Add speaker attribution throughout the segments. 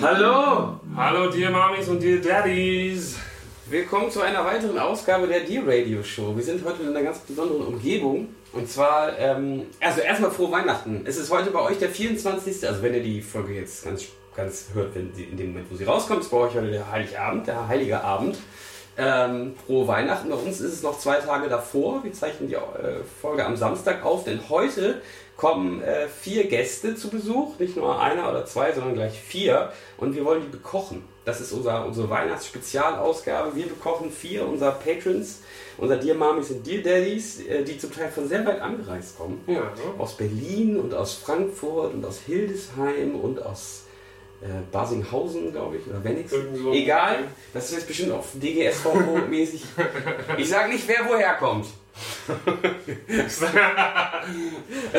Speaker 1: Hallo! Hallo, dear Mamis und dear Daddies! Willkommen zu einer weiteren Ausgabe der Dear Radio Show. Wir sind heute in einer ganz besonderen Umgebung. Und zwar, ähm, also erstmal frohe Weihnachten. Es ist heute bei euch der 24. Also, wenn ihr die Folge jetzt ganz, ganz hört, wenn sie, in dem Moment, wo sie rauskommt, ist bei euch heute der Heiligabend, der Heilige Abend. Ähm, frohe Weihnachten. Bei uns ist es noch zwei Tage davor. Wir zeichnen die äh, Folge am Samstag auf, denn heute kommen äh, vier Gäste zu Besuch, nicht nur einer oder zwei, sondern gleich vier. Und wir wollen die bekochen. Das ist unser, unsere Weihnachtsspezialausgabe. Wir bekochen vier unserer Patrons, unser Dear Mamis und Dear Daddies, äh, die zum Teil von sehr weit angereist kommen.
Speaker 2: Ja.
Speaker 1: Aus Berlin und aus Frankfurt und aus Hildesheim und aus äh, Basinghausen, glaube ich, oder Wenigsen.
Speaker 2: Irgend so.
Speaker 1: Egal, das ist bestimmt auch DGSV-mäßig. Ich sage nicht, wer woher kommt.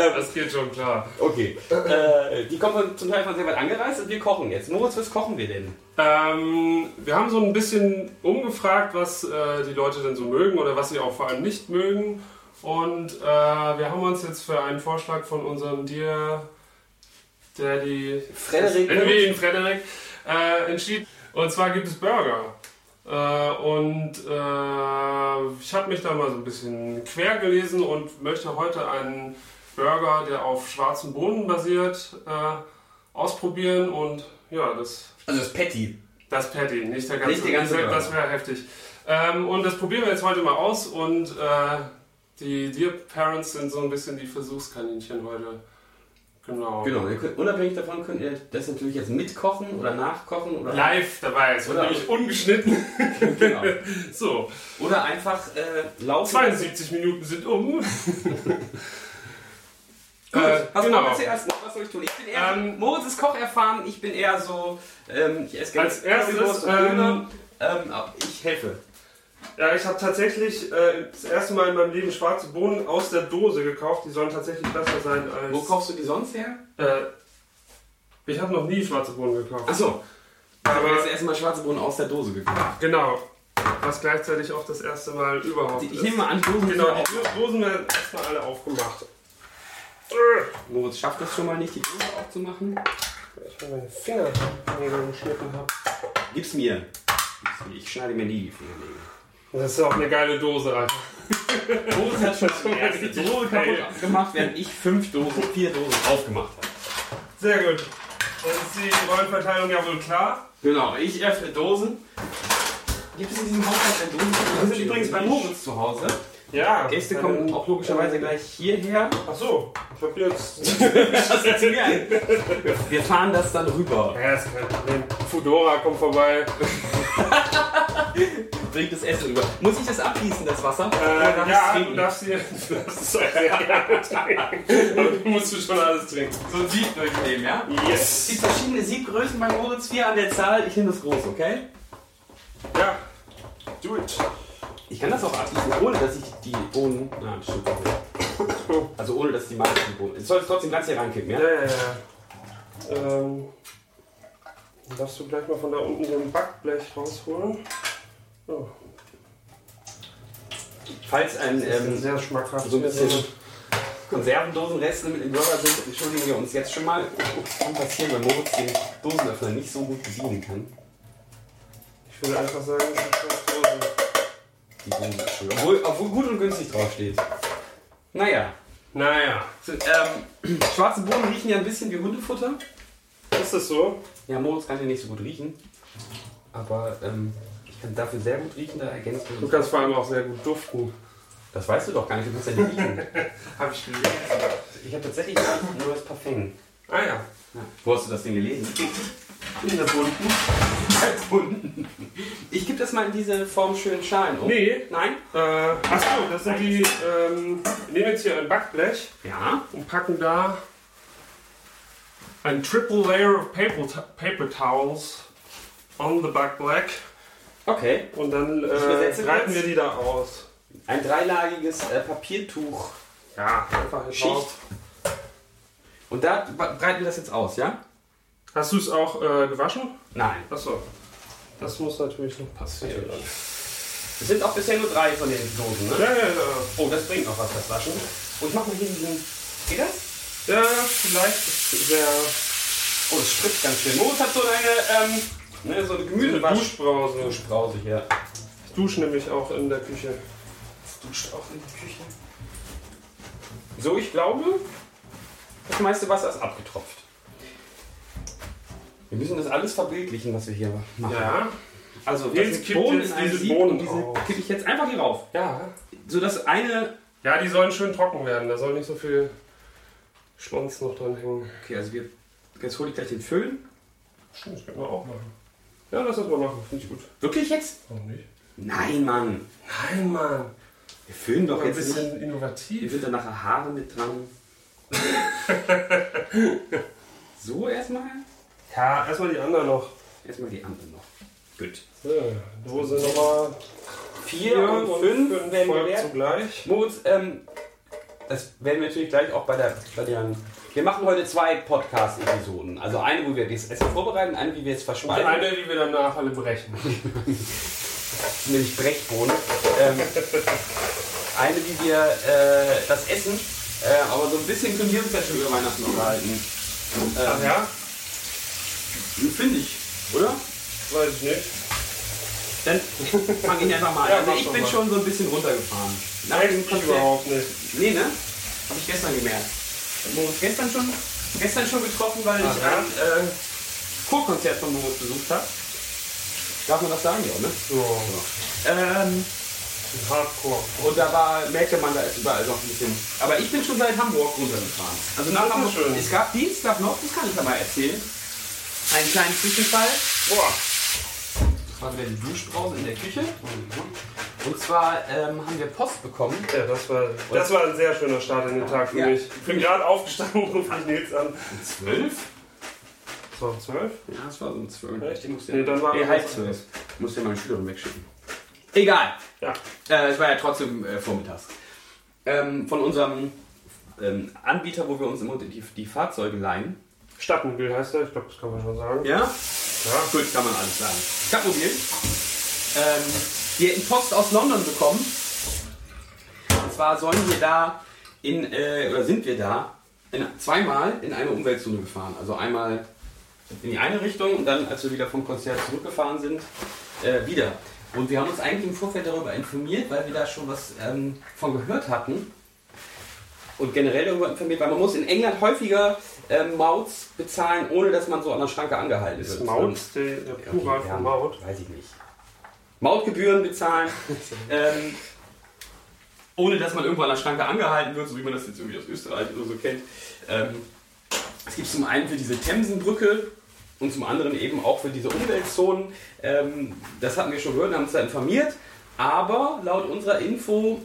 Speaker 2: Das geht schon klar.
Speaker 1: Okay. Äh, die kommen von- zum Teil von sehr weit angereist und wir kochen jetzt. Moritz, was kochen wir denn?
Speaker 2: Ähm, wir haben so ein bisschen umgefragt, was äh, die Leute denn so mögen oder was sie auch vor allem nicht mögen. Und äh, wir haben uns jetzt für einen Vorschlag von unserem Dear Daddy
Speaker 1: Frederik.
Speaker 2: Edwin Frederik äh, entschieden. Und zwar gibt es Burger. Äh, und äh, ich habe mich da mal so ein bisschen quer gelesen und möchte heute einen Burger, der auf schwarzen Bohnen basiert, äh, ausprobieren. Und ja, das
Speaker 1: Also das Patty.
Speaker 2: das Patty, nicht der ganze.
Speaker 1: Nicht die ganze
Speaker 2: das wär-
Speaker 1: Burger.
Speaker 2: das wäre heftig. Ähm, und das probieren wir jetzt heute mal aus. Und äh, die Dear Parents sind so ein bisschen die Versuchskaninchen heute. Genau.
Speaker 1: Genau, ihr könnt, unabhängig davon könnt ihr das natürlich jetzt mitkochen oder nachkochen oder,
Speaker 2: Live dabei, es wird
Speaker 1: Oder-
Speaker 2: nämlich ungeschnitten.
Speaker 1: genau.
Speaker 2: So,
Speaker 1: oder einfach äh, laufen.
Speaker 2: 72 Minuten sind um.
Speaker 1: Gut,
Speaker 2: Äh,
Speaker 1: was
Speaker 2: genau.
Speaker 1: machen wir zuerst? Was soll ich tun? Ich bin eher
Speaker 2: Ähm,
Speaker 1: Moritz ist Koch erfahren, ich bin eher so, ähm, ich esse gerne
Speaker 2: Als erstes,
Speaker 1: Currywurst und
Speaker 2: ähm,
Speaker 1: Döner. Ähm, aber ich helfe.
Speaker 2: Ja, ich habe tatsächlich äh, das erste Mal in meinem Leben schwarze Bohnen aus der Dose gekauft. Die sollen tatsächlich besser sein als.
Speaker 1: Wo kaufst du die sonst her?
Speaker 2: äh, ich habe noch nie schwarze Bohnen gekauft.
Speaker 1: Achso, ich habe
Speaker 2: Aber-
Speaker 1: jetzt erstmal schwarze Bohnen aus der Dose gekauft.
Speaker 2: Genau. Was gleichzeitig auch das erste Mal überhaupt
Speaker 1: Ich
Speaker 2: ist.
Speaker 1: nehme mal an, Dosen
Speaker 2: genau,
Speaker 1: sind auch.
Speaker 2: die Dosen werden erstmal alle aufgemacht.
Speaker 1: Moritz schafft das schon mal nicht, die Dose aufzumachen.
Speaker 2: Ich habe meine Finger geschnitten habe.
Speaker 1: Gib's mir. Gib's mir. Ich schneide mir nie die Fingernägel.
Speaker 2: Das ist auch eine geile Dose, Alter.
Speaker 1: Moritz hat schon die erste Dose kaputt gemacht, während ich fünf Dosen, vier Dosen aufgemacht habe.
Speaker 2: Sehr gut. Dann ist die Rollenverteilung ja wohl klar.
Speaker 1: Genau, ich öffne Dosen. Gibt es in diesem Haushalt eine Dosen? Wir sind übrigens bei Moritz zu Hause.
Speaker 2: Ja.
Speaker 1: Gäste kommen auch logischerweise gleich hierher.
Speaker 2: Achso, ich hab jetzt.
Speaker 1: Das ist mir ein. Wir fahren das dann rüber.
Speaker 2: Ja, ist kein Problem. Fudora kommt vorbei.
Speaker 1: Bringt das Essen rüber. Muss ich das abgießen, das Wasser?
Speaker 2: Äh,
Speaker 1: darf
Speaker 2: ja,
Speaker 1: ich's
Speaker 2: du
Speaker 1: trinken?
Speaker 2: darfst hier. Du darfst es auch sehr gerne trinken. Aber du musst schon alles trinken.
Speaker 1: So ein Sieb durchnehmen, ja? Es gibt
Speaker 2: Yes.
Speaker 1: verschiedene Siebgrößen bei Moritz, vier an der Zahl. Ich nehme das groß, okay?
Speaker 2: Ja. Do it.
Speaker 1: Ich kann das auch abgießen, ohne dass ich die Bohnen. Nein, stimmt auch nicht. Also ohne dass die Marke die Bohnen. Es soll trotzdem ganz hier reinkippen, ja?
Speaker 2: Ja, ja, ja. Ähm, dann darfst du gleich mal von da unten so ein Backblech rausholen. Oh,
Speaker 1: Falls ein.
Speaker 2: das ist
Speaker 1: Ähm,
Speaker 2: sehr schmackhaft. Also,
Speaker 1: so ein bisschen Konservendosenreste mit im Burger sind, entschuldigen wir uns jetzt schon mal. Kann passieren, weil Moritz den Dosenöffner nicht so gut bedienen kann.
Speaker 2: Ich würde einfach sagen, das ist ganz groß.
Speaker 1: Die Dose, Entschuldigung. obwohl, obwohl gut und günstig draufsteht. Naja.
Speaker 2: Naja,
Speaker 1: Ähm, schwarze Bohnen riechen ja ein bisschen wie Hundefutter.
Speaker 2: ist das so?
Speaker 1: Ja, Moritz kann ja nicht so gut riechen. Aber ähm, ich kann dafür sehr gut riechen, da ergänzt man
Speaker 2: Du
Speaker 1: uns.
Speaker 2: kannst vor allem auch sehr gut duften.
Speaker 1: Das weißt du doch gar nicht, du kannst ja nicht riechen.
Speaker 2: Habe ich gelesen.
Speaker 1: Ich habe tatsächlich nur das Parfum.
Speaker 2: Ah ja.
Speaker 1: Wo hast du das denn gelesen?
Speaker 2: In der bunten.
Speaker 1: Erfunden. Ich gebe das mal in diese Form schönen Schalen um.
Speaker 2: Nee,
Speaker 1: Nein?
Speaker 2: äh, achso, das sind die, ähm, wir nehmen jetzt hier ein Backblech
Speaker 1: Ja.
Speaker 2: und packen da ein triple layer of paper, to- paper towels on the backblech
Speaker 1: Okay.
Speaker 2: und dann äh,
Speaker 1: übersetze
Speaker 2: breiten
Speaker 1: kurz.
Speaker 2: wir die da aus.
Speaker 1: Ein dreilagiges äh, Papiertuch.
Speaker 2: Ja, einfach jetzt
Speaker 1: Schicht.
Speaker 2: aus.
Speaker 1: Und da ba- breiten wir das jetzt aus, ja?
Speaker 2: Hast du es auch äh, gewaschen?
Speaker 1: Nein.
Speaker 2: Achso. Das muss natürlich noch passieren.
Speaker 1: Es sind auch bisher nur drei von den Dosen, ne?
Speaker 2: Ja, ja, ja.
Speaker 1: Oh, das bringt noch was, das Waschen. Und ich mach mal hier diesen. Geht das?
Speaker 2: Ja, vielleicht ist der
Speaker 1: Oh, das spritzt ganz schön. Moritz hat so eine, ähm, ne, so eine
Speaker 2: eine
Speaker 1: Gemüsewasch.
Speaker 2: Duschbrause.
Speaker 1: Duschbrause hier.
Speaker 2: Ich dusche nämlich auch in der Küche.
Speaker 1: Das duscht auch in der Küche. So, ich glaube, das meiste Wasser ist abgetropft. Wir müssen das alles verbildlichen, was wir hier machen.
Speaker 2: Ja.
Speaker 1: Also,
Speaker 2: Nils
Speaker 1: das mit
Speaker 2: kippt
Speaker 1: Bohnen
Speaker 2: jetzt
Speaker 1: in eine
Speaker 2: diese
Speaker 1: Sieb
Speaker 2: Bohnen
Speaker 1: und diese
Speaker 2: drauf.
Speaker 1: kippe ich jetzt einfach hier rauf.
Speaker 2: Ja.
Speaker 1: Sodass eine.
Speaker 2: Ja, die sollen schön trocken werden. Da soll nicht so viel Schlons noch dran hängen.
Speaker 1: Okay, also wir. Jetzt hole ich gleich den Föhn.
Speaker 2: Stimmt, das können wir auch machen. Ja, lass das mal machen. Finde ich gut.
Speaker 1: Wirklich jetzt?
Speaker 2: Warum nicht?
Speaker 1: Nein, Mann.
Speaker 2: Nein, Mann.
Speaker 1: Wir föhnen doch
Speaker 2: Ein
Speaker 1: jetzt nicht.
Speaker 2: bisschen
Speaker 1: Hier
Speaker 2: innovativ.
Speaker 1: sind dann nachher Haare mit dran. so erstmal.
Speaker 2: Ja, erstmal die anderen noch.
Speaker 1: Erstmal die andere noch. Gut.
Speaker 2: So, Dose Nummer
Speaker 1: Vier und
Speaker 2: fünf
Speaker 1: fünf werden
Speaker 2: folgt
Speaker 1: gewährt.
Speaker 2: zugleich.
Speaker 1: Moritz, ähm, das werden wir natürlich gleich auch bei der, bei der wir machen heute zwei Podcast-Episoden. Also eine, wo wir das Essen vorbereiten, eine, wie wir es
Speaker 2: Und
Speaker 1: verschweigen.
Speaker 2: Also eine, die wir danach alle brechen.
Speaker 1: nämlich Brechbohnen. Ähm, eine, wie wir äh, das essen, äh, aber so ein bisschen können wir uns ja schon über Weihnachten unterhalten.
Speaker 2: Ach
Speaker 1: Ähm,
Speaker 2: ja?
Speaker 1: Finde ich, oder?
Speaker 2: Weiß ich nicht.
Speaker 1: Dann fange ich einfach mal an.
Speaker 2: Ja,
Speaker 1: also
Speaker 2: mach
Speaker 1: ich
Speaker 2: doch
Speaker 1: bin
Speaker 2: mal.
Speaker 1: schon so ein bisschen runtergefahren. Nach dem
Speaker 2: Eigentlich
Speaker 1: Konzert.
Speaker 2: überhaupt nicht.
Speaker 1: Nee, ne? Habe ich gestern gemerkt. Moritz gestern schon, gestern schon getroffen, weil ich
Speaker 2: Aha.
Speaker 1: ein äh, Chorkonzert von Moritz besucht habe. Darf man das sagen, ja, ne?
Speaker 2: So,
Speaker 1: Ähm,
Speaker 2: Hardcore.
Speaker 1: und da war, merkte man, da ist überall noch ein bisschen. Aber ich bin schon seit Hamburg runtergefahren. Also nach
Speaker 2: Das ist
Speaker 1: Hamburg.
Speaker 2: schön.
Speaker 1: Es gab Dienstag noch, das kann ich ja mal erzählen. Einen kleinen Zwischenfall.
Speaker 2: Boah.
Speaker 1: Das war wieder die Duschbrause in der Küche. Und zwar ähm, haben wir Post bekommen
Speaker 2: Ja, das war, das war ein sehr schöner Start in den Tag für
Speaker 1: Ja.
Speaker 2: mich. Ich bin gerade aufgestanden und rufe mich Nils an.
Speaker 1: um Zwölf?
Speaker 2: Es war um zwölf?
Speaker 1: Ja, das war so ein Zwölf.
Speaker 2: Echt?
Speaker 1: Ich musste,
Speaker 2: Nee, dann war
Speaker 1: nee,
Speaker 2: alles
Speaker 1: halb
Speaker 2: anders.
Speaker 1: zwölf. Ich musste meine Schülerin wegschicken. Egal.
Speaker 2: Ja.
Speaker 1: Äh, es war ja trotzdem äh, vormittags. Ähm, von unserem ähm, Anbieter, wo wir uns immer die, die Fahrzeuge leihen.
Speaker 2: Stadtmobil heißt er, ich glaube, das kann man schon sagen.
Speaker 1: Ja?
Speaker 2: Ja.
Speaker 1: Gut, kann man alles sagen. Stadtmobil. Ähm, wir hätten Post aus London bekommen. Und zwar sollen wir da in, äh, oder sind wir da, in, zweimal in eine Umweltzone gefahren. Also einmal in die eine Richtung und dann, als wir wieder vom Konzert zurückgefahren sind, äh, wieder. Und wir haben uns eigentlich im Vorfeld darüber informiert, weil wir da schon was ähm, von gehört hatten. Und generell darüber informiert, weil man muss in England häufiger ähm, Mauts bezahlen, ohne dass man so an der Schranke angehalten wird.
Speaker 2: Ist Maut, der, der
Speaker 1: Ja, okay,
Speaker 2: Plural
Speaker 1: ja,
Speaker 2: von Maut.
Speaker 1: Weiß ich nicht. Mautgebühren bezahlen, ähm, ohne dass man irgendwo an der Schranke angehalten wird, so wie man das jetzt irgendwie aus Österreich oder so kennt. Ähm, es gibt zum einen für diese Themsenbrücke und zum anderen eben auch für diese Umweltzonen. Ähm, das hatten wir schon gehört, und haben uns da informiert. Aber laut unserer Info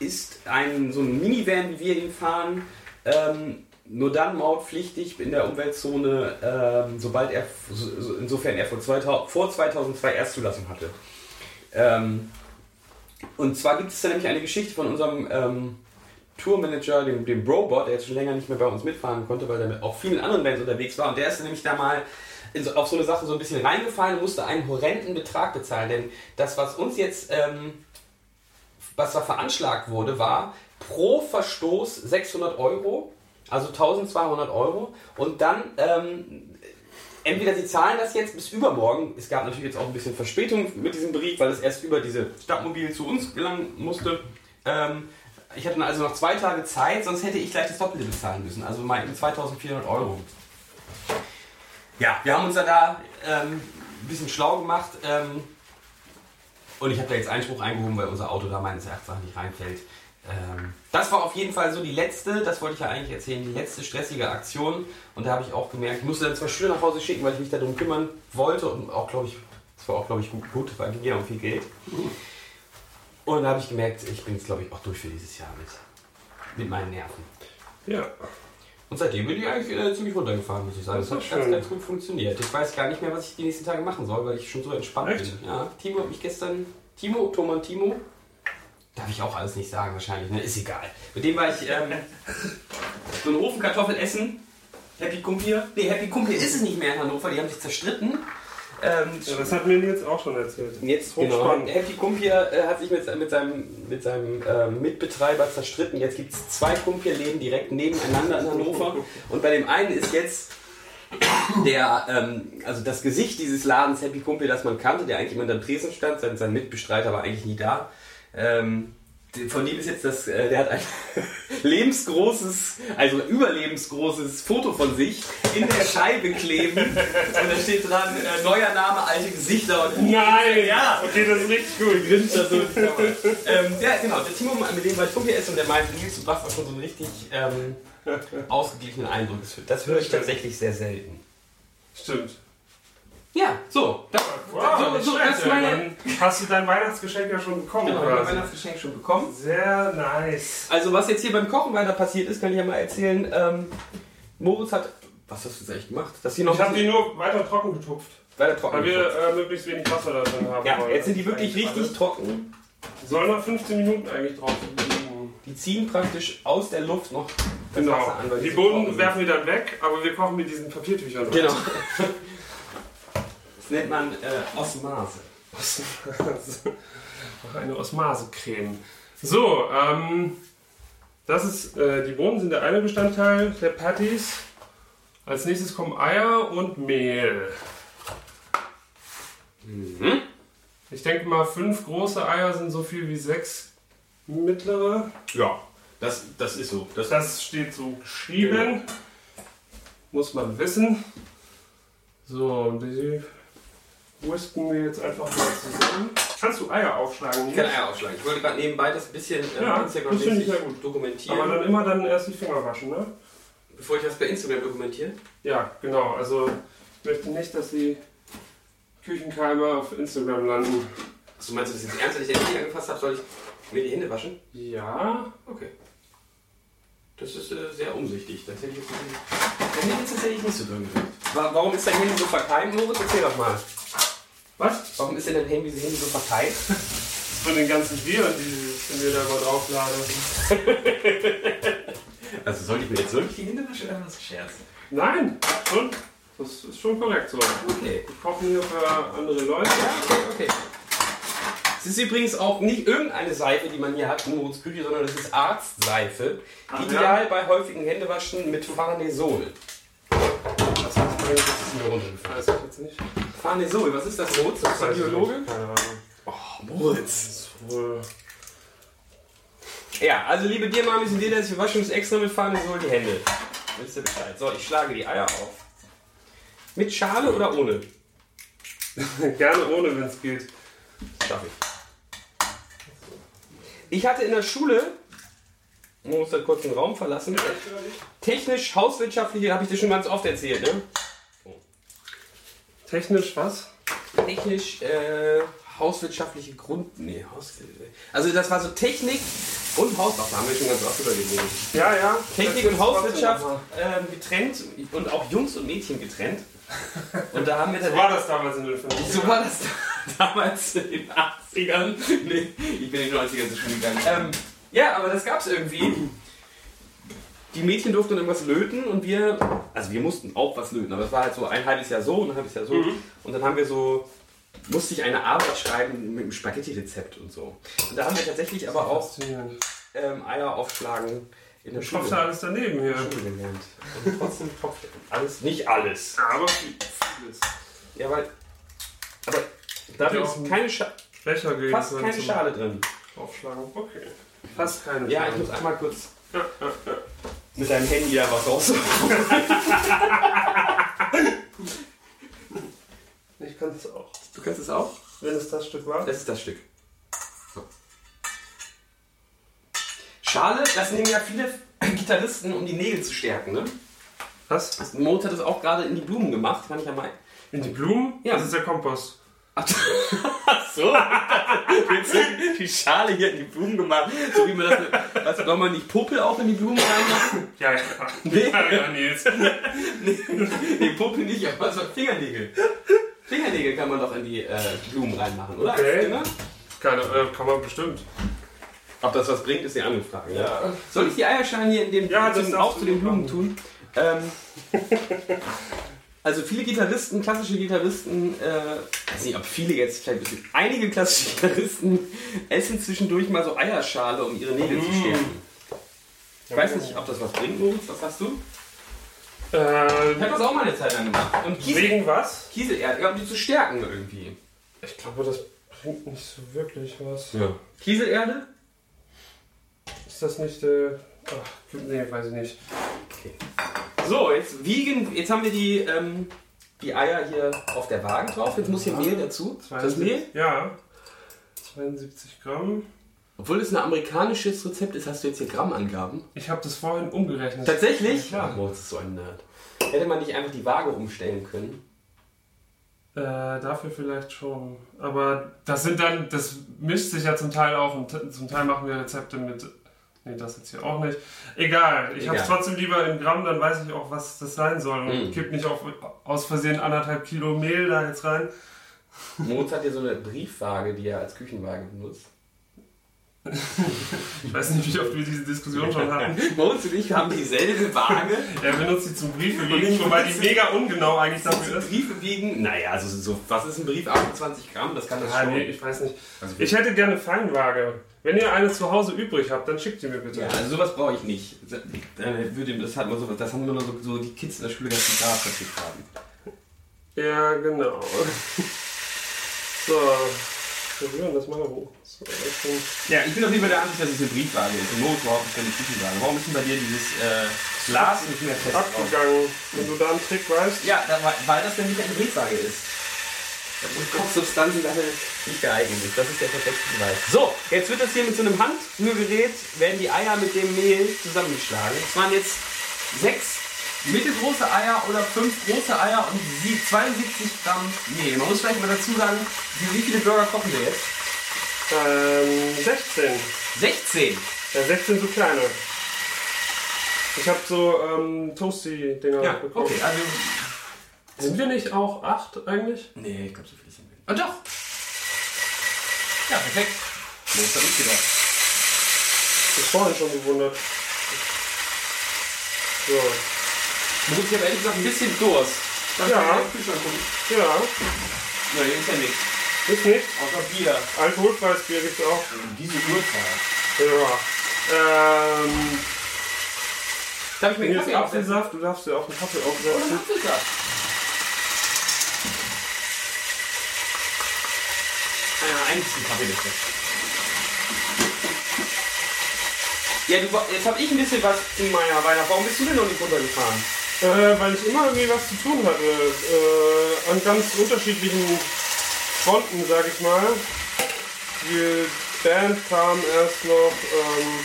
Speaker 1: ist ein so ein Minivan, wie wir ihn fahren, ähm, nur dann mautpflichtig in der Umweltzone, ähm, sobald er, so- so- insofern er vor, 2000, vor 2002 Erstzulassung hatte. Ähm, und zwar gibt es da nämlich eine Geschichte von unserem ähm, Tourmanager, dem, dem Robot, der jetzt schon länger nicht mehr bei uns mitfahren konnte, weil er mit auch vielen anderen Bands unterwegs war. Und der ist nämlich da mal in so, auf so eine Sache so ein bisschen reingefallen und musste einen horrenden Betrag bezahlen. Denn das, was uns jetzt, ähm, was da veranschlagt wurde, war pro Verstoß 600 Euro, also 1200 Euro. Und dann ähm, entweder sie zahlen das jetzt bis übermorgen. Es gab natürlich jetzt auch ein bisschen Verspätung mit diesem Brief, weil es erst über diese Stadtmobil zu uns gelangen musste. Ähm, ich hatte also noch zwei Tage Zeit, sonst hätte ich gleich das Doppelte bezahlen müssen. Also mal eben 2400 Euro. Ja, wir haben uns ja da ähm, ein bisschen schlau gemacht. Ähm, und ich habe da jetzt Einspruch eingehoben, weil unser Auto da meines Erachtens nach nicht reinfällt. Ähm, das war auf jeden Fall so die letzte, das wollte ich ja eigentlich erzählen, die letzte stressige Aktion. Und da habe ich auch gemerkt, ich musste dann zwei Schüler nach Hause schicken, weil ich mich darum kümmern wollte. Und auch, glaube ich, das war auch, glaube ich, gut, gut weil ging ja um viel Geld. Und da habe ich gemerkt, ich bin jetzt, glaube ich, auch durch für dieses Jahr mit. Mit meinen Nerven.
Speaker 2: Ja.
Speaker 1: Und seitdem bin ich eigentlich äh, ziemlich runtergefahren, muss ich sagen.
Speaker 2: Das
Speaker 1: Das,
Speaker 2: ist
Speaker 1: hat ganz,
Speaker 2: schön.
Speaker 1: ganz gut funktioniert. Ich weiß gar nicht mehr, was ich die nächsten Tage machen soll, weil ich schon so entspannt
Speaker 2: Echt?
Speaker 1: bin. Ja, Timo hat mich gestern. Timo, Thomann Timo. Darf ich auch alles nicht sagen, wahrscheinlich, ne? Ist egal. Mit dem war ich ähm, so einen Ofen Kartoffel essen. Happy Kumpier. Nee, Happy Kumpier ist es nicht mehr in Hannover, die haben sich zerstritten. Ähm,
Speaker 2: ja das hat mir jetzt auch schon erzählt.
Speaker 1: Jetzt
Speaker 2: hochspannend.
Speaker 1: Happy Kumpier äh, hat sich mit, mit seinem, mit seinem ähm, Mitbetreiber zerstritten. Jetzt gibt es zwei Kumpierläden direkt nebeneinander in Hannover. Und bei dem einen ist jetzt der, ähm, also das Gesicht dieses Ladens Happy Kumpir, das man kannte, der eigentlich immer am Tresen stand, sein, sein Mitbestreiter war eigentlich nie da. Ähm, de- von dem ist jetzt das, äh, der hat ein lebensgroßes, also überlebensgroßes Foto von sich in der Scheibe kleben. Und da steht dran, äh, neuer Name, alte Gesichter und
Speaker 2: Nein!
Speaker 1: Ja.
Speaker 2: Okay, das ist richtig gut. Grinst das so.
Speaker 1: ähm, ja, genau. Der Timo, mit dem war ich Kumpel ist und der meinte, Nils, du machst auch schon so einen richtig ähm, ausgeglichenen Eindruck. Das, das höre ich tatsächlich sehr selten.
Speaker 2: Stimmt.
Speaker 1: Ja, so. Das,
Speaker 2: Wow,
Speaker 1: so,
Speaker 2: nicht
Speaker 1: so,
Speaker 2: schlecht,
Speaker 1: das
Speaker 2: ja.
Speaker 1: meine-
Speaker 2: Dann hast du dein Weihnachtsgeschenk ja schon bekommen.
Speaker 1: genau, ich habe mein
Speaker 2: quasi.
Speaker 1: Weihnachtsgeschenk schon bekommen.
Speaker 2: Sehr nice.
Speaker 1: Also, was jetzt hier beim Kochen weiter passiert ist, kann ich ja mal erzählen. Ähm, Moritz hat. Was hast du jetzt eigentlich gemacht? Dass die noch
Speaker 2: Ich habe die nur weiter trocken getupft,
Speaker 1: weiter
Speaker 2: weil
Speaker 1: trocken
Speaker 2: wir
Speaker 1: sind.
Speaker 2: äh, möglichst wenig Wasser da drin haben.
Speaker 1: Ja,
Speaker 2: wollen.
Speaker 1: jetzt sind die wirklich
Speaker 2: Eigentlich
Speaker 1: richtig
Speaker 2: alles.
Speaker 1: trocken.
Speaker 2: Sollen noch 15 Minuten eigentlich drauf liegen.
Speaker 1: Die ziehen praktisch aus der Luft noch das
Speaker 2: Genau.
Speaker 1: Wasser an. Weil
Speaker 2: Die
Speaker 1: so
Speaker 2: Bohnen
Speaker 1: trocken sind.
Speaker 2: werfen wir dann weg, aber wir kochen mit diesen Papiertüchern.
Speaker 1: Genau. Das nennt man äh, Osmase.
Speaker 2: Osmase. Noch eine Osmase-Creme. So, ähm, das ist, äh, die Bohnen sind der eine Bestandteil der Patties. Als nächstes kommen Eier und Mehl. Mhm. Ich denke mal, fünf große Eier sind so viel wie sechs mittlere.
Speaker 1: Ja, das, das ist so. Das
Speaker 2: Das steht so geschrieben. Muss man wissen. So, und die whisken wir jetzt einfach mal zusammen. Kannst du Eier aufschlagen?
Speaker 1: ich kann Eier aufschlagen. Ich wollte gerade nebenbei das ein bisschen äh,
Speaker 2: Ja, das finde ich
Speaker 1: Instagram-mäßig
Speaker 2: sehr gut.
Speaker 1: dokumentieren.
Speaker 2: Aber dann immer dann erst die Finger waschen, ne?
Speaker 1: bevor ich das bei Instagram dokumentiere.
Speaker 2: Ja, genau. Also ich möchte nicht, dass die Küchenkeime auf Instagram landen.
Speaker 1: Achso, meinst du das jetzt ernst, wenn ich den Finger angefasst habe? Soll ich mir die Hände waschen?
Speaker 2: Ja.
Speaker 1: Okay. Das ist äh, sehr umsichtig. Das hätte ich jetzt nicht, hätte ich jetzt tatsächlich nicht so drin gedacht. Wa- Warum ist dein Handy so verkeimt, Moritz? Erzähl doch mal.
Speaker 2: Was?
Speaker 1: Warum ist denn dein Handy, Handy so verkeimt?
Speaker 2: Von den ganzen Bieren, die wir da mal draufladen.
Speaker 1: Also sollte ich mir jetzt wirklich die Hände waschen? Das ist Scherz.
Speaker 2: Nein, schon. Das ist schon korrekt so.
Speaker 1: Okay.
Speaker 2: Ich koche hier für andere Leute.
Speaker 1: Okay. Es ist übrigens auch nicht irgendeine Seife, die man hier hat in Moritz Küche, sondern das ist Arztseife.
Speaker 2: Ach Ah, ja.
Speaker 1: Ideal bei häufigen Händewaschen mit Farnesol.
Speaker 2: Das heißt, mein Gott,
Speaker 1: Das ist mir runtergefallen.
Speaker 2: das weiß ich jetzt nicht.
Speaker 1: Farnesol, was ist das, Moritz? Ist
Speaker 2: Weiß
Speaker 1: das
Speaker 2: ich
Speaker 1: Biologe?
Speaker 2: nicht. Keine Ahnung.
Speaker 1: Oh, Moritz.
Speaker 2: Das ist wohl.
Speaker 1: Ja, also liebe dir, Mamis und dir, dass wir waschen uns extra mit Farnesol die Hände. Wisst ihr Bescheid. So, ich schlage die Eier auf. Mit Schale oder ohne?
Speaker 2: Gerne ohne, wenn es geht.
Speaker 1: Darf ich. Ich hatte in der Schule, man muss da kurz den Raum verlassen, technisch, hauswirtschaftliche, habe ich dir schon ganz oft erzählt, ne?
Speaker 2: Technisch was?
Speaker 1: Technisch, äh, hauswirtschaftliche Grund, nee, Haus, also das war so Technik und Hauswirtschaft, da haben wir schon ganz oft übergeredet.
Speaker 2: Ja, ja.
Speaker 1: Technik
Speaker 2: Das
Speaker 1: und
Speaker 2: ist
Speaker 1: Hauswirtschaft
Speaker 2: trotzdem
Speaker 1: ähm, getrennt und auch Jungs und Mädchen getrennt. Und da haben wir
Speaker 2: noch mal.
Speaker 1: dann
Speaker 2: So war das damals in den 50ern.
Speaker 1: So war das damals in den 80ern. Nee, ich bin in den 90ern zur Schule gegangen. Ähm, ja, aber das gab's irgendwie. Die Mädchen durften irgendwas löten und wir, also wir mussten auch was löten, aber es war halt so ein halbes Jahr so und ein halbes Jahr so. Und dann haben wir so, musste ich eine Arbeit schreiben mit einem Spaghetti-Rezept und so. Und da haben wir tatsächlich aber auch
Speaker 2: Faszinierend.
Speaker 1: ähm, Eier aufschlagen in der
Speaker 2: Ich
Speaker 1: Schule.
Speaker 2: hoffe, da alles daneben hier.
Speaker 1: Schule gelernt. halt, Und trotzdem tropft alles. Nicht alles.
Speaker 2: Aber vieles.
Speaker 1: Ja, weil. Aber dafür
Speaker 2: Ja,
Speaker 1: ist
Speaker 2: auch-
Speaker 1: keine Scha
Speaker 2: Fächer gegen
Speaker 1: fast
Speaker 2: dann
Speaker 1: keine
Speaker 2: zum
Speaker 1: Schale drin.
Speaker 2: Aufschlagen. Okay. Fast keine
Speaker 1: Ja, ich
Speaker 2: Schale.
Speaker 1: muss einmal kurz mit deinem Handy da was raus.
Speaker 2: Ich, kann es auch.
Speaker 1: Du kannst es auch?
Speaker 2: Wenn es das Stück war.
Speaker 1: Das ist das Stück. Schale, das nehmen ja viele Gitarristen, um die Nägel zu stärken. Ne?
Speaker 2: Was?
Speaker 1: Das Mond hat das auch gerade in die Blumen gemacht, fand ich ja mal.
Speaker 2: In die Blumen?
Speaker 1: Ja.
Speaker 2: Das ist der Kompost.
Speaker 1: Ach so, jetzt wird die Schale hier in die Blumen gemacht, so wie man das, was soll man nicht Popel auch in die Blumen reinmachen?
Speaker 2: Ja, ja.
Speaker 1: Nee.
Speaker 2: ja, ja Nils.
Speaker 1: Nee, nee Popel nicht, aber so Fingernägel. Fingernägel kann man doch in die äh, Blumen reinmachen, oder? ne?
Speaker 2: Okay.
Speaker 1: Kinder?
Speaker 2: Keine, äh, kann man bestimmt.
Speaker 1: Ob das was bringt, ist die andere Frage. ne? Ja. Soll ich die Eierschalen hier in dem
Speaker 2: Ja, das
Speaker 1: zum-
Speaker 2: darfst
Speaker 1: auch
Speaker 2: du
Speaker 1: zu den Blumen
Speaker 2: machen.
Speaker 1: tun? Ähm, also viele Gitarristen, klassische Gitarristen, äh, weiß nicht, ob viele jetzt vielleicht ein bisschen, einige klassische Gitarristen essen zwischendurch mal so Eierschale, um ihre Nägel
Speaker 2: Mm.
Speaker 1: zu stärken. Ich weiß
Speaker 2: genau.
Speaker 1: nicht, ob das was bringt, Moritz. Was hast du? Ich
Speaker 2: Äh,
Speaker 1: habe das auch mal eine Zeit lang gemacht. Und Kiesel,
Speaker 2: wegen was?
Speaker 1: Kieselerd, ja, um die zu stärken irgendwie.
Speaker 2: Ich glaube, das bringt nicht so wirklich was.
Speaker 1: Ja. Kieselerde?
Speaker 2: Ist das nicht der. Ach, nee, weiß ich nicht.
Speaker 1: So, jetzt wiegen, jetzt haben wir die, ähm, die Eier hier auf der Waage drauf. Jetzt muss hier Mehl dazu. Das
Speaker 2: 72
Speaker 1: Mehl?
Speaker 2: Ja. 72 Gramm.
Speaker 1: Obwohl es ein amerikanisches Rezept ist, hast du jetzt hier Grammangaben.
Speaker 2: Ich habe das vorhin umgerechnet.
Speaker 1: Tatsächlich?
Speaker 2: Ja,
Speaker 1: Ach,
Speaker 2: klar.
Speaker 1: Moritz ist so ein Nerd. Hätte man nicht einfach die Waage umstellen können?
Speaker 2: Äh, dafür vielleicht schon. Aber das sind dann, das mischt sich ja zum Teil auch und t- zum Teil machen wir Rezepte mit. Nee, das jetzt hier auch nicht. Egal, ich
Speaker 1: Egal.
Speaker 2: habe es trotzdem lieber in Gramm, dann weiß ich auch, was das sein soll. Und
Speaker 1: Mhm.
Speaker 2: kipp nicht auf, aus Versehen anderthalb Kilo Mehl da jetzt rein.
Speaker 1: Moritz hat hier so eine Briefwaage, die er als Küchenwaage benutzt.
Speaker 2: Ich weiß nicht, wie oft wir diese Diskussion schon hatten.
Speaker 1: Moritz und ich haben dieselbe Waage.
Speaker 2: Er benutzt die zum Briefe
Speaker 1: Und ich
Speaker 2: legen, wobei die
Speaker 1: benutze-
Speaker 2: mega ungenau eigentlich dafür ist.
Speaker 1: Briefe wiegen, naja, also so, was ist ein Brief? 28 Gramm, das kann das
Speaker 2: Ah,
Speaker 1: schon.
Speaker 2: nee, ich weiß nicht.
Speaker 1: Also-
Speaker 2: Ich hätte gerne Feinwaage. Wenn ihr eine zu Hause übrig habt, dann schickt die mir bitte.
Speaker 1: Ja, also sowas brauche ich nicht. Dann würde- Das, hat man sowas, das haben nur noch so, so die Kids in der Schule ganz klar verschickt haben.
Speaker 2: Ja, genau. So, berühren das mal hoch. So, das sind-
Speaker 1: Ja, ich bin auf jeden Fall der Ansicht, dass es eine Briefwaage ist. Und Not überhaupt keine Küchenwaage. Warum ist denn bei dir dieses äh, Glas nicht mehr fest drauf?
Speaker 2: abgegangen. Wenn du da einen Trick weißt.
Speaker 1: Ja, da, weil- weil das nämlich eine Briefwaage ist. Und Kochsubstanzen dafür nicht geeignet ist. Das ist der perfekte Beweis. So, jetzt wird das hier mit so einem Handrührgerät, werden die Eier mit dem Mehl zusammengeschlagen. Es waren jetzt sechs mittelgroße Eier oder fünf große Eier und sie- 72 Gramm Mehl. Man muss vielleicht mal dazu sagen, wie wie viele Burger kochen wir jetzt?
Speaker 2: Ähm, 16.
Speaker 1: 16.
Speaker 2: Ja, 16 so kleine. Ich habe so ähm, Toasty-Dinger
Speaker 1: Ja,
Speaker 2: bekommen.
Speaker 1: okay, also...
Speaker 2: Sind wir nicht auch 8 eigentlich?
Speaker 1: Nee, ich glaube, so viel sind wir nicht. Ah, doch! Ja, perfekt. Nee, das hab ich gedacht.
Speaker 2: Ich vorhin schon gewundert. So,
Speaker 1: Du musst ja ehrlich gesagt ein bisschen Durst. Darf
Speaker 2: Ja.
Speaker 1: ich mal in den Kühlschrank gucken?
Speaker 2: ja,
Speaker 1: Ja, hier ist ja nichts.
Speaker 2: ist nicht.
Speaker 1: Außer Bier.
Speaker 2: Alkoholfreies Bier gibt's auch.
Speaker 1: Also Diese Uhrzeit.
Speaker 2: Ja. Ähm,
Speaker 1: Darf ich mir einen
Speaker 2: Hier ist
Speaker 1: Kaffee aufsetzen?
Speaker 2: Apfelsaft, du darfst dir auch einen Kaffee
Speaker 1: Oder einen
Speaker 2: aufsetzen.
Speaker 1: Apfelsaft? Ah Ja, eigentlich ist ein Kaffee nicht schlecht. Ja, du, wa- jetzt habe ich ein bisschen was in meiner Weihnacht. Warum bist du denn noch nicht runtergefahren?
Speaker 2: Äh, weil ich immer irgendwie was zu tun hatte. Äh, an ganz unterschiedlichen Fronten, sag ich mal. Die Band kam erst noch, ähm,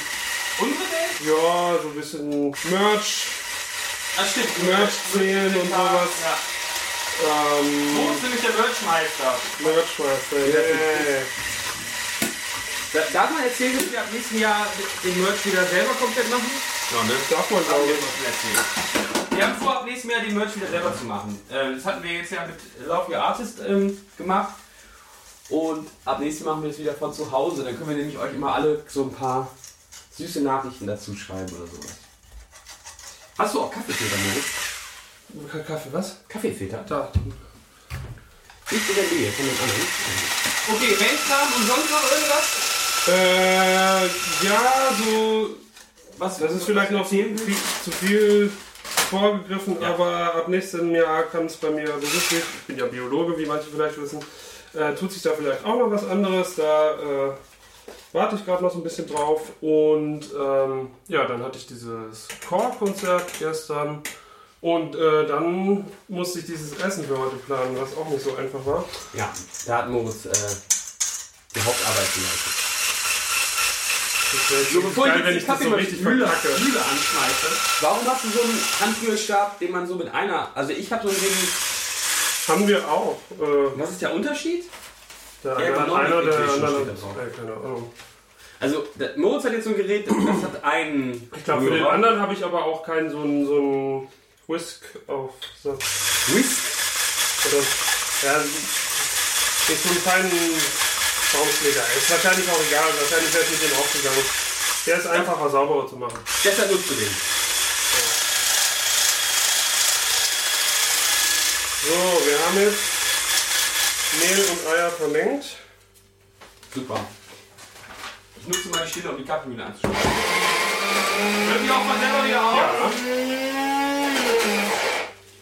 Speaker 1: Unsere Welt?
Speaker 2: ja, so ein bisschen Merch,
Speaker 1: Ah, stimmt.
Speaker 2: Merch zählen und sowas.
Speaker 1: Ja. Wo
Speaker 2: Ähm,
Speaker 1: ist nämlich der Merchmeister?
Speaker 2: Merchmeister. äh, Yeah.
Speaker 1: Da, darf man erzählen, dass wir ab nächsten Jahr den Merch wieder selber komplett machen? Ja, ne?
Speaker 2: Darf man
Speaker 1: Haben wir
Speaker 2: glaube
Speaker 1: noch schon erzählt. Wir haben vor, ab nächstem Jahr den Merch wieder selber zu machen. Äh, das hatten wir jetzt ja mit Love Your Artist ähm, gemacht. Und ab nächstem Mal machen wir das wieder von zu Hause. Dann können wir nämlich euch immer alle so ein paar süße Nachrichten dazu schreiben oder sowas. Hast du auch Kaffeefilter, Moritz?
Speaker 2: ich. Kaffee, was?
Speaker 1: Kaffeefilter?
Speaker 2: Da.
Speaker 1: Nicht in der Nähe von den anderen. Okay, Menschnamen und sonst noch irgendwas?
Speaker 2: Äh, ja, so
Speaker 1: Was,
Speaker 2: Das ist vielleicht noch viel,
Speaker 1: viel.
Speaker 2: zu viel vorgegriffen, aber ab nächstem Jahr kann es bei mir beruflich, ich bin ja Biologe, wie manche vielleicht wissen, äh, tut sich da vielleicht auch noch was anderes. Da äh, warte ich gerade noch so ein bisschen drauf. Und ähm, ja, dann hatte ich dieses Chor-Konzert gestern. Und äh, dann musste ich dieses Essen für heute planen, was auch nicht so einfach war.
Speaker 1: Ja, da hat Moritz äh, die Hauptarbeit geleistet.
Speaker 2: Das wäre
Speaker 1: So, bevor ich
Speaker 2: geil,
Speaker 1: jetzt
Speaker 2: wenn
Speaker 1: die
Speaker 2: ich das so
Speaker 1: Kaffeemaschine-
Speaker 2: richtig
Speaker 1: Mühle,
Speaker 2: verkacke.
Speaker 1: Mühle anschmeiße. Warum hast du so einen Handrührstab, den man so mit einer. Also ich habe so einen Ding.
Speaker 2: Haben wir auch. Äh,
Speaker 1: Was ist der Unterschied?
Speaker 2: der
Speaker 1: Ja,
Speaker 2: eine-
Speaker 1: Ballon-
Speaker 2: einer der
Speaker 1: Intuition
Speaker 2: anderen.
Speaker 1: steht da drauf.
Speaker 2: Äh, keine Ahnung.
Speaker 1: Also, der- Moritz hat jetzt so ein Gerät, das hat einen.
Speaker 2: Ich glaube, für den anderen habe ich aber auch keinen so einen, so einen Whisk-Aufsatz.
Speaker 1: Whisk.
Speaker 2: Oder. Ja, nicht so einen kleinen Baumschläger. Ist wahrscheinlich auch egal. Wahrscheinlich wäre es mit dem aufgegangen. Der ist einfacher, sauberer zu machen.
Speaker 1: Deshalb nutzt du den.
Speaker 2: So, wir haben jetzt Mehl und Eier vermengt.
Speaker 1: Super. Ich nutze mal die Stille, um die Kaffeemühle anzuschmeißen. Hört die auch mal selber wieder auf?
Speaker 2: Ja.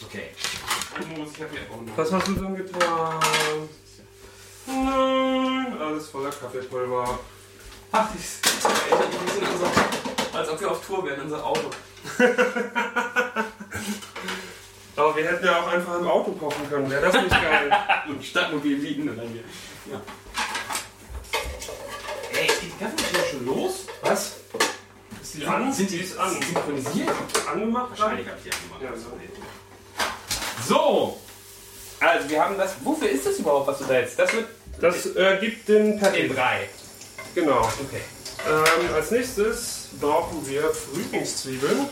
Speaker 1: Okay. Dann muss ich Kaffee abbauen.
Speaker 2: Was hast du dann getan? Nein, alles voller Kaffeepulver.
Speaker 1: Ach, die ist. Ich hab ein bisschen an unser, als ob wir auf Tour wären, unser Auto.
Speaker 2: Aber wir hätten ja auch einfach im Auto kochen können. Wäre das nicht geil?
Speaker 1: Und Stadtmobil liegen oder hier. Ja. Ey, geht die Kaffeemaschine schon los?
Speaker 2: Was? Ist die an? die ist an.
Speaker 1: Synchronisiert?
Speaker 2: Angemacht?
Speaker 1: Wahrscheinlich habe ich die angemacht.
Speaker 2: Ja, so.
Speaker 1: So! Also, wir haben das. Wofür ist das überhaupt, was du da jetzt. Das wird.
Speaker 2: Das äh, gibt den
Speaker 1: in
Speaker 2: Patty.
Speaker 1: drei.
Speaker 2: Genau.
Speaker 1: Okay.
Speaker 2: Ähm, als nächstes brauchen wir Frühlingszwiebeln.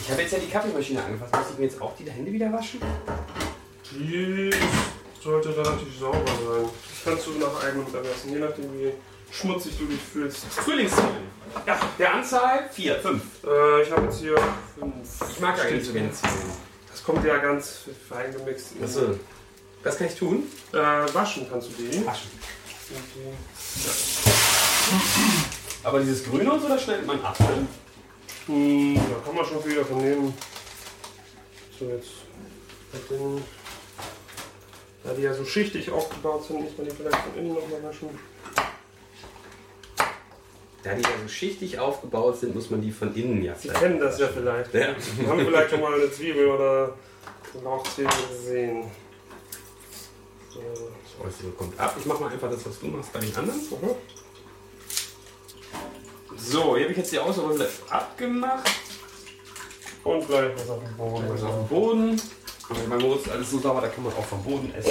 Speaker 1: Ich habe jetzt ja die Kaffeemaschine angefasst. Muss ich mir jetzt auch die Hände wieder waschen?
Speaker 2: Die sollte relativ sauber sein. Das kannst du nach eigenem Ermessen, je nachdem wie schmutzig du dich fühlst.
Speaker 1: Frühlingszwiebeln. Ja, der Anzahl 4, 5.
Speaker 2: Äh, ich habe jetzt hier fünf.
Speaker 1: Ich mag eigentlich so
Speaker 2: Stückchen.
Speaker 1: gerne Zwiebeln.
Speaker 2: Das kommt ja ganz fein gemixt. in.
Speaker 1: Achso. Was äh, kann ich tun?
Speaker 2: Äh, waschen kannst du die.
Speaker 1: Waschen.
Speaker 2: Und die-
Speaker 1: Aber dieses Grüne und so, das schneidet man ab. Ne?
Speaker 2: Hm, da kann man schon viel davon nehmen. So, jetzt mit den, da die ja so schichtig aufgebaut sind, muss man die vielleicht von innen nochmal waschen.
Speaker 1: Da die ja so schichtig aufgebaut sind, muss man die von innen ja
Speaker 2: Sie
Speaker 1: vielleicht.
Speaker 2: kennen das ja vielleicht.
Speaker 1: Ja.
Speaker 2: Wir haben vielleicht schon mal eine Zwiebel oder eine Lauchzwiebel gesehen. So.
Speaker 1: Das Äußere kommt ab. Ich mach mal einfach das, was du machst, bei den anderen.
Speaker 2: Mhm.
Speaker 1: So, hier habe ich jetzt die Außenrunde abgemacht.
Speaker 2: Und gleich was auf dem Boden.
Speaker 1: Also auf dem Boden. Und wenn man muss, alles so sauber, da kann man auch vom Boden essen.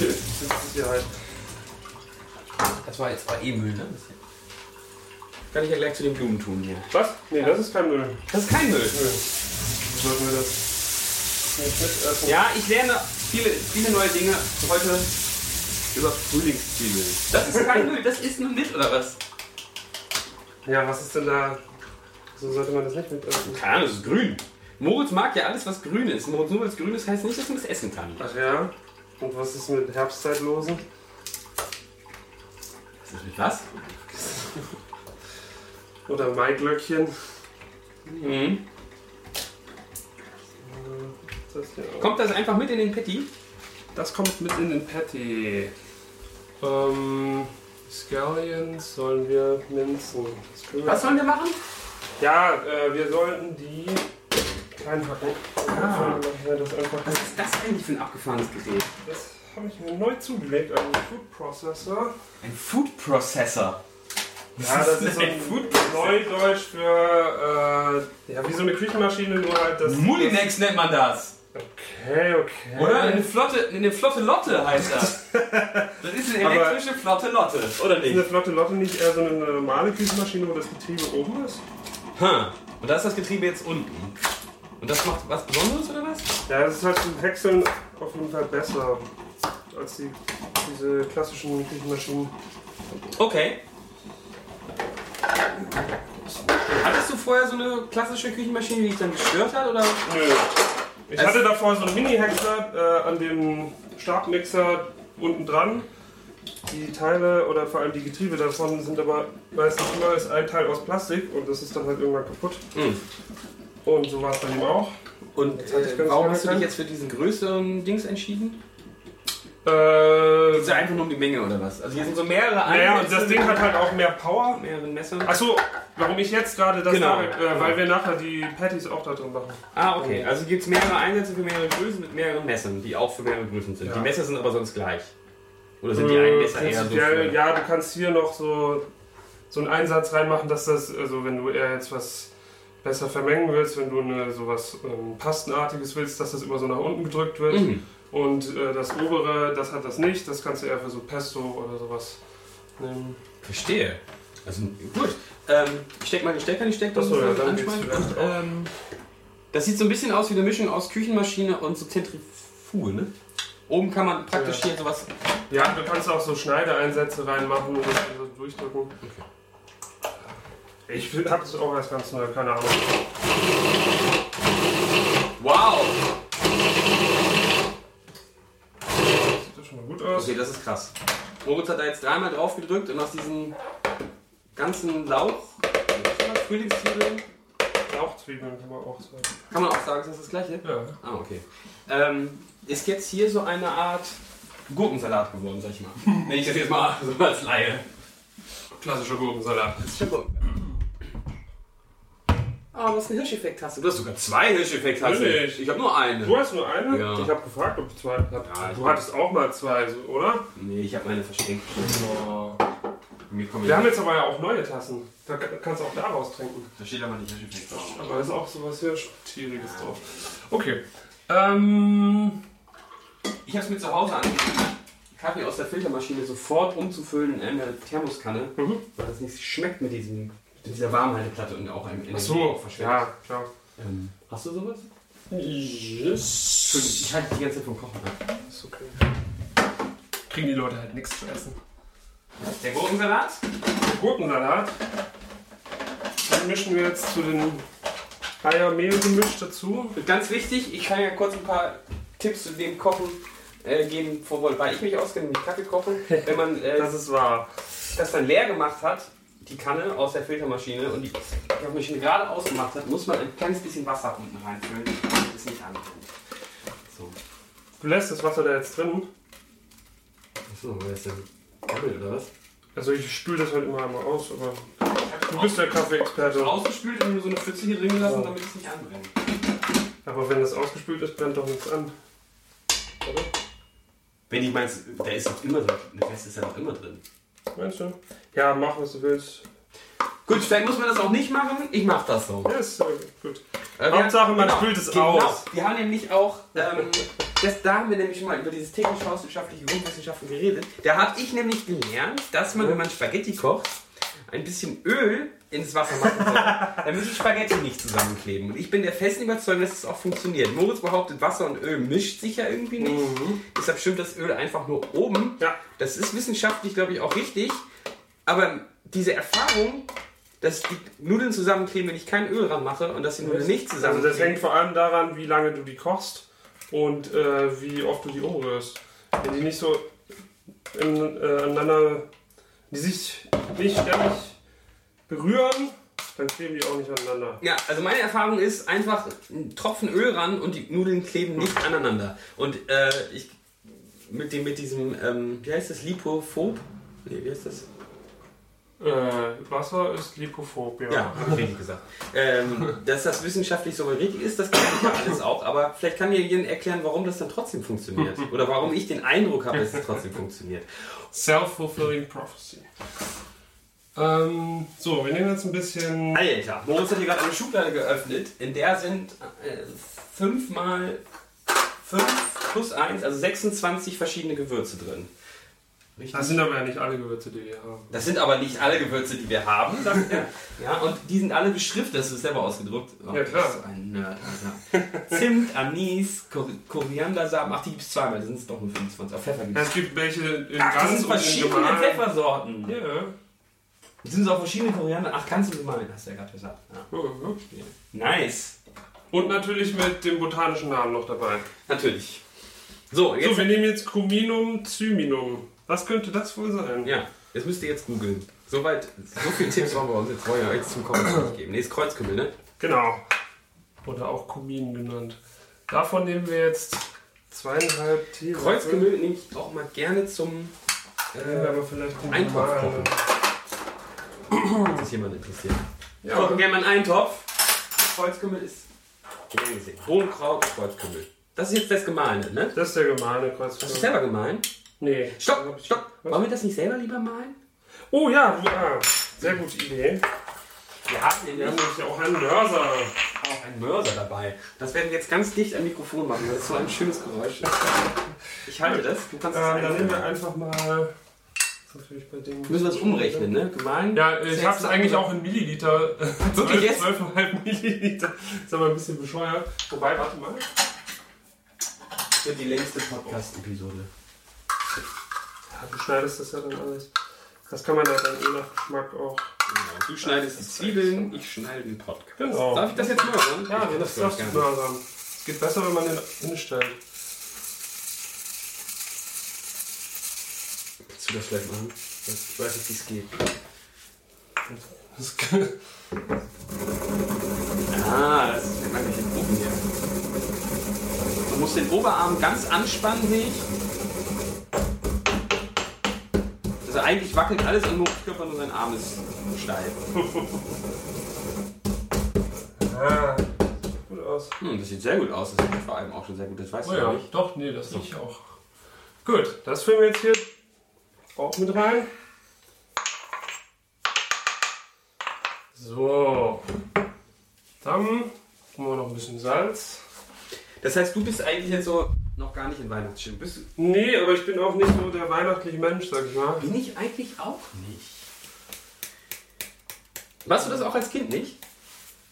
Speaker 2: Das ist ja halt.
Speaker 1: Das war jetzt auch eh Müll, ne? Kann ich ja gleich zu den Blumen tun hier.
Speaker 2: Was? Nee, das ist kein Müll. Müll.
Speaker 1: Das ist kein Müll.
Speaker 2: Sollten wir das nicht mit öffnen?
Speaker 1: Ja, ich lerne viele, viele neue Dinge heute über Frühlingszwiebeln. Das ist kein Müll, das ist nur mit, oder was?
Speaker 2: Ja, was ist denn da? So sollte man das nicht mit öffnen.
Speaker 1: Keine Ahnung, das ist grün. Moritz mag ja alles, was grün ist. Moritz, nur weil es grün ist, heißt nicht, dass man es essen kann.
Speaker 2: Ach ja. Und was ist mit Herbstzeitlosen?
Speaker 1: Was ist mit was?
Speaker 2: Oder Maiglöckchen?
Speaker 1: Mhm.
Speaker 2: Das hier auch.
Speaker 1: Kommt das einfach mit in den Patty?
Speaker 2: Das kommt mit in den Patty. Ähm, Scallions sollen wir minzen. Das können wir-
Speaker 1: Was sollen wir machen?
Speaker 2: Ja, äh, wir sollten die klein hacken.
Speaker 1: Ah.
Speaker 2: Ja, das einfach.
Speaker 1: Was ist das eigentlich für ein abgefahrenes Gerät?
Speaker 2: Das habe ich mir neu zugelegt, einen Food Processor.
Speaker 1: Ein Food Processor.
Speaker 2: Ja, das ist so ein Food Neudeutsch für äh, ja wie so eine Küchenmaschine, nur halt das.
Speaker 1: Mulinex nennt man das.
Speaker 2: Okay, okay.
Speaker 1: Oder? Eine flotte, eine flotte Lotte heißt das. Das ist eine
Speaker 2: Aber-
Speaker 1: elektrische flotte Lotte, oder
Speaker 2: Ist
Speaker 1: nicht?
Speaker 2: eine flotte Lotte nicht eher so eine normale Küchenmaschine, wo das Getriebe oben ist?
Speaker 1: Hm. Und da ist das Getriebe jetzt unten. Und das macht was Besonderes oder was?
Speaker 2: Ja, es ist halt zum Häckseln auf jeden Fall besser als die, diese klassischen Küchenmaschinen.
Speaker 1: Okay. Hattest du vorher so eine klassische Küchenmaschine, die dich dann gestört hat? Oder?
Speaker 2: Nö. Ich hatte davor so einen Mini-Häcksler äh, an dem Stabmixer unten dran. Die Teile oder vor allem die Getriebe davon sind aber meistens immer ist ein Teil aus Plastik und das ist dann halt irgendwann kaputt.
Speaker 1: Hm.
Speaker 2: Und so war es bei ihm auch.
Speaker 1: Und äh,
Speaker 2: Jetzt hatte ich ganz
Speaker 1: warum
Speaker 2: lange
Speaker 1: hast du dich
Speaker 2: keinen.
Speaker 1: jetzt für diesen größeren Dings entschieden?
Speaker 2: Äh,
Speaker 1: ja einfach nur um die Menge oder was? Also hier sind so mehrere
Speaker 2: naja, und das Ding hat halt auch mehr Power.
Speaker 1: mehreren Messern.
Speaker 2: Achso, warum ich jetzt gerade das
Speaker 1: Genau.
Speaker 2: mache, äh, weil wir nachher die Patties auch da drin machen.
Speaker 1: Ah, okay. Also gibt es mehrere Einsätze für mehrere Größen mit mehreren Messern, die auch für mehrere Größen sind.
Speaker 2: Ja.
Speaker 1: Die Messer sind aber sonst gleich. Oder sind die eigentlich
Speaker 2: Äh,
Speaker 1: eher so
Speaker 2: prinzipiell,
Speaker 1: für-
Speaker 2: Ja, du kannst hier noch so, so einen Einsatz reinmachen, dass das, also wenn du eher jetzt was besser vermengen willst, wenn du eine, so was ähm, Pastenartiges willst, dass das immer so nach unten gedrückt wird.
Speaker 1: Mhm.
Speaker 2: Und äh, das obere, das hat das nicht, das kannst du eher für so Pesto oder sowas nehmen.
Speaker 1: Verstehe. Also gut. Ähm, ich steck mal den Stecker in die Steckdose
Speaker 2: Achso, ja,
Speaker 1: und
Speaker 2: dann
Speaker 1: anschmeißen.
Speaker 2: geht's
Speaker 1: Und,
Speaker 2: wieder.
Speaker 1: ähm, das sieht so ein bisschen aus wie eine Mischung aus Küchenmaschine und so Zentrifuge, ne? Oben kann man praktisch
Speaker 2: Ja.
Speaker 1: hier sowas.
Speaker 2: Ja, du kannst auch so Schneideeinsätze reinmachen und das so durchdrücken. Ich hab das auch erst ganz neu, keine Ahnung.
Speaker 1: Wow!
Speaker 2: Das sieht doch schon mal gut aus.
Speaker 1: Okay, das ist krass. Moritz hat da jetzt dreimal drauf gedrückt und aus diesem ganzen Lauch, Frühlingszwiebeln,
Speaker 2: Lauchzwiebeln kann man auch sagen.
Speaker 1: kann man auch sagen, ist das das gleiche?
Speaker 2: Ja.
Speaker 1: Ah, okay. Ähm, ist jetzt hier so eine Art Gurkensalat geworden, sag ich mal. Nenne ich das jetzt mal so als Laie.
Speaker 2: Klassischer Gurkensalat.
Speaker 1: Ah, was für einen Hirscheffekt hast du? Du hast sogar zwei Hirscheffekte.
Speaker 2: hast
Speaker 1: Hast
Speaker 2: du.
Speaker 1: du. Ich habe nur
Speaker 2: Du
Speaker 1: einen.
Speaker 2: hast nur eine?
Speaker 1: Ja.
Speaker 2: Ich habe gefragt, ob du zwei hast.
Speaker 1: Ja, ich-
Speaker 2: du hattest auch mal zwei, so, oder?
Speaker 1: Nee, ich habe meine verschenkt. Mir kommen
Speaker 2: Oh. Wir haben jetzt aber ja auch neue Tassen. Da ka- kannst du auch daraus trinken.
Speaker 1: Da steht aber nicht Hirscheffekt drauf.
Speaker 2: Aber da ist auch sowas hier Tieriges drauf. Okay. Ähm,
Speaker 1: Ich habe es mir zu Hause angefangen. Kaffee aus der Filtermaschine sofort umzufüllen in eine Thermoskanne,
Speaker 2: Mhm.
Speaker 1: weil das nicht schmeckt mit, diesem, mit dieser Warmhalteplatte und auch einem
Speaker 2: ach so,
Speaker 1: verschwendet.
Speaker 2: ja, klar.
Speaker 1: Ähm, hast du sowas? Entschuldigung,
Speaker 2: Yes.
Speaker 1: ich halte die ganze Zeit vom Kochen ab.
Speaker 2: Ist okay. Kriegen die Leute halt nichts zu essen.
Speaker 1: Der Gurkensalat?
Speaker 2: Gurkensalat. Den mischen wir jetzt zu den Eier-Mehl-Gemisch dazu.
Speaker 1: Und ganz wichtig, ich kann ja kurz ein paar Tipps zu dem Kochen äh, geben, wobei ich mich auskenne, mit Kaffee kochen. Wenn man äh,
Speaker 2: Das ist wahr.
Speaker 1: das dann leer gemacht hat, die Kanne aus der Filtermaschine und die Kaffeemaschine gerade ausgemacht hat, muss man ein kleines bisschen Wasser unten reinfüllen, damit es nicht anbrennt. So.
Speaker 2: Du lässt das Wasser da jetzt drin.
Speaker 1: Achso, war das denn Kaffee oder was?
Speaker 2: Also ich spüle das halt immer einmal aus, aber du bist der Kaffee-Experte.
Speaker 1: Ausgespült und nur so eine Pfütze hier drin gelassen,
Speaker 2: Ja.
Speaker 1: damit es nicht anbrennt.
Speaker 2: Aber wenn das ausgespült ist, brennt doch nichts an. Oder?
Speaker 1: Wenn ich meinst, da ist doch immer so, eine Fest ist ja noch immer drin.
Speaker 2: Meinst du? Ja, mach was du willst.
Speaker 1: Gut, vielleicht muss man das auch nicht machen, ich mach das so.
Speaker 2: Ja, ist äh, gut.
Speaker 1: Äh,
Speaker 2: Hauptsache, man
Speaker 1: genau,
Speaker 2: spült es
Speaker 1: genau.
Speaker 2: aus.
Speaker 1: Wir haben nämlich auch, ähm, das, da haben wir nämlich mal über dieses technisch-wissenschaftliche Grundwissenschaften geredet. Da habe ich nämlich gelernt, dass man, wenn man Spaghetti kocht, ein bisschen Öl ins Wasser machen soll, damit die Spaghetti nicht zusammenkleben. Und ich bin der festen Überzeugung, dass es auch funktioniert. Moritz behauptet, Wasser und Öl mischt sich ja irgendwie nicht.
Speaker 2: Mhm.
Speaker 1: Deshalb stimmt das Öl einfach nur oben.
Speaker 2: Ja.
Speaker 1: Das ist wissenschaftlich, glaube ich, auch richtig. Aber diese Erfahrung, dass die Nudeln zusammenkleben, wenn ich kein Öl dran mache und dass die Nudeln nicht
Speaker 2: Also das
Speaker 1: zusammenkleben.
Speaker 2: hängt vor allem daran, wie lange du die kochst und äh, wie oft du die umrührst. Wenn die nicht so in, äh, aneinander, die sich nicht ständig berühren, dann kleben die auch nicht aneinander.
Speaker 1: ja, also meine Erfahrung ist einfach ein Tropfen Öl ran und die Nudeln kleben nicht aneinander. Und äh, ich mit dem mit diesem ähm, wie heißt das Lipophob? Nee, wie heißt das?
Speaker 2: Äh, Wasser ist lipophob,
Speaker 1: Ja, habe ich richtig gesagt. Ähm, dass das wissenschaftlich so richtig ist, das kann ich ja alles auch, aber vielleicht kann mir jemand erklären, warum das dann trotzdem funktioniert. Oder warum ich den Eindruck habe, dass es trotzdem funktioniert.
Speaker 2: Self-fulfilling prophecy. Ähm, so, wir nehmen jetzt ein bisschen.
Speaker 1: Alter, Moritz hat hier gerade eine Schublade geöffnet, in der sind äh, fünf mal fünf plus eins, also 26 verschiedene Gewürze drin. Richtig?
Speaker 2: Das sind aber ja nicht alle Gewürze, die wir haben.
Speaker 1: Das sind aber nicht alle Gewürze, die wir haben, sagt er. Ja, und die sind alle beschriftet, das ist selber ausgedruckt. Oh,
Speaker 2: Ja, klar.
Speaker 1: das ist ein Nerd, Alter. Zimt, Anis, Kor Koriandersamen, ach, die gibt's zweimal, sind es doch nur 25. Auf Pfeffer gibt's.
Speaker 2: Es gibt welche in
Speaker 1: Ach, das
Speaker 2: ganz
Speaker 1: sind
Speaker 2: und in
Speaker 1: verschiedene
Speaker 2: gemahlen.
Speaker 1: Pfeffersorten.
Speaker 2: Ja.
Speaker 1: Das sind so auch verschiedene Koriander. Ach, ganz und gemein, hast du ja gerade gesagt. Ja.
Speaker 2: Mhm.
Speaker 1: Nice.
Speaker 2: Und natürlich mit dem botanischen Namen noch dabei.
Speaker 1: Natürlich. So, jetzt.
Speaker 2: So, wir nehmen jetzt Cuminum Cyminum. Was könnte das wohl sein?
Speaker 1: Ja, jetzt müsst ihr jetzt googeln. Soweit, so viele Tipps wollen wir uns jetzt wollen wir euch zum Kommen geben. Nee, ist Kreuzkümmel, ne?
Speaker 2: Genau. Oder auch Cumin genannt. Davon nehmen wir jetzt zweieinhalb Teelöffel.
Speaker 1: Kreuzkümmel nehme ich auch mal gerne zum
Speaker 2: Nehmen wir
Speaker 1: äh,
Speaker 2: aber vielleicht den
Speaker 1: Eintopf kochen.
Speaker 2: normalen.
Speaker 1: Falls es jemand interessiert. Wir
Speaker 2: Ja,
Speaker 1: kochen gerne mal einen Eintopf. Kreuzkümmel ist gern gesehen. Bohnenkraut, Kreuzkümmel. Das ist jetzt das Gemahlene, ne?
Speaker 2: das ist der gemahlene
Speaker 1: Hast du
Speaker 2: Kreuzkümmel.
Speaker 1: selber gemahlen?
Speaker 2: Nee.
Speaker 1: Stopp, stopp. Wollen wir das nicht selber lieber malen?
Speaker 2: Oh ja, ja. Sehr gute Idee.
Speaker 1: Wir hatten den
Speaker 2: Wir haben nämlich auch einen Mörser.
Speaker 1: auch einen Mörser dabei. Das werden wir jetzt ganz dicht am Mikrofon machen, weil das so ein schönes Geräusch ist. Ich halte das, du
Speaker 2: Äh,
Speaker 1: kannst es
Speaker 2: dann nehmen wir
Speaker 1: einsetzen.
Speaker 2: einfach mal. Das ist natürlich bei dem.
Speaker 1: Müssen wir das umrechnen, ne? Gemein.
Speaker 2: Ja, ich habe es eigentlich auch in Milliliter.
Speaker 1: Wirklich jetzt?
Speaker 2: 12,5 Milliliter. ist aber ein bisschen bescheuert. Wobei, warte mal.
Speaker 1: für die längste Podcast-Episode.
Speaker 2: Ja, du schneidest das ja dann alles. Das kann man ja dann je nach Geschmack auch.
Speaker 1: Genau. Du schneidest die Zwiebeln, ich schneide den Podcast.
Speaker 2: Genau.
Speaker 1: Darf ich das jetzt mörsern?
Speaker 2: Ja,
Speaker 1: Ich
Speaker 2: das
Speaker 1: glaub,
Speaker 2: darfst
Speaker 1: ich
Speaker 2: du
Speaker 1: kann.
Speaker 2: mörsern. Es geht besser, wenn man den hinstellt.
Speaker 1: Kannst du das vielleicht machen? Ich weiß nicht, wie es geht.
Speaker 2: Das kann-
Speaker 1: Ah, das ist man nicht Gruppen hier. Du musst den Oberarm ganz anspannen, sehe ich. Also eigentlich wackelt alles an Moritz Körper, nur sein Arm ist steif.
Speaker 2: Ah, sieht gut aus.
Speaker 1: Hm, das sieht sehr gut aus. Das sieht vor allem auch schon sehr gut. Das weißt
Speaker 2: Oh
Speaker 1: du ja
Speaker 2: ja,
Speaker 1: nicht.
Speaker 2: doch, nee, das ich auch. Gut, das füllen wir jetzt hier auch mit rein. So, dann machen wir noch ein bisschen Salz.
Speaker 1: Das heißt, du bist eigentlich jetzt so noch gar nicht in Weihnachtsstimmung. Bist du-
Speaker 2: Nee, aber ich bin auch nicht so der weihnachtliche Mensch, sag ich mal.
Speaker 1: Bin ich eigentlich auch nicht. Warst du das auch als Kind nicht?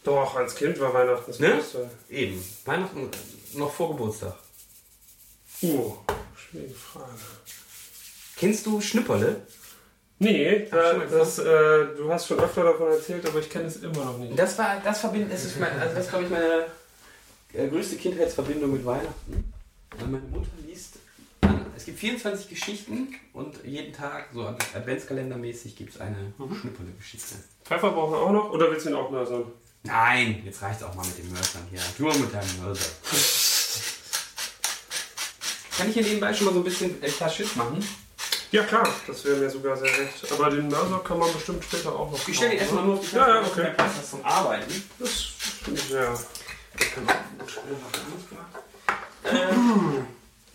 Speaker 2: Doch, als Kind war Weihnachten das
Speaker 1: Ne?
Speaker 2: Größte.
Speaker 1: Eben. Weihnachten äh, noch vor Geburtstag.
Speaker 2: Uh, schwierige Frage.
Speaker 1: Kennst du Schnipperle?
Speaker 2: Nee,
Speaker 1: Ach, schon
Speaker 2: da,
Speaker 1: mal
Speaker 2: das, äh, du hast schon öfter davon erzählt, aber ich kenne es immer noch nicht.
Speaker 1: Das war, das verbindet, das ist mein, also das glaube ich meine äh, größte Kindheitsverbindung mit Weihnachten. Weil meine Mutter liest, an, es gibt 24 Geschichten und jeden Tag, so Adventskalendermäßig, gibt es eine Schnipperle-Geschichte.
Speaker 2: Pfeffer brauchen wir auch noch, oder willst du ihn auch lösen?
Speaker 1: Nein, jetzt reicht's auch mal mit den Mörsern hier. Tu mal mit deinem Mörser. Kann ich hier nebenbei schon mal so ein bisschen äh, Taschis machen?
Speaker 2: Ja klar, das wäre mir sogar sehr recht. Aber den Mörser kann man bestimmt später auch noch
Speaker 1: Ich stelle ihn
Speaker 2: kaufen,
Speaker 1: erstmal
Speaker 2: ne?
Speaker 1: nur auf die
Speaker 2: Ja, ja,
Speaker 1: Tasse,
Speaker 2: okay.
Speaker 1: dann passt das zum Arbeiten.
Speaker 2: Das finde ich sehr.
Speaker 1: Ähm,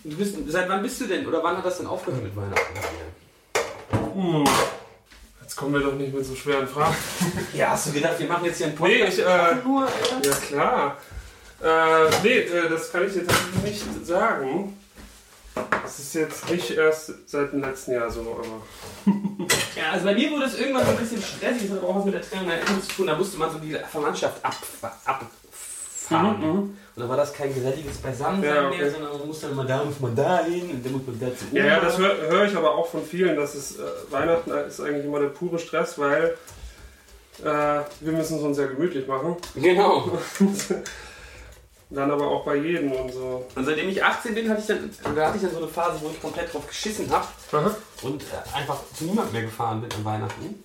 Speaker 1: du bist, seit wann bist du denn? Oder wann hat das denn aufgehört mit Weihnachten?
Speaker 2: Uh, jetzt kommen wir doch nicht mit so schweren Fragen.
Speaker 1: Ja, hast du gedacht, wir machen jetzt hier einen
Speaker 2: Nee, ich, äh,
Speaker 1: nur, Alter?
Speaker 2: ja klar. Äh, nee, äh, das kann ich jetzt nicht sagen. Das ist jetzt nicht erst seit dem letzten Jahr so, aber.
Speaker 1: Ja, also bei mir wurde es irgendwann so ein bisschen stressig, das hat auch was mit der Trennung der Eltern zu tun. Da musste man so die Verwandtschaft ab, abfahren.
Speaker 2: Mhm,
Speaker 1: Und dann war das kein geselliges Beisammensein
Speaker 2: Ja, okay.
Speaker 1: mehr, sondern man musste dann immer da muss man da hin und dann muss man da zu
Speaker 2: Ja, ja,
Speaker 1: Oma.
Speaker 2: das höre hör ich aber auch von vielen, dass es äh, Weihnachten ist eigentlich immer der pure Stress, weil äh, wir müssen es uns ja gemütlich machen.
Speaker 1: Genau.
Speaker 2: Dann aber auch bei jedem und so.
Speaker 1: Und seitdem ich 18 bin, hatte ich dann, da hatte ich dann so eine Phase, wo ich komplett drauf geschissen habe. und äh, einfach zu niemand mehr gefahren bin an Weihnachten.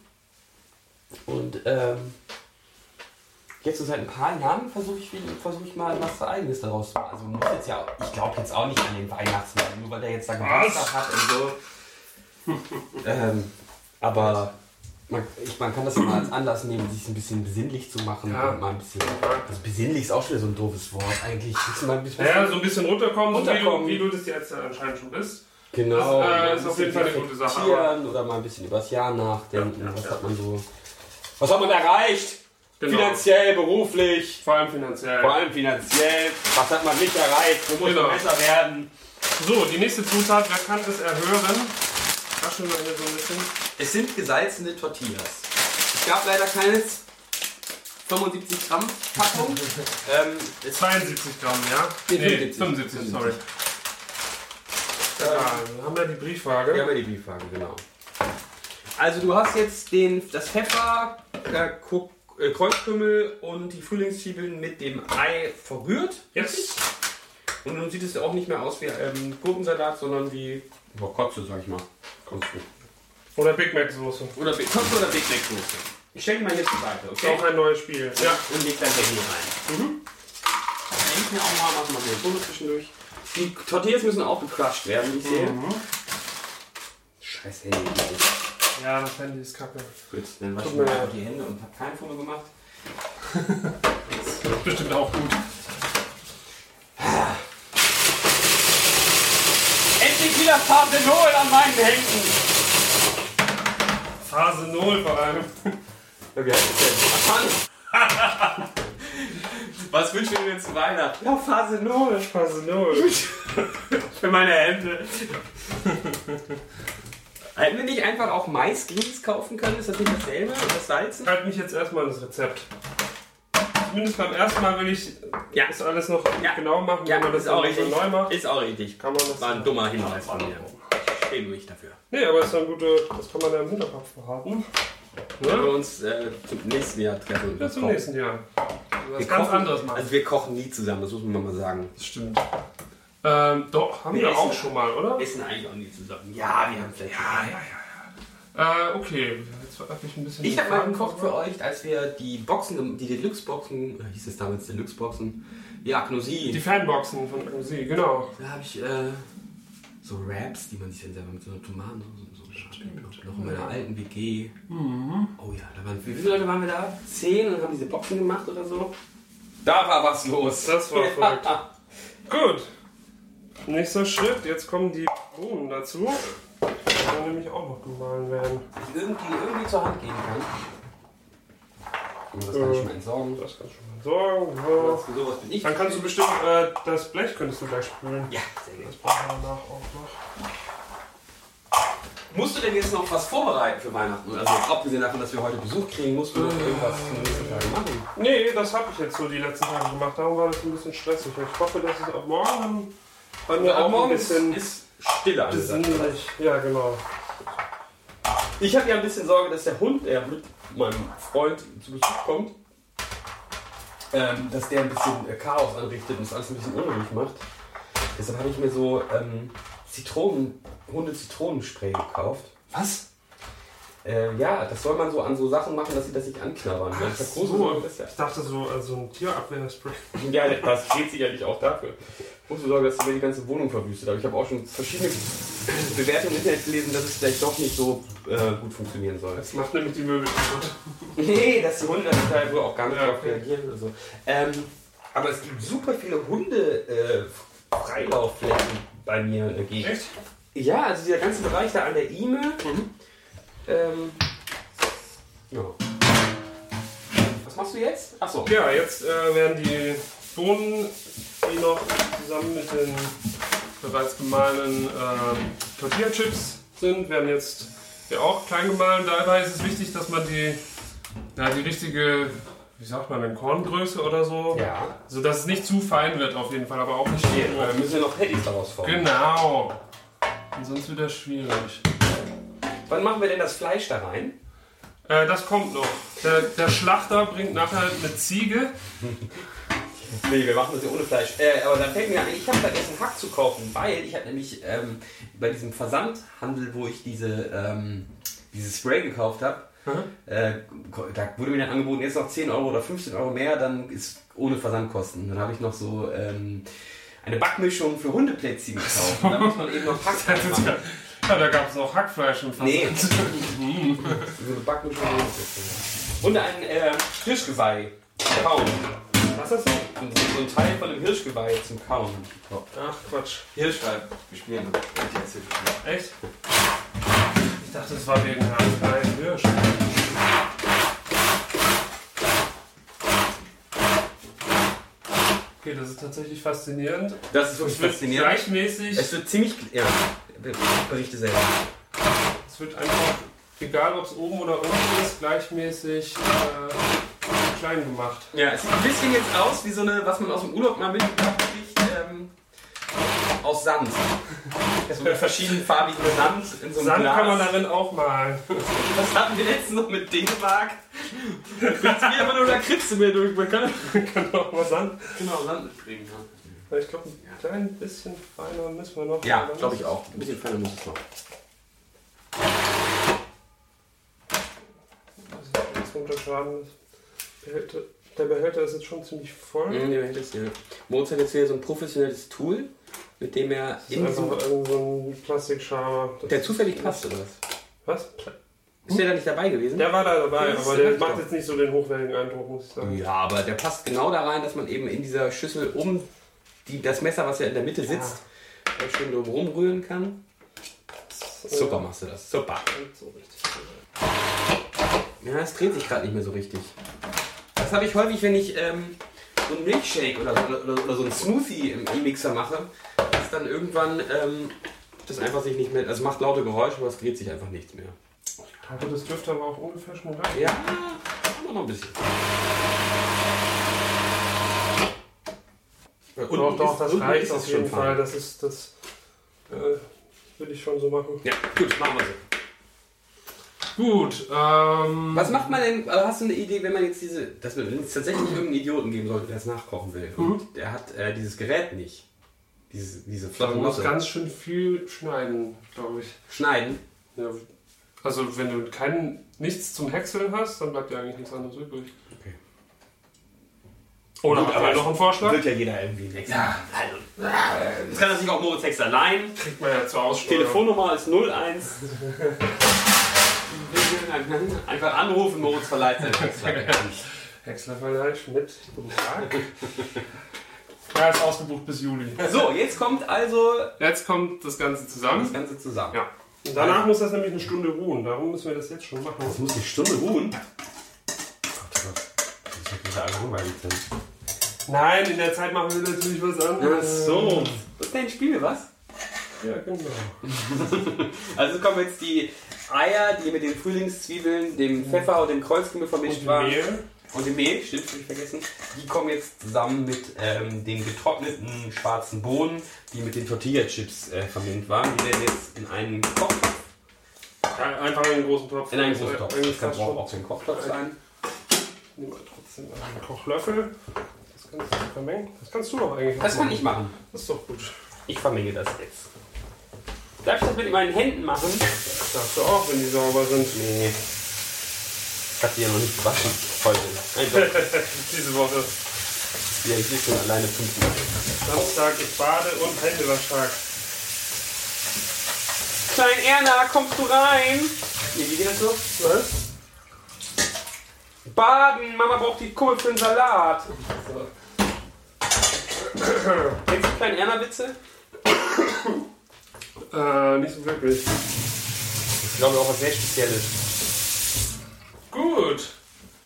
Speaker 1: Und ähm, jetzt so seit ein paar Jahren versuche ich, wieder- versuch ich mal was eigenes daraus zu machen. Also man muss jetzt ja, auch- ich glaube jetzt auch nicht an den Weihnachtsmann, nur weil der jetzt da Geburtstag hat und so. ähm, aber man, ich, man kann das mal als Anlass nehmen, sich ein bisschen besinnlich zu machen.
Speaker 2: Ja.
Speaker 1: Und mal ein bisschen, also besinnlich ist auch schon wieder so ein doofes Wort eigentlich. Ist mal ein bisschen,
Speaker 2: Ja, so ein bisschen runterkommen,
Speaker 1: Runterkommen.
Speaker 2: So wie, du, wie du das jetzt anscheinend schon bist.
Speaker 1: Genau.
Speaker 2: Das, äh,
Speaker 1: mal
Speaker 2: ist
Speaker 1: ein
Speaker 2: auf jeden
Speaker 1: bisschen
Speaker 2: Fall eine gute Sache,
Speaker 1: reflektieren Oder mal ein bisschen übers Jahr nachdenken.
Speaker 2: Ja, ja,
Speaker 1: was
Speaker 2: ja.
Speaker 1: hat man so. Was hat man erreicht?
Speaker 2: Genau.
Speaker 1: Finanziell, beruflich,
Speaker 2: Vor allem finanziell.
Speaker 1: vor allem finanziell. Was hat man nicht erreicht? Wo muss
Speaker 2: Genau.
Speaker 1: man besser werden?
Speaker 2: So, die nächste Zutat, wer kann das erhören? Waschen wir hier so ein bisschen.
Speaker 1: Es sind gesalzene Tortillas. Es gab leider keines 75 Gramm Packung. ähm, es,
Speaker 2: 72 Gramm, ja?
Speaker 1: Nee, 75.
Speaker 2: 75, sorry.
Speaker 1: ähm,
Speaker 2: Ja, wir haben ja die Briefwaage.
Speaker 1: Ja, bei die Beefhagen, genau. Also du hast jetzt den, das Pfeffer, äh, Kuck, äh, Kreuzkümmel und die Frühlingszwiebeln mit dem Ei verrührt.
Speaker 2: Jetzt.
Speaker 1: Und nun sieht es auch nicht mehr aus wie ähm, Gurkensalat, sondern wie Kotze, sag ich mal. Kotze.
Speaker 2: Oder Big Mac Soße.
Speaker 1: Oder Bi- Kotze oder Big Mac Soße. Ich stelle die mal hier zur Seite,
Speaker 2: Ist auch ein neues Spiel. Ja.
Speaker 1: Und leg dein Handy rein. Mhm. Denk mir auch mal, was man hier so zwischendurch. Mhm. Die Tortillas müssen auch gecrushed werden, wie ich sehe. Scheiß Handy.
Speaker 2: Ja, das Handy ist kacke.
Speaker 1: Gut, dann wasche ich
Speaker 2: Tut mir
Speaker 1: mir
Speaker 2: leid.
Speaker 1: einfach die Hände und habe kein Foto gemacht.
Speaker 2: Bestimmt auch gut.
Speaker 1: Endlich wieder
Speaker 3: wieder Fasenol an meinen Händen.
Speaker 2: Phase 0 vor allem.
Speaker 3: Wie heißt das denn? Ach, Mann.
Speaker 1: Was wünschen wir mir zu Weihnachten?
Speaker 3: Ja, Phase 0.
Speaker 2: Phase 0.
Speaker 3: Für meine Hände. Hätten wir nicht einfach auch Maisgrieß kaufen können? Ist das nicht dasselbe? Und das Salzen?
Speaker 2: Schreib mich jetzt erstmal an das Rezept. Zumindest beim ersten Mal will ich
Speaker 1: Ja.
Speaker 2: das alles noch
Speaker 1: Ja.
Speaker 2: genau machen,
Speaker 1: Ja,
Speaker 2: wenn man das
Speaker 1: ist auch
Speaker 2: immer so
Speaker 1: richtig.
Speaker 2: neu macht.
Speaker 1: Ist auch richtig.
Speaker 2: Kann man das
Speaker 1: War ein dummer Hinweis von mir. Steh ruhig dafür.
Speaker 2: Nee, aber ist ja ein guter, das kann man ja im Hinterkopf behalten.
Speaker 1: Wenn
Speaker 2: Ne?
Speaker 1: wir uns äh, zum nächsten Jahr treffen. und
Speaker 2: Bis
Speaker 1: was
Speaker 2: zum
Speaker 1: kochen.
Speaker 2: nächsten Jahr.
Speaker 1: Wir
Speaker 2: Was ganz
Speaker 1: kochen-
Speaker 2: anderes machen.
Speaker 1: Also wir kochen nie zusammen, das muss man mal sagen.
Speaker 2: Das stimmt. Ähm, doch, haben
Speaker 1: Wir
Speaker 2: wir,
Speaker 1: essen-
Speaker 2: auch schon mal, oder?
Speaker 1: Wir essen eigentlich auch nie zusammen. Ja, wir haben vielleicht.
Speaker 2: Äh, okay. Jetzt hab ich ein bisschen.
Speaker 1: Ich
Speaker 2: den
Speaker 1: habe mal
Speaker 2: Faden
Speaker 1: gekocht für
Speaker 2: verloren.
Speaker 1: euch, als wir die Boxen, die Deluxe-Boxen, äh, hieß es damals Deluxe-Boxen, die
Speaker 2: Die
Speaker 1: Agnosie,
Speaker 2: Fanboxen von Agnosie, genau.
Speaker 1: da habe ich äh, so Wraps, die man sich dann selber mit so einer Tomatensauce und so gemacht hat. Noch in meiner alten WG. Oh ja, da waren, wie viele Leute waren wir da? Zehn und haben diese Boxen gemacht oder so. Da war was los.
Speaker 2: Das war verrückt. Gut. Nächster Schritt, jetzt kommen die Bohnen dazu. Die dann nämlich auch noch gemahlen werden.
Speaker 1: Die irgendwie, irgendwie zur Hand gehen kann. Und das kann ich mal entsorgen.
Speaker 2: Das kannst du schon mal sorgen. Ja.
Speaker 1: Für sowas bin ich.
Speaker 2: Äh. Dann kannst du bestimmt äh, das Blech könntest du gleich spülen.
Speaker 1: Ja, sehr gut.
Speaker 2: Brauchen wir danach auch noch.
Speaker 1: Musst du denn jetzt noch was vorbereiten für Weihnachten? Also abgesehen davon, dass wir heute Besuch kriegen, musst du noch irgendwas für die nächsten Tage machen.
Speaker 2: Nee, das habe ich jetzt so die letzten Tage gemacht. Darum war das ein bisschen stressig. Ich hoffe, dass es ab morgen bei mir auch ein bisschen
Speaker 1: ist Stille
Speaker 2: besinnlich. Ja, genau.
Speaker 1: Ich habe ja ein bisschen Sorge, dass der Hund, der mit meinem Freund zu Besuch kommt, ähm, dass der ein bisschen äh, Chaos anrichtet und es alles ein bisschen unruhig macht. Deshalb habe ich mir so ähm, Zitronen, Hunde-Zitronenspray gekauft.
Speaker 2: Was?
Speaker 1: Äh, ja, das soll man so an so Sachen machen, dass sie das nicht anknabbern.
Speaker 2: Ach
Speaker 1: Ich hab große Sorge,
Speaker 2: so.
Speaker 1: dass der
Speaker 2: Ich dachte so, also ein Tierabwehrspray.
Speaker 1: Ja, das geht sicherlich auch dafür. Große Sorge, dass ich mir die ganze Wohnung verwüstet. Aber ich habe auch schon verschiedene Bewertungen im Internet gelesen, dass es vielleicht doch nicht so äh, gut funktionieren soll.
Speaker 2: Das macht nämlich die Möbel kaputt.
Speaker 1: Nee, dass die Hunde da wohl auch gar nicht
Speaker 2: Ja,
Speaker 1: darauf
Speaker 2: okay.
Speaker 1: reagieren oder so. Ähm, aber es gibt super viele Hunde äh, Freilaufflächen bei mir in der Gegend.
Speaker 2: Echt?
Speaker 1: Ja, also dieser ganze Bereich da an der Ime. Ähm, ja. Was machst du jetzt? Achso.
Speaker 2: Ja, jetzt äh, werden die Bohnen, die noch zusammen mit den bereits gemahlenen äh, Tortilla-Chips sind, werden jetzt ja auch klein gemahlen. Dabei ist es wichtig, dass man die, ja, die richtige, wie sagt man denn, Korngröße oder so,
Speaker 1: Ja.
Speaker 2: so dass es nicht zu fein wird auf jeden Fall, aber auch nicht zu
Speaker 1: Hier,
Speaker 2: grob.
Speaker 1: wir Äh, müssen ja noch Patties daraus formen.
Speaker 2: Genau. Und sonst wird das schwierig.
Speaker 1: Wann machen wir denn das Fleisch da rein?
Speaker 2: Äh, das kommt noch. Der, der Schlachter bringt nachher eine Ziege.
Speaker 1: Nee, wir machen das ja ohne Fleisch. Äh, aber dann fällt mir ein, ich habe vergessen, Hack zu kaufen, weil ich habe nämlich ähm, bei diesem Versandhandel, wo ich diese, ähm, dieses Spray gekauft habe, äh, da wurde mir dann angeboten, jetzt noch 10 Euro oder 15 Euro mehr, dann ist ohne Versandkosten. Dann habe ich noch so ähm, eine Backmischung für Hundeplätzchen gekauft. Und Da muss man eben noch Hack machen.
Speaker 2: Ja, da gab es noch Hackfleisch und
Speaker 1: Nee. so eine Backmischung für Hundeplätzchen. Und ein äh, Hirschgeweih. Kauen.
Speaker 2: Was ist das?
Speaker 1: Und so ein Teil von dem Hirschgeweih zum Kauen.
Speaker 2: Ach Quatsch.
Speaker 1: Hirschgeweih. Wir spielen.
Speaker 2: Echt? Ich dachte, es war wegen Hackfleisch. Hirsch. Okay, das ist tatsächlich faszinierend.
Speaker 1: Das ist wirklich
Speaker 2: Es wird
Speaker 1: faszinierend. Es
Speaker 2: gleichmäßig.
Speaker 1: wird ziemlich. Ja, berichte selber.
Speaker 2: Es wird einfach, egal ob es oben oder unten ist, gleichmäßig äh, klein gemacht.
Speaker 1: Ja, es sieht ein bisschen jetzt aus wie so eine, was man aus dem Urlaub mal mitgebracht kriegt, ähm, aus Sand. So mit verschiedenfarbigen Sand in so einem
Speaker 2: Sand
Speaker 1: Glas.
Speaker 2: kann man darin auch malen.
Speaker 1: das hatten wir letztens noch mit Dänemark. Kriegst du mir aber nur Lakritze mehr durch. Man kann
Speaker 2: kann auch mal Sand.
Speaker 1: genau Sand mitbringen.
Speaker 2: Weil Ich glaube, ein klein bisschen feiner müssen wir noch.
Speaker 1: Ja, glaube ich auch. Ein bisschen feiner muss es noch.
Speaker 2: Das ist jetzt runterschaden. Der Behälter- Der Behälter ist jetzt schon ziemlich voll.
Speaker 1: Mhm, ihr merkt es, ja. Moritz hat jetzt hier so ein professionelles Tool, mit dem er
Speaker 2: Das ist
Speaker 1: in diesem,
Speaker 2: einfach irgend so ein Plastikschaber. Das-
Speaker 1: der zufällig passt oder was?
Speaker 2: Was?
Speaker 1: Ist der da nicht dabei gewesen?
Speaker 2: Der war da dabei,
Speaker 1: Das
Speaker 2: aber
Speaker 1: ist Mhm.
Speaker 2: der
Speaker 1: doch.
Speaker 2: macht jetzt nicht so den hochwertigen Eindruck, muss ich sagen.
Speaker 1: Ja, aber der passt genau da rein, dass man eben in dieser Schüssel um die, das Messer, was ja in der Mitte sitzt, äh, schön drum rumrühren kann.
Speaker 4: Super machst du das. Super.
Speaker 2: So richtig.
Speaker 1: Ja, es dreht sich gerade nicht mehr so richtig. Das habe ich häufig, wenn ich ähm, so einen Milkshake oder, oder, oder so einen Smoothie im, im Mixer mache, dass dann irgendwann ähm, das einfach sich nicht mehr. Also es macht laute Geräusche, aber es dreht sich einfach nichts mehr.
Speaker 2: Also das dürfte aber auch ungefähr schon rein.
Speaker 1: Ja, immer noch ein bisschen. Und
Speaker 2: doch, doch, das reicht auf jeden Fall.
Speaker 1: fein.
Speaker 2: Das ist, das äh, will ich schon so machen.
Speaker 1: Ja, gut, machen wir so.
Speaker 2: Gut, ähm,
Speaker 1: Was macht man denn, also hast du eine Idee, wenn man jetzt diese, dass man, wenn es tatsächlich irgendeinen Idioten geben sollte, der es nachkochen will und der hat äh, dieses Gerät nicht, diese, diese flache
Speaker 2: man muss
Speaker 1: Nuss
Speaker 2: ganz schön viel schneiden, glaube ich.
Speaker 1: schneiden,
Speaker 2: Ja, also wenn du kein, nichts zum Häckseln hast, dann bleibt dir eigentlich nichts anderes übrig.
Speaker 1: Okay.
Speaker 2: Oder
Speaker 1: Gut,
Speaker 2: habt
Speaker 1: aber
Speaker 2: ihr noch einen Vorschlag?
Speaker 1: ja jeder irgendwie nichts. Ja, also, das kann natürlich auch Moritz Hex allein.
Speaker 2: Kriegt man ja zur Aussteuerung.
Speaker 1: Telefonnummer ist 01. Einfach anrufen, Moritz verleiht sein Hex weiter.
Speaker 2: Häckslerverleih Schmidt, guten Tag. ja, ist ausgebucht bis Juli.
Speaker 1: So, jetzt kommt also
Speaker 2: Jetzt kommt das Ganze
Speaker 1: das
Speaker 2: zusammen.
Speaker 1: Ganze zusammen.
Speaker 2: Ja. Und danach muss das nämlich eine Stunde ruhen. Darum müssen wir das jetzt schon machen.
Speaker 1: muss eine Stunde ruhen. Gott, oh Gott. Ich hab mich alle langweilig sind.
Speaker 2: Nein, in der Zeit machen wir natürlich was
Speaker 1: Ach
Speaker 2: anderes.
Speaker 1: so. Was ist denn Spiel, was?
Speaker 2: Ja, genau.
Speaker 1: Also kommen jetzt die Eier, die mit den Frühlingszwiebeln, dem Pfeffer und dem Kreuzkümmel vermischt
Speaker 2: Und
Speaker 1: waren.
Speaker 2: Mehl.
Speaker 1: Und dem Mehl, stimmt, hab ich vergessen. Die kommen jetzt zusammen mit ähm, den getrockneten schwarzen Bohnen, die mit den Tortilla-Chips äh, vermengt waren. Die werden jetzt in einen Kochtopf,
Speaker 2: Ja, Einfach in den großen Topf.
Speaker 1: in einen großen Topf.
Speaker 2: Eigentlich
Speaker 1: Das kann
Speaker 2: fast schon.
Speaker 1: auch auch für einen Kochtopf sein.
Speaker 2: Nehmen wir trotzdem einen Kochlöffel. Das kannst du vermengen. Das kannst du doch eigentlich.
Speaker 1: Das
Speaker 2: auch
Speaker 1: kann
Speaker 2: machen.
Speaker 1: ich machen.
Speaker 2: Das ist doch gut.
Speaker 1: Ich vermenge das jetzt. Darf ich das mit meinen Händen machen?
Speaker 2: Das darfst du auch, wenn die sauber sind.
Speaker 1: Nee. Ich hab die ja noch nicht gewaschen. Heute. Einfach,
Speaker 2: Diese Woche.
Speaker 1: ja, ich will schon alleine fünf Minuten.
Speaker 2: Samstag, ich bade und Händewaschtag.
Speaker 1: Klein Erna, kommst du rein? Nee, wie geht das so?
Speaker 2: Was?
Speaker 1: Baden, Mama braucht die Kummel für den Salat.
Speaker 2: So.
Speaker 1: Kennst du Klein Erna Witze?
Speaker 2: Äh, nicht so wirklich.
Speaker 1: Ich glaube auch was sehr Spezielles.
Speaker 2: Gut.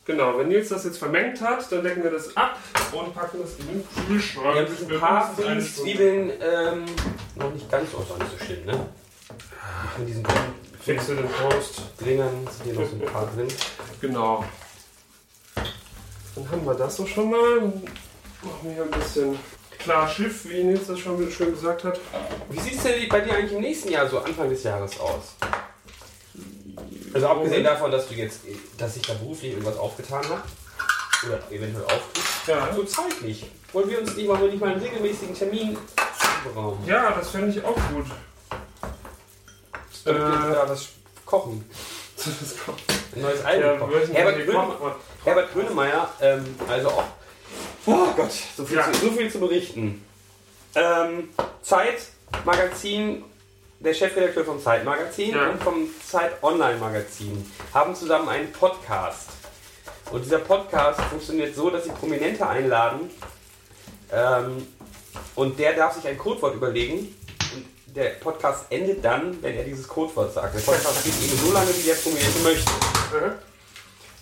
Speaker 2: Genau, wenn Nils das jetzt vermengt hat, dann decken wir das ab und packen das in den Kühlschrank.
Speaker 1: Wir haben sich ein
Speaker 2: Für
Speaker 1: paar
Speaker 2: mindestens eine Stunde.
Speaker 1: Frühlingszwiebeln ähm, noch nicht ganz aus, nicht so schlimm, ne? Von diesen grünen
Speaker 2: Kriegst du den Toast?
Speaker 1: Dringern sind hier noch so ein paar drin.
Speaker 2: Genau. Dann haben wir das doch schon mal. Machen wir hier ein bisschen klar Schiff, wie Nils das schon schön gesagt hat.
Speaker 1: Wie sieht es denn bei dir eigentlich im nächsten Jahr, so Anfang des Jahres aus? Also abgesehen davon, dass du jetzt, äh, dass sich da beruflich irgendwas aufgetan hat oder eventuell auftut,
Speaker 2: Ja,
Speaker 1: so Also zeitlich. Wollen wir uns nicht mal, nicht mal einen regelmäßigen Termin beraumen?
Speaker 2: ja das fände ich auch gut.
Speaker 1: Damit wir
Speaker 2: Äh,
Speaker 1: da was kochen.
Speaker 2: das kommt.
Speaker 1: Ein neues
Speaker 2: Ja,
Speaker 1: Album kochen.
Speaker 2: würden
Speaker 1: Herbert,
Speaker 2: wir
Speaker 1: Grün,
Speaker 2: kochen.
Speaker 1: Herbert Grönemeyer, ähm, also auch. Oh Gott, so viel,
Speaker 2: Ja.
Speaker 1: zu, so viel zu berichten. Ähm, Zeit, Magazin, der Chefredakteur vom Zeitmagazin
Speaker 2: Ja.
Speaker 1: und vom Zeit Online Magazin haben zusammen einen Podcast. Und dieser Podcast funktioniert so, dass sie Prominente einladen ähm, und der darf sich ein Codewort überlegen. Und der Podcast endet dann, wenn er dieses Codewort sagt. Der Podcast geht eben so lange, wie der Prominente möchte.
Speaker 2: Äh,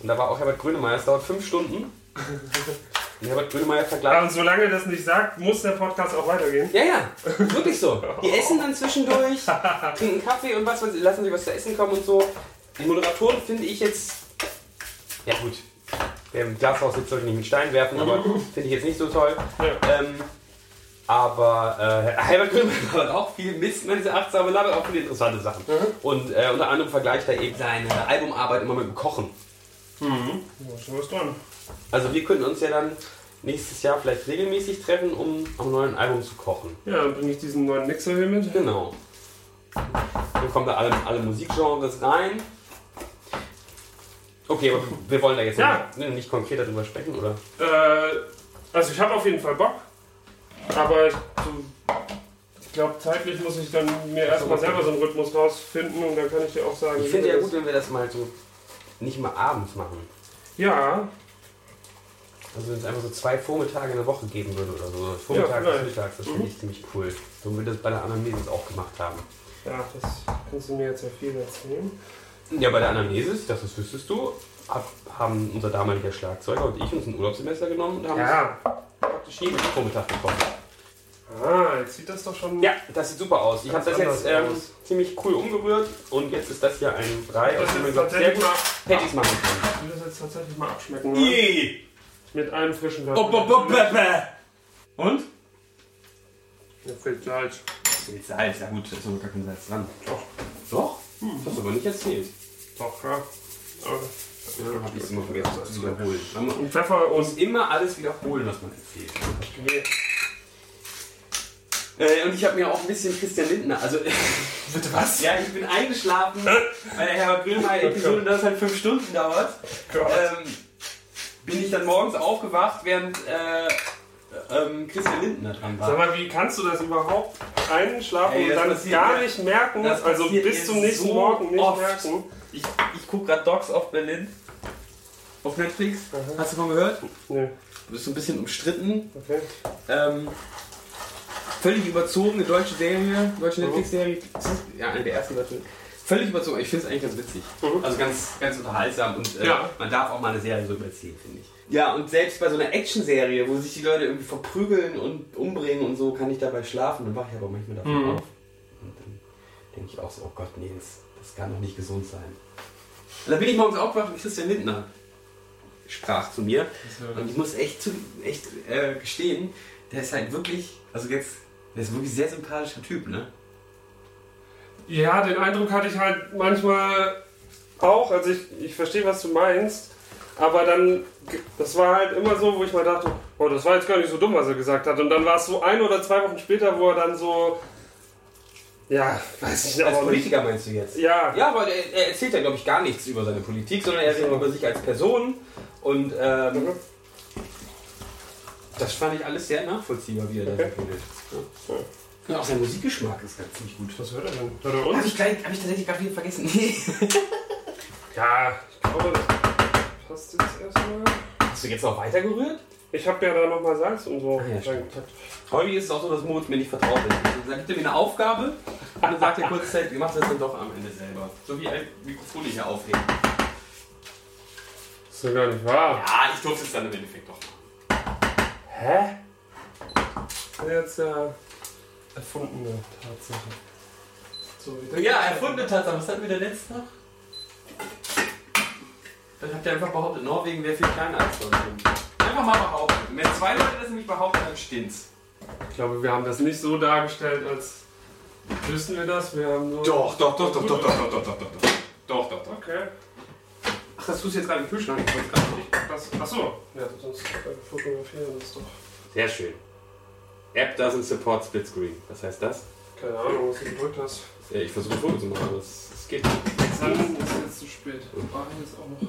Speaker 1: Und da war auch Herbert Grönemeyer, es dauert fünf Stunden. Und Herbert Grönemeyer vergleicht.
Speaker 2: Aber solange das nicht sagt, muss der Podcast auch weitergehen.
Speaker 1: Ja, ja, wirklich so. Die essen dann zwischendurch, trinken Kaffee und was, weiß ich, lassen sich was zu essen kommen und so. Die Moderatoren finde ich jetzt. Ja, gut. Wer im Glashaus sitzt, sollte nicht einen Stein werfen, aber finde ich jetzt nicht so toll.
Speaker 2: Ja.
Speaker 1: Ähm, aber äh, Herbert Grönemeyer labert auch viel Mist, ne, meines Erachtens, aber labert auch viele interessante Sachen. Und äh, unter anderem vergleicht er eben seine Albumarbeit immer mit dem Kochen.
Speaker 2: Ja, schon was dran.
Speaker 1: Also wir könnten uns ja dann nächstes Jahr vielleicht regelmäßig treffen, um am neuen Album zu kochen.
Speaker 2: Ja, dann bringe ich diesen neuen Mixer hier mit.
Speaker 1: Genau. Dann kommen da alle, alle Musikgenres rein. Okay, aber wir wollen da jetzt
Speaker 2: Ja.
Speaker 1: nicht, ne, nicht konkret darüber sprechen, oder?
Speaker 2: Äh, also ich habe auf jeden Fall Bock, aber ich, so, ich glaube, zeitlich muss ich dann mir erstmal selber so einen Rhythmus rausfinden und dann kann ich dir auch sagen,
Speaker 1: Ich
Speaker 2: wie
Speaker 1: finde ja
Speaker 2: das-
Speaker 1: gut, wenn wir das mal so nicht mal abends machen.
Speaker 2: Ja,
Speaker 1: Also wenn es einfach so zwei Vormittage in der Woche geben würde oder so. Vormittags
Speaker 2: vielleicht.
Speaker 5: Mhm.
Speaker 1: und mittags, das finde ich ziemlich cool. So wie wir das bei der anderen Mädels auch gemacht haben.
Speaker 2: Ja, das kannst du mir jetzt ja viel erzählen.
Speaker 5: Ja, bei der Anamnesis, das das wüsstest du, hab, haben unser damaliger Schlagzeuger und ich uns ein Urlaubssemester genommen und haben
Speaker 2: Ja.
Speaker 5: uns praktisch jeden Vormittag bekommen.
Speaker 2: Ah, jetzt sieht das doch schon.
Speaker 5: Ja, das sieht super aus. Ich habe
Speaker 2: Ganz
Speaker 5: das jetzt
Speaker 2: anders
Speaker 5: ähm,
Speaker 2: aus.
Speaker 5: ziemlich cool umgerührt und jetzt ist das hier ein Brei, aus
Speaker 2: Das
Speaker 5: dem man
Speaker 2: ist
Speaker 5: glaub, sehr
Speaker 2: tatsächlich
Speaker 5: gut
Speaker 2: mal,
Speaker 5: Patties machen kann.
Speaker 2: ich will das jetzt tatsächlich mal abschmecken. ne?
Speaker 1: Ih!
Speaker 2: Mit einem frischen Löffel.
Speaker 1: Op, op, op, pepe. Und?
Speaker 2: Mir fehlt Salz.
Speaker 1: Mit Salz, ja gut, da ist noch gar kein Salz dran.
Speaker 5: Doch, Hm. das hast du aber nicht erzählt.
Speaker 2: Doch, ja. Aber-
Speaker 5: Ja, hab ich immer vergessen das zu wiederholen. Man muss
Speaker 2: Und Pfeffer und.
Speaker 5: immer alles wiederholen, was man erzählt.
Speaker 2: Nee.
Speaker 5: Äh, und ich habe mir auch ein bisschen Christian Lindner, also
Speaker 1: Bitte was?
Speaker 5: ja, ich bin eingeschlafen bei der Herbert Grönemeyer-Episode, das halt fünf Stunden dauert.
Speaker 2: Äh,
Speaker 5: Ähm, bin ich dann morgens aufgewacht, während äh, ähm, Christian Lindner dran
Speaker 2: Sag
Speaker 5: war.
Speaker 2: mal, wie kannst du das überhaupt einschlafen
Speaker 1: Ey,
Speaker 2: und
Speaker 1: das
Speaker 2: dann
Speaker 1: passiert
Speaker 2: gar
Speaker 1: mir-
Speaker 2: nicht merken?
Speaker 1: das
Speaker 2: Also
Speaker 1: passiert
Speaker 2: bis
Speaker 1: mir
Speaker 2: zum nächsten
Speaker 1: so
Speaker 2: Morgen nicht
Speaker 1: oft.
Speaker 2: merken.
Speaker 1: Ich, ich gucke gerade Dogs auf Berlin. Auf Netflix.
Speaker 2: Mhm.
Speaker 1: Hast du von gehört?
Speaker 2: Nee,
Speaker 1: Du bist so ein bisschen umstritten.
Speaker 2: okay.
Speaker 1: Ähm, völlig überzogene deutsche Serie, deutsche Netflix-Serie. Ja, eine der ersten deutschen. Völlig überzogen. Ich finde es eigentlich ganz witzig.
Speaker 2: Mhm.
Speaker 1: Also ganz, ganz unterhaltsam und äh,
Speaker 2: Ja.
Speaker 1: man darf auch mal eine Serie so überziehen, finde ich. Ja, und selbst bei so einer Action-Serie, wo sich die Leute irgendwie verprügeln und umbringen und so, kann ich dabei schlafen. Dann wache ich aber manchmal davon
Speaker 2: Mhm.
Speaker 1: auf. Und dann denke ich auch so, oh Gott, nee, das, das kann doch nicht gesund sein. Und dann bin ich morgens aufgewacht und Christian Lindner sprach zu mir. Und ich muss echt, zu, echt äh, gestehen, der ist halt wirklich, also jetzt, der ist wirklich sehr sympathischer Typ, ne?
Speaker 2: Ja, den Eindruck hatte ich halt manchmal auch. Also ich, ich verstehe, was du meinst. Aber dann, das war halt immer so, wo ich mal dachte, oh, das war jetzt gar nicht so dumm, was er gesagt hat. Und dann war es so ein oder zwei Wochen später, wo er dann so, ja, weiß ich auch nicht.
Speaker 1: meinst du jetzt?
Speaker 2: Ja,
Speaker 1: Ja, aber er, er erzählt ja, glaube ich, gar nichts über seine Politik, sondern er redet
Speaker 2: So.
Speaker 1: über sich als Person. Und ähm, das fand ich alles sehr nachvollziehbar, wie er da
Speaker 2: Okay.
Speaker 1: so redet. Ja. Und auch sein Musikgeschmack ist ganz ziemlich gut.
Speaker 2: was hört er denn? Hört er
Speaker 1: Habe
Speaker 2: uns?
Speaker 1: ich, gleich- hab ich tatsächlich gerade wieder vergessen.
Speaker 2: Ja, ich glaube, das passt jetzt erstmal.
Speaker 1: Hast du jetzt noch weitergerührt?
Speaker 2: Ich habe ja da nochmal Salz und so.
Speaker 1: Ah, ja, stimmt.
Speaker 2: reingepackt.
Speaker 1: Häufig ist es auch so, dass Moritz mir nicht vertraut ist. Dann gibt er mir eine Aufgabe und dann sagt er kurzzeitig, ihr macht das dann doch am Ende selber. So wie ein Mikrofon hier aufheben.
Speaker 2: ist ja gar nicht wahr.
Speaker 1: Ja, ich durfte es dann im Endeffekt doch machen.
Speaker 2: Hä? Jetzt ja erfundene Tatsache. So, wieder.
Speaker 1: Ja, erfundene Tatsache. Was hatten wir denn letztes noch? Dann habt ihr einfach behauptet, Norwegen wäre viel kleiner als Deutschland. Einfach mal behaupten. Wenn zwei Leute das nämlich behaupten, dann stimmt's.
Speaker 2: Ich glaube, wir haben das nicht so dargestellt, als wüssten wir das. Wir haben nur.
Speaker 1: Doch, doch, doch, doch, doch, doch, doch, doch, doch, doch, doch. Doch, doch, doch.
Speaker 2: Okay.
Speaker 1: Ach, das tust du jetzt gerade im Kühlschrank. Ich wollte gerade nicht.
Speaker 2: Das, achso. Ja, sonst äh, fotografieren das doch.
Speaker 5: Sehr schön. App doesn't support split screen. Was heißt das?
Speaker 2: Keine Ahnung, was du gedrückt hast.
Speaker 5: Äh, Ich versuche ein Foto zu machen, aber es es geht nicht.
Speaker 2: Dann ist jetzt zu spät. War jetzt auch noch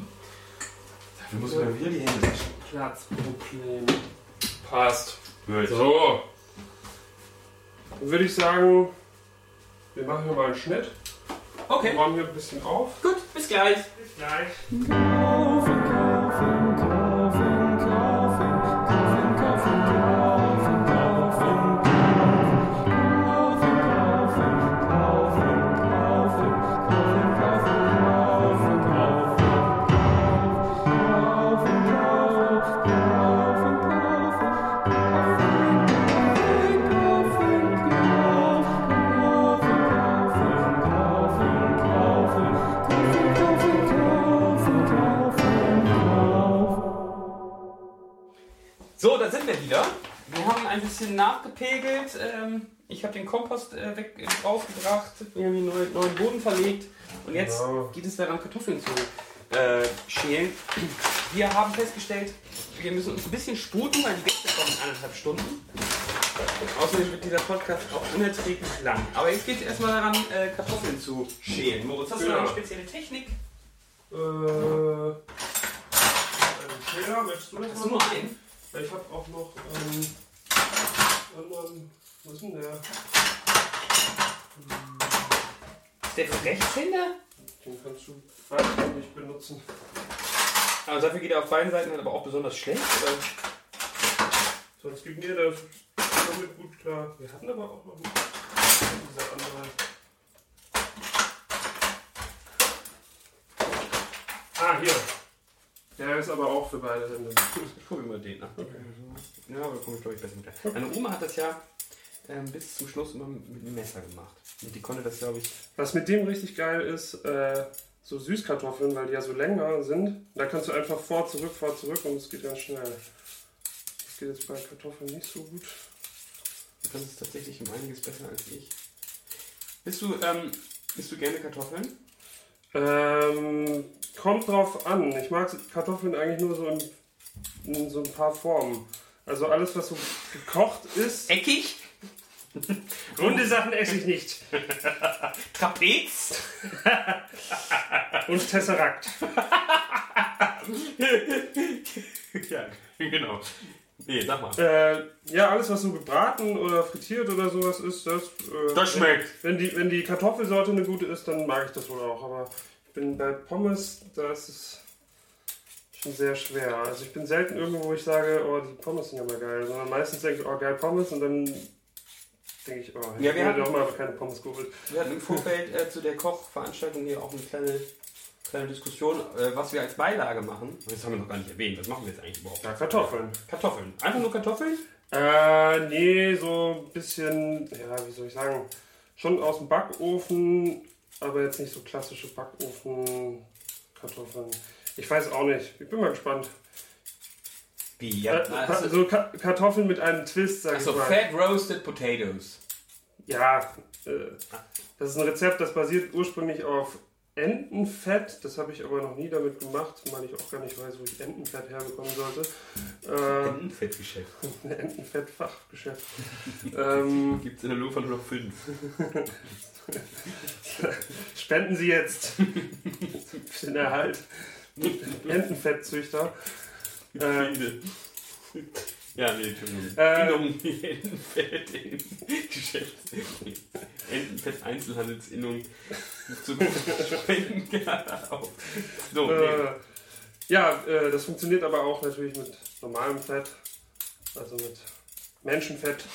Speaker 1: Dafür muss man wieder die Hände waschen.
Speaker 2: Platzproblem. Passt. So. Dann würde ich sagen, wir machen hier mal einen Schnitt. Wir
Speaker 1: Okay,
Speaker 2: räumen hier ein bisschen auf.
Speaker 1: gut, bis gleich.
Speaker 2: Bis gleich.
Speaker 1: So, da sind wir wieder. Wir haben ein bisschen nachgepegelt. Ähm, ich habe den Kompost äh, weg äh, rausgebracht. Wir haben den neuen, neuen Boden verlegt. Und jetzt
Speaker 2: Genau.
Speaker 1: geht es daran, Kartoffeln zu äh, schälen. Wir haben festgestellt, wir müssen uns ein bisschen sputen, weil die Gäste kommen in anderthalb Stunden. Außerdem wird dieser Podcast auch unerträglich lang. Aber jetzt geht es erstmal daran, äh, Kartoffeln zu schälen. Moritz, hast du
Speaker 2: Genau.
Speaker 1: noch eine spezielle Technik?
Speaker 2: Äh, einen Teller, möchtest du das
Speaker 1: Hast du
Speaker 2: machen?
Speaker 1: nur einen?
Speaker 2: Ich habe auch noch ähm, anderen. Was ist denn der?
Speaker 1: Ist der für Rechtshänder?
Speaker 2: Den kannst du eigentlich nicht benutzen.
Speaker 1: Also dafür geht er auf beiden Seiten dann aber auch besonders schlecht. Oder?
Speaker 2: Sonst gibt mir das damit gut klar. Wir hatten aber auch noch einen- dieser andere Ah, hier. Der ist aber auch für beide Hände.
Speaker 6: Ich gucke immer den an. Ja, aber da komme ich glaube ich besser mit. Meine Oma hat das ja ähm, bis zum Schluss immer mit dem Messer gemacht. Und die konnte das, glaube ich.
Speaker 2: Was mit dem richtig geil ist, äh, so Süßkartoffeln, weil die ja so länger sind. Da kannst du einfach vor, zurück, vor, zurück und es geht ganz schnell. Das geht jetzt bei Kartoffeln nicht so gut.
Speaker 6: Du kannst es tatsächlich um einiges besser als ich. Bist du, ähm, bist du gerne Kartoffeln?
Speaker 2: Ähm, kommt drauf an. Ich mag Kartoffeln eigentlich nur so in, in so ein paar Formen. Also alles, was so gekocht ist.
Speaker 1: Eckig?
Speaker 2: Runde Sachen esse ich nicht.
Speaker 1: Trapez?
Speaker 2: Und Tesserakt.
Speaker 1: ja, genau. Nee, sag mal.
Speaker 2: Äh, ja, alles, was so gebraten oder frittiert oder sowas ist, das. Äh,
Speaker 1: Das schmeckt.
Speaker 2: Wenn die, wenn die Kartoffelsorte eine gute ist, dann mag ich das wohl auch. Aber ich bin bei Pommes, da ist es schon sehr schwer. Also ich bin selten irgendwo, wo ich sage, oh, die Pommes sind aber geil. Sondern meistens denke ich, oh, geil Pommes und dann denke ich, oh, ich
Speaker 6: Ja, wir
Speaker 2: hätte
Speaker 6: hatten-
Speaker 2: doch mal keine Pommes geholt.
Speaker 6: Wir hatten im Vorfeld äh, zu der Kochveranstaltung hier auch eine kleine, kleine Diskussion, äh, was wir als Beilage machen. Das haben wir noch gar nicht erwähnt. Was machen wir jetzt eigentlich überhaupt?
Speaker 2: Ja, Kartoffeln.
Speaker 6: Kartoffeln. Einfach nur Kartoffeln?
Speaker 2: Äh, nee, so ein bisschen, ja, wie soll ich sagen, schon aus dem Backofen, aber jetzt nicht so klassische Backofen-Kartoffeln. Ich weiß auch nicht. Ich bin mal gespannt.
Speaker 1: Wie? Ja,
Speaker 6: Ah,
Speaker 2: Äh,
Speaker 1: also,
Speaker 2: so Ka Kartoffeln mit einem Twist, sag
Speaker 1: achso,
Speaker 2: ich mal.
Speaker 1: Fat Roasted Potatoes.
Speaker 2: Ja, äh, das ist ein Rezept, das basiert ursprünglich auf Entenfett. Das habe ich aber noch nie damit gemacht, weil ich auch gar nicht weiß, wo ich Entenfett herbekommen sollte. Äh,
Speaker 1: Fettgeschäft.
Speaker 2: ein Entenfett-Fachgeschäft. ähm,
Speaker 1: Gibt es in der Luft nur noch fünf.
Speaker 2: Spenden Sie jetzt für den Erhalt. Entenfettzüchter. Äh,
Speaker 1: Viele. Ja, nee, Entschuldigung.
Speaker 2: Äh,
Speaker 1: Innung, Entenfett in Geschäfts. Entenfett Einzelhandelsinnung zu spenden.
Speaker 6: genau.
Speaker 1: auf. So, Oh, nee.
Speaker 2: äh, ja, äh, das funktioniert aber auch natürlich mit normalem Fett, also mit Menschenfett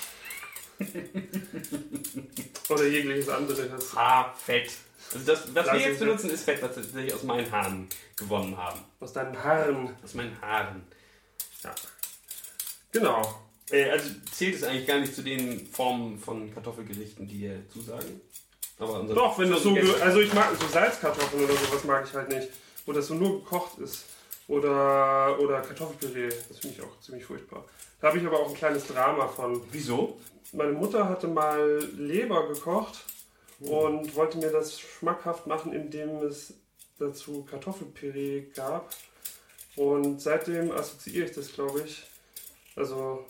Speaker 2: oder jegliches andere. Das,
Speaker 1: Haarfett. Also das, was wir
Speaker 2: Lass
Speaker 1: jetzt
Speaker 2: uns-
Speaker 1: benutzen, ist Fett, was wir tatsächlich aus meinen Haaren gewonnen haben.
Speaker 2: aus deinen Haaren.
Speaker 1: Aus meinen Haaren.
Speaker 2: Ja. Genau.
Speaker 1: Äh, also zählt es eigentlich gar nicht zu den Formen von Kartoffelgerichten, die dir zusagen. Aber unser
Speaker 2: Doch, wenn das so,
Speaker 1: Gäste-
Speaker 2: ge- also ich mag so Salzkartoffeln oder sowas mag ich halt nicht, wo das so nur gekocht ist oder oder Kartoffelpüree, das finde ich auch ziemlich furchtbar. Da habe ich aber auch ein kleines Drama von.
Speaker 1: Wieso?
Speaker 2: Meine Mutter hatte mal Leber gekocht und wollte mir das schmackhaft machen, indem es dazu Kartoffelpüree gab. Und seitdem assoziiere ich das, glaube ich. Also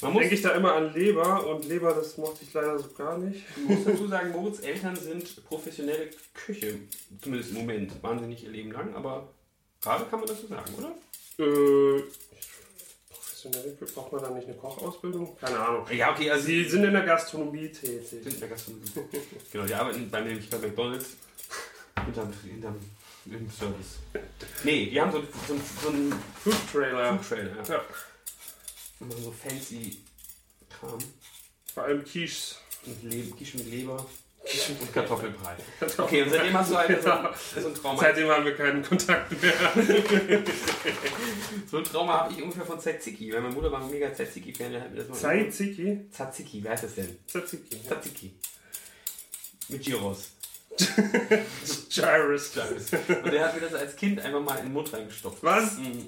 Speaker 1: Man muss,
Speaker 2: denke ich da immer an Leber und Leber, das mochte ich leider so gar nicht.
Speaker 1: muss dazu sagen, Moritz Eltern sind professionelle Köche. Zumindest im Moment. Waren sie nicht ihr Leben lang, aber gerade kann man das so sagen, oder?
Speaker 2: Äh, professionell braucht man da nicht eine Kochausbildung? Keine Ahnung.
Speaker 1: Ja, okay, also
Speaker 2: Sie sind in der Gastronomie tätig.
Speaker 1: sind in der Gastronomie. genau, die arbeiten bei mir nämlich bei McDonalds. Hinterm, hinterm im Service. Nee, die haben so, so, so einen
Speaker 2: Food Trailer.
Speaker 1: Food-Trailer. Ja. Die
Speaker 2: Ja,
Speaker 1: machen so fancy Kram.
Speaker 2: vor allem Quiches.
Speaker 1: Mit Leben, Quiche mit Leber
Speaker 2: Quiche mit
Speaker 1: und Kartoffelbrei.
Speaker 2: Kartoffeln.
Speaker 1: Okay, und seitdem hast du halt so ein, so ein Trauma.
Speaker 2: Seitdem haben wir keinen Kontakt mehr.
Speaker 1: So ein Trauma habe ich ungefähr von Tzatziki. Weil meine Mutter war ein mega Tzatziki-Fan, der hat mir das mal...
Speaker 2: Tzatziki?
Speaker 1: Tzatziki, wer heißt das denn?
Speaker 2: Tzatziki.
Speaker 1: Tzatziki. Mit Gyros. Gyros.
Speaker 2: Gyrus.
Speaker 1: Und der hat mir das als Kind einfach mal in den Mund reingestopft.
Speaker 2: Was?
Speaker 1: Mhm.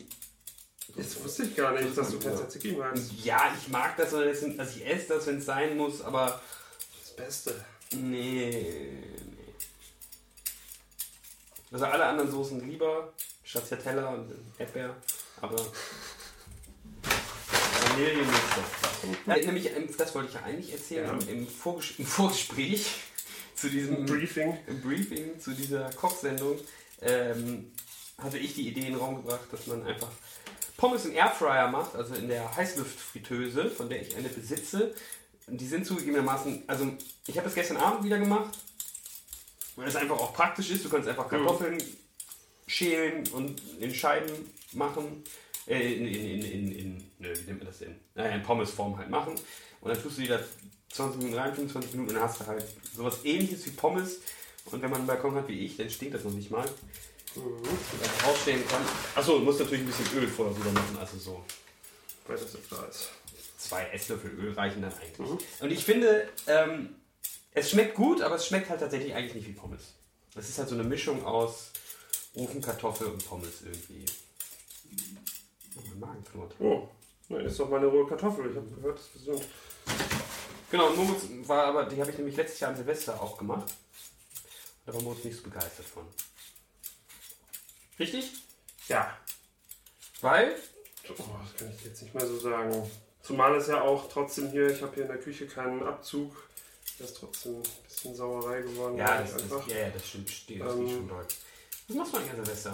Speaker 2: Das wusste ich gar nicht, dass du kein Tzatziki magst.
Speaker 1: Ja, ich mag das, oder das- also ich esse das, wenn es sein muss, aber
Speaker 2: Das Beste.
Speaker 1: nee, nee. Also alle anderen Soßen lieber, Stracciatella und Erdbeer, aber Vanille nicht so. Ja, nämlich, ähm, das wollte ich ja eigentlich erzählen,
Speaker 2: Ja.
Speaker 1: im, im, Vorges im Vorgespräch zu diesem
Speaker 2: Briefing.
Speaker 1: im Briefing zu dieser Kochsendung ähm, hatte ich die Idee in den Raum gebracht, dass man einfach Pommes im Airfryer macht, also in der Heißluftfritteuse, von der ich eine besitze. Und Die sind zugegebenermaßen, also ich habe das gestern Abend wieder gemacht, weil es einfach auch praktisch ist. Du kannst einfach Kartoffeln schälen und in Scheiben machen. Äh, in, in, in, in, in, nö, wie nennt man das denn? Naja, in Pommesform halt machen. Und dann tust du die da 20 Minuten rein, 25 Minuten und dann hast du halt sowas ähnliches wie Pommes. Und wenn man einen Balkon hat wie ich, dann stinkt das noch nicht mal. dass draufstehen kann. Achso, du musst natürlich ein bisschen Öl vorher drüber machen, also so.
Speaker 2: Weil das jetzt da ist.
Speaker 1: Zwei Esslöffel Öl reichen dann eigentlich. Und ich finde, ähm, es schmeckt gut, aber es schmeckt halt tatsächlich eigentlich nicht wie Pommes. Das ist halt so eine Mischung aus Ofenkartoffel und Pommes irgendwie. Oh, mein Magen knurrt.
Speaker 2: Oh, na, jetzt noch meine rohe Kartoffel. Ich habe gehört, das ist gesund.
Speaker 1: Genau, und Moritz war aber, die habe ich nämlich letztes Jahr an Silvester auch gemacht. Und da war Moritz nicht so begeistert von. Richtig?
Speaker 2: Ja.
Speaker 1: Weil?
Speaker 2: Oh, das kann ich jetzt nicht mehr so sagen. Zumal es ja auch trotzdem hier, ich habe hier in der Küche keinen Abzug. Da ist trotzdem ein bisschen Sauerei geworden.
Speaker 1: Ja, das,
Speaker 2: einfach.
Speaker 1: das, ja, ja, das stimmt. Steht, das
Speaker 2: Ähm.
Speaker 1: geht schon doll. Was machst du eigentlich an Silvester?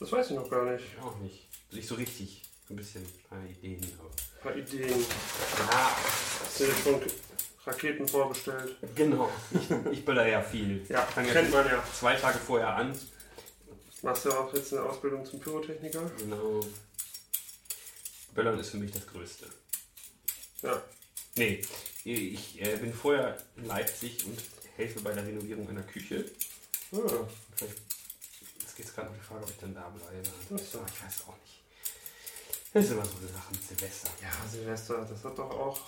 Speaker 2: Das weiß ich noch gar nicht.
Speaker 1: Ich auch nicht. Nicht so richtig. Ein bisschen ein paar Ideen. Aber.
Speaker 2: Ein paar Ideen.
Speaker 1: Ja,
Speaker 2: Hast du dir schon Raketen vorbestellt?
Speaker 1: genau. Ich, ich böller ja viel.
Speaker 2: Ja,
Speaker 1: Ich fange
Speaker 2: kennt
Speaker 1: jetzt
Speaker 2: man ja.
Speaker 1: zwei Tage vorher an.
Speaker 2: Machst du auch jetzt eine Ausbildung zum Pyrotechniker?
Speaker 1: Genau. Böllern ist für mich das Größte.
Speaker 2: Ja.
Speaker 1: Nee, ich äh, bin vorher in Leipzig und helfe bei der Renovierung einer Küche.
Speaker 2: Ah,
Speaker 1: Vielleicht, jetzt geht es gerade um die Frage, ob ich dann da bleibe.
Speaker 2: Ach so.
Speaker 1: Ich weiß auch nicht. Das ist immer so eine Sache mit Silvester.
Speaker 2: ja, Silvester, das hat doch auch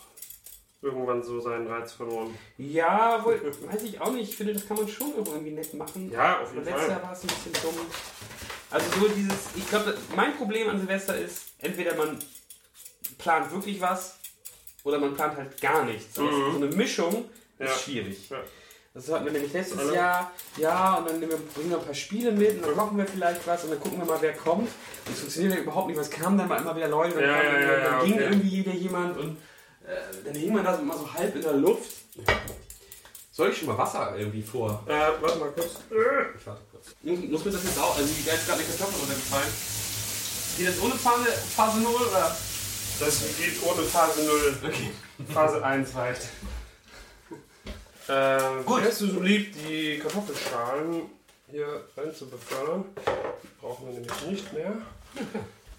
Speaker 2: irgendwann so seinen Reiz verloren.
Speaker 1: Ja, wohl, weiß ich auch nicht. Ich finde, das kann man schon auch irgendwie nett machen.
Speaker 2: Ja, auf
Speaker 1: Und
Speaker 2: jeden
Speaker 1: letztes Jahr
Speaker 2: Fall.
Speaker 1: war es ein bisschen dumm. Also so dieses, ich glaube, mein Problem an Silvester ist, entweder man plant wirklich was oder man plant halt gar nichts. Also
Speaker 2: Mhm.
Speaker 1: So eine Mischung
Speaker 2: Ja.
Speaker 1: ist schwierig.
Speaker 2: Ja.
Speaker 1: Das hatten wir nämlich letztes
Speaker 2: Alle-
Speaker 1: Jahr, ja, und dann nehmen wir, bringen wir ein paar Spiele mit und dann kochen wir vielleicht was und dann gucken wir mal, wer kommt. Und es funktioniert ja überhaupt nicht, weil es kamen dann mal immer wieder Leute und
Speaker 2: Ja,
Speaker 1: dann,
Speaker 2: ja, ja,
Speaker 1: dann
Speaker 2: ja,
Speaker 1: ging
Speaker 2: okay.
Speaker 1: irgendwie jeder jemand und äh, dann hing man da so immer so halb in der Luft. Soll ich schon mal Wasser irgendwie vor?
Speaker 2: Äh, warte mal kurz. Äh,
Speaker 1: Ich warte kurz. Muss, muss mir das jetzt auch, also da ist gerade eine Kartoffel runtergefallen. Geht das ohne Pfanne, Phase 0 oder?
Speaker 2: Das geht ohne Phase 0.
Speaker 1: Okay.
Speaker 2: Phase 1 reicht. Äh, Gut. Wärst du so lieb, die Kartoffelschalen hier rein zu befördern? Die brauchen wir nämlich nicht mehr.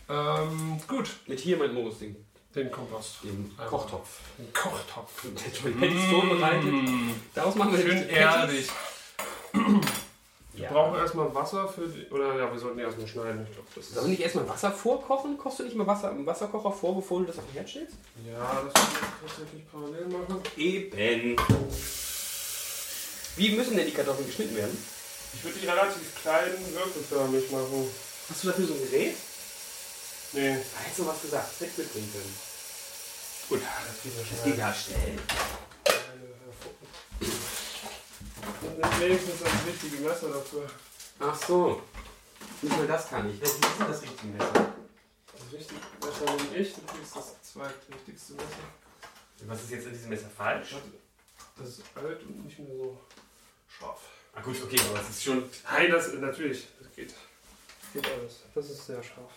Speaker 2: ähm, gut.
Speaker 1: Mit hier mein Moritz den,
Speaker 2: Den Kompost.
Speaker 1: den
Speaker 2: Einmal.
Speaker 1: Kochtopf.
Speaker 2: Den Kochtopf. Mm.
Speaker 1: Der Joy Patties vorbereitet. Daraus machen wir
Speaker 2: Schön
Speaker 1: jetzt die Patties.
Speaker 2: erdig. Wir
Speaker 1: Ja.
Speaker 2: brauchen erstmal Wasser für die. Oder ja, wir sollten die erstmal schneiden. Ich glaube, das ist.
Speaker 1: Soll man nicht erstmal Wasser vorkochen? Kochst du nicht mal Wasser im Wasserkocher vor, bevor du das auf den Herd stellst?
Speaker 2: Ja, das können wir tatsächlich parallel machen.
Speaker 1: Eben. Wie müssen denn die Kartoffeln geschnitten werden?
Speaker 2: Ich würde die relativ klein würfelförmig machen.
Speaker 1: Hast du dafür so ein Gerät?
Speaker 2: Nee.
Speaker 1: Da hättest du was gesagt. Hättest mitbringen können.
Speaker 2: Gut. Ja, Ah, das geht ja schnell.
Speaker 1: Digga, schnell.
Speaker 2: Das ist wenigstens Äh, das richtige Messer dafür.
Speaker 1: Ach so. Nicht mal das kann ich. Das ist das richtige Messer.
Speaker 2: Das richtige Messer nehme ich, du kriegst das zweitwichtigste Messer.
Speaker 1: Was ist jetzt an diesem Messer falsch?
Speaker 2: Warte, Das ist alt und nicht mehr so scharf.
Speaker 1: Ah gut, okay, aber es ist schon.
Speaker 2: Nein, das äh, natürlich. Das geht. Geht alles. Das ist sehr scharf.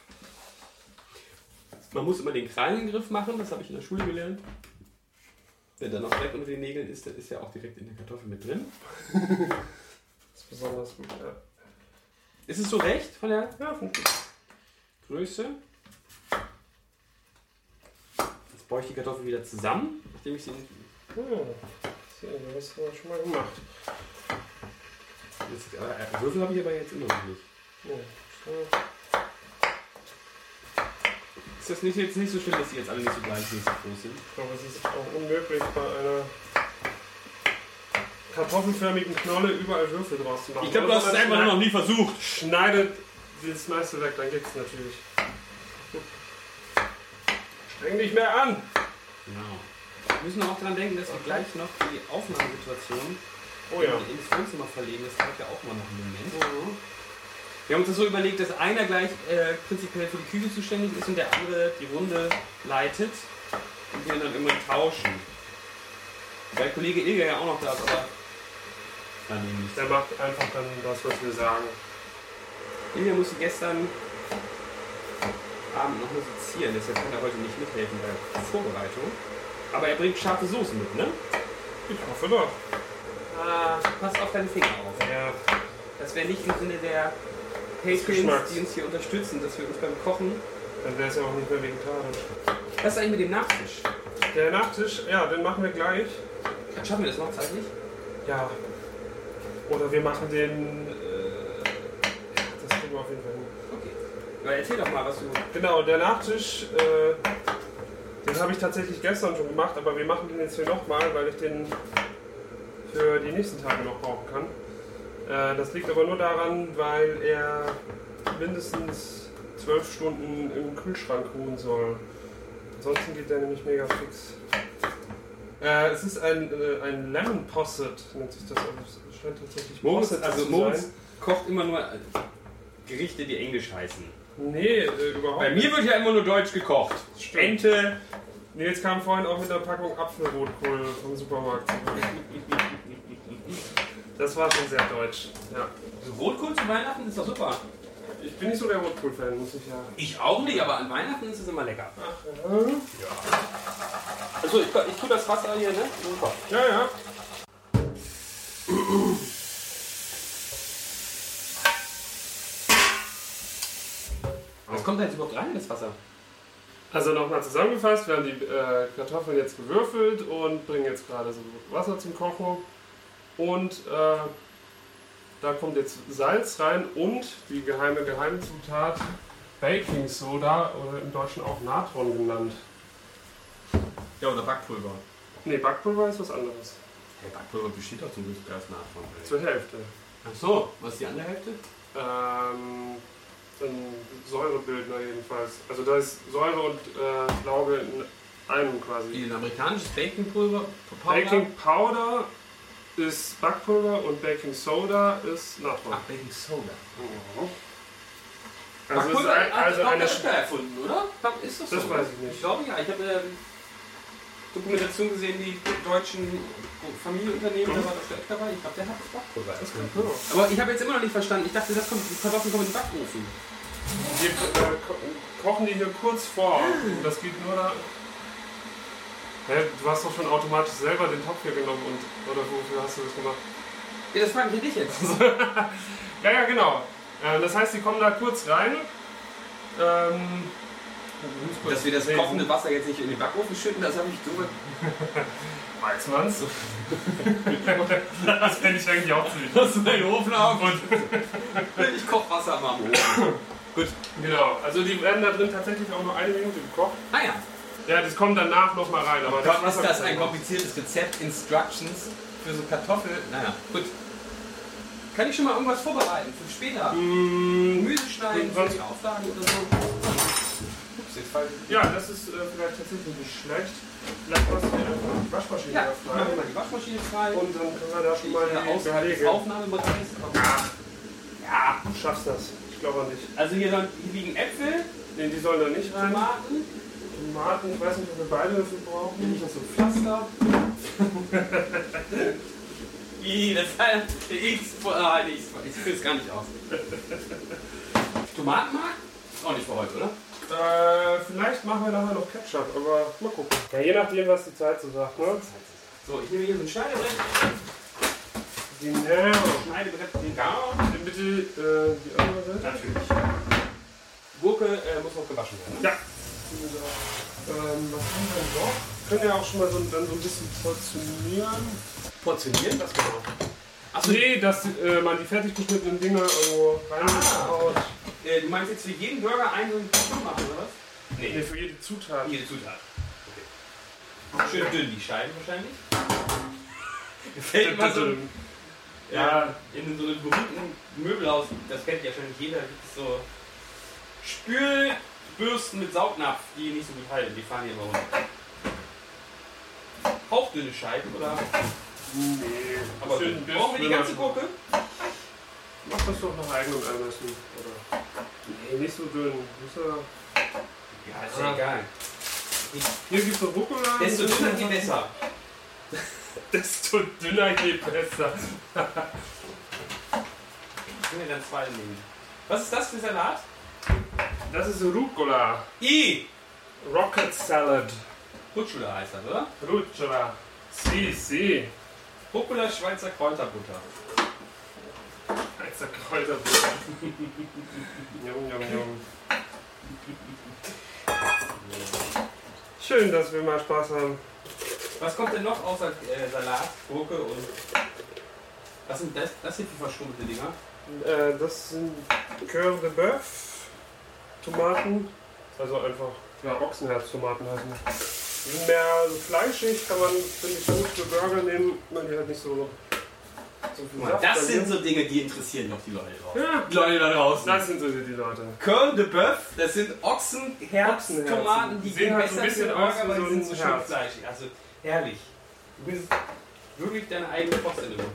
Speaker 1: Man muss immer den kleinen Griff machen, das habe ich in der Schule gelernt. Wenn da noch Dreck unter den Nägeln ist, dann ist ja auch direkt in der Kartoffel mit drin.
Speaker 2: Das ist besonders gut. Ja.
Speaker 1: Ist es so recht von der
Speaker 2: Ja, funktioniert.
Speaker 1: Größe? Jetzt baue ich die Kartoffel wieder zusammen, nachdem ich sie.
Speaker 2: Ja. Hm. So, das haben wir schon mal gemacht.
Speaker 1: Jetzt, äh, Würfel habe ich aber jetzt immer noch nicht.
Speaker 2: Ja.
Speaker 1: Ist das nicht, jetzt nicht so schlimm, dass die jetzt alle nicht so gleichmäßig groß sind?
Speaker 2: Ich glaube, es ist auch unmöglich, bei einer kartoffelförmigen Knolle überall Würfel draus zu machen. Oder man schneid-
Speaker 1: nie versucht.
Speaker 2: Schneidet das meiste weg, dann geht's natürlich. Streng dich mehr an!
Speaker 1: Genau. Wir müssen auch daran denken, dass wir gleich noch die Aufnahmesituation
Speaker 2: Oh ja.
Speaker 1: ins Wohnzimmer verlegen. Das dauert ja auch mal noch einen Moment. Wir haben uns das so überlegt, dass einer gleich äh, prinzipiell für die Küche zuständig ist und der andere die Runde leitet und wir dann immer tauschen. Weil Kollege Ilger ja auch noch da ist, aber. Nein, nee, nicht.
Speaker 2: Der macht einfach dann das, was wir sagen.
Speaker 1: Ilja musste gestern Abend noch musizieren, deshalb kann er heute nicht mithelfen bei der Vorbereitung. Aber er bringt scharfe Soßen mit, ne?
Speaker 2: Ich hoffe doch.
Speaker 1: Ah, pass auf deine Finger auf.
Speaker 2: Ja.
Speaker 1: Das wäre nicht im Sinne der Patrons,
Speaker 2: Geschmacks.
Speaker 1: die uns hier unterstützen, dass wir uns beim Kochen.
Speaker 2: Dann wäre es ja auch nicht mehr vegetarisch.
Speaker 1: Was ist eigentlich mit dem Nachtisch?
Speaker 2: Der Nachtisch, ja, den machen wir gleich.
Speaker 1: Schaffen wir das noch zeitlich?
Speaker 2: Ja. Oder wir machen den äh, auf jeden Fall hin.
Speaker 1: Na, erzähl doch mal, was du.
Speaker 2: Genau, der Nachtisch, äh, den habe ich tatsächlich gestern schon gemacht, aber wir machen den jetzt hier nochmal, weil ich den für die nächsten Tage noch brauchen kann. Äh, das liegt aber nur daran, weil er mindestens zwölf Stunden im Kühlschrank ruhen soll. Ansonsten geht der nämlich mega fix. Äh, es ist ein, äh, ein Lemon Posset, nennt sich das. Also es scheint tatsächlich
Speaker 7: Moritz,
Speaker 2: Posset
Speaker 7: also
Speaker 2: zu
Speaker 7: Moritz
Speaker 2: sein.
Speaker 7: kocht immer nur äh, Gerichte, die Englisch heißen.
Speaker 2: Nee, äh, überhaupt
Speaker 7: Bei mir wird ja immer nur Deutsch gekocht.
Speaker 2: Stimmt.
Speaker 7: Ente.
Speaker 2: Nils kam vorhin auch mit einer Packung Apfelrotkohl vom Supermarkt zurück. Das war schon sehr deutsch. Ja.
Speaker 1: So Rotkohl zu Weihnachten ist doch super.
Speaker 2: Ich bin nicht so der Rotkohl-Fan, muss ich ja.
Speaker 1: Ich auch nicht, aber an Weihnachten ist es immer lecker.
Speaker 2: Äh,
Speaker 1: Also ich, ich tue das Wasser hier, ne? Super.
Speaker 2: Ja, ja.
Speaker 1: Was kommt da jetzt überhaupt rein, das Wasser?
Speaker 2: Also nochmal zusammengefasst, wir haben die äh, Kartoffeln jetzt gewürfelt und bringen jetzt gerade so Wasser zum Kochen. Und äh, da kommt jetzt Salz rein und die geheime Geheimzutat Baking Soda oder im Deutschen auch Natron genannt.
Speaker 1: Ja, oder Backpulver.
Speaker 2: Ne, Backpulver ist was anderes.
Speaker 1: Hey, Backpulver besteht doch zum größten Teil aus Natron.
Speaker 2: Zur Hälfte.
Speaker 1: Ach so, was ist die andere Hälfte?
Speaker 2: Ähm, ein Säurebildner jedenfalls. Also da ist Säure und äh, Lauge in einem quasi.
Speaker 1: Ein amerikanisches Baconpulver. Powder.
Speaker 2: Baking Powder ist Backpulver und Baking Soda ist Natron.
Speaker 1: Ach, Baking Soda.
Speaker 2: Mhm. Also, es ist
Speaker 1: Backpulver
Speaker 2: ein,
Speaker 1: hat
Speaker 2: also
Speaker 1: doch
Speaker 2: eine
Speaker 1: Öster erfunden, oder? Glaub, Ist das,
Speaker 2: Das
Speaker 1: so?
Speaker 2: weiß ich nicht.
Speaker 1: Ich glaube ja, ich habe ähm, Dokumentation gesehen, die deutschen Familienunternehmen, da war das der Öster dabei. Ich glaube, der hat das Backpulver erfunden.
Speaker 2: Sch-
Speaker 1: Aber ich habe jetzt immer noch nicht verstanden. Ich dachte, das kommt, die Kartoffeln kommen in den Backofen.
Speaker 2: Wir äh, ko- kochen die hier kurz vor. Das geht nur da. Hä, du hast doch schon automatisch selber den Topf hier genommen und oder wofür hast du das gemacht?
Speaker 1: Ja, das frage ich dich jetzt.
Speaker 2: Ja, ja, genau. Äh, das heißt, die kommen da kurz rein. Ähm,
Speaker 1: Dass wir das
Speaker 2: lesen.
Speaker 1: kochende Wasser jetzt nicht in den Backofen schütten, das habe ich dumme.
Speaker 2: Weiß man's? das finde ich eigentlich auch ziemlich.
Speaker 1: Lass den Ofen auf und. ich koche Wasser am Ofen.
Speaker 2: Genau. Also die werden da drin tatsächlich auch nur eine Minute gekocht.
Speaker 1: Ah ja.
Speaker 2: Ja, das kommt danach nochmal rein. Aber halt-
Speaker 1: Gott, ist das
Speaker 2: Wasser-
Speaker 1: ein kompliziertes Rezept, Instructions für so Kartoffel. Naja, gut. Kann ich schon mal irgendwas vorbereiten für später?
Speaker 2: Mm,
Speaker 1: Gemüse schneiden, für die Auflagen oder so? Ups, jetzt fall ich.
Speaker 2: Ja, das ist äh, vielleicht tatsächlich nicht schlecht. Vielleicht machst du dir einfach die Waschmaschine
Speaker 1: Ja,
Speaker 2: da
Speaker 1: machen wir mal
Speaker 2: frei.
Speaker 1: die Waschmaschine frei.
Speaker 2: Und dann können wir da schon
Speaker 1: die
Speaker 2: mal
Speaker 1: der
Speaker 2: die
Speaker 1: Aus-
Speaker 2: Belege.
Speaker 1: Aufnahmebereich ist aber-
Speaker 2: Ja, du schaffst das. Ich glaube an dich.
Speaker 1: Also hier, dann, hier liegen Äpfel,
Speaker 2: Nee, die sollen da nicht rein.
Speaker 1: Tomaten,
Speaker 2: Tomaten, ich weiß nicht, ob wir beide dafür brauchen.
Speaker 1: nicht noch so ein Pflaster. Ih, das hat ich, ah, nee, ich, ich fühle es gar nicht aus. Tomatenmark? Ist auch nicht für heute, oder?
Speaker 2: Äh, vielleicht machen wir nachher noch Ketchup, aber mal gucken. Ja, je nachdem, was die Zeit so sagt, ne?
Speaker 1: So, ich nehme hier so ein Schneidebrett,
Speaker 2: Genau.
Speaker 1: Schneidebrett, den Garn.
Speaker 2: Dann bitte äh, die andere. Ähm,
Speaker 1: Natürlich. Gurke äh, muss noch gewaschen werden.
Speaker 2: Ja. Ähm, was haben wir denn noch? Können ja auch schon mal so, dann so ein bisschen portionieren.
Speaker 1: Portionieren, das genau. Achso,
Speaker 2: Nee, dass äh, man die fertig geschnittenen Dinger irgendwo reinhaut.
Speaker 1: äh, du meinst jetzt für jeden Burger einen so einen Karton machen, oder was?
Speaker 2: Nee, für jede Zutat.
Speaker 1: Jede Zutat. Okay. Schön dünn, die Scheiben wahrscheinlich. Gefällt immer so ein-
Speaker 2: Ja.
Speaker 1: ja, in so einem berühmten Möbelhaus, das kennt ja schon jeder, gibt es so Spülbürsten mit Saugnapf, die nicht so gut halten, die fahren hier immer runter. Hauchdünne Scheiben, oder?
Speaker 2: Nee.
Speaker 1: Aber
Speaker 2: Schön
Speaker 1: brauchen wir die ganze
Speaker 2: Gurke?
Speaker 1: Gurke?
Speaker 2: Mach das doch nach eigenem Ermessen. Oder? Nee, nicht so dünn. Muss ja-
Speaker 1: Ja,
Speaker 2: ja
Speaker 1: egal.
Speaker 2: Hier gibt es eine Rucola.
Speaker 1: Desto dünner, je besser.
Speaker 2: Desto dünner, je besser.
Speaker 1: Können wir dann zwei nehmen. Was ist das für Salat?
Speaker 2: Das ist Rucola.
Speaker 1: I!
Speaker 2: Rocket Salad.
Speaker 1: Rutschula heißt das, oder?
Speaker 2: Rucola. Si, si.
Speaker 1: Rucola Schweizer Kräuterbutter.
Speaker 2: Heizer Kräuterbrot. jum, jum, jum. Schön, dass wir mal Spaß haben.
Speaker 1: Was kommt denn noch außer äh, Salat, Gurke und. Was sind das, das hier für verschrumpelte Dinger?
Speaker 2: Äh, das sind Curve de Boeuf Tomaten. Also einfach, ja, Ochsenherztomaten heißen die. Die sind mehr so fleischig, kann man, finde ich, gut für Burger nehmen, wenn die halt nicht so, so viel Saft
Speaker 1: Das
Speaker 2: dann
Speaker 1: sind
Speaker 2: sind.
Speaker 1: so Dinge, die interessieren noch die Leute draußen.
Speaker 2: Ja,
Speaker 1: Die Leute da draußen.
Speaker 2: das sind so die die Leute.
Speaker 1: Curl de Boeuf, das sind Ochsenherztomaten,
Speaker 2: Ochsenherzen.
Speaker 1: die
Speaker 2: Sehen
Speaker 1: gehen
Speaker 2: halt so
Speaker 1: besser
Speaker 2: ein bisschen
Speaker 1: für
Speaker 2: aus
Speaker 1: Burger,
Speaker 2: wie
Speaker 1: weil
Speaker 2: so
Speaker 1: sie sind
Speaker 2: ein
Speaker 1: so schön
Speaker 2: Herz.
Speaker 1: fleischig. Also herrlich. Du bist wirklich deine eigene Postende geworden.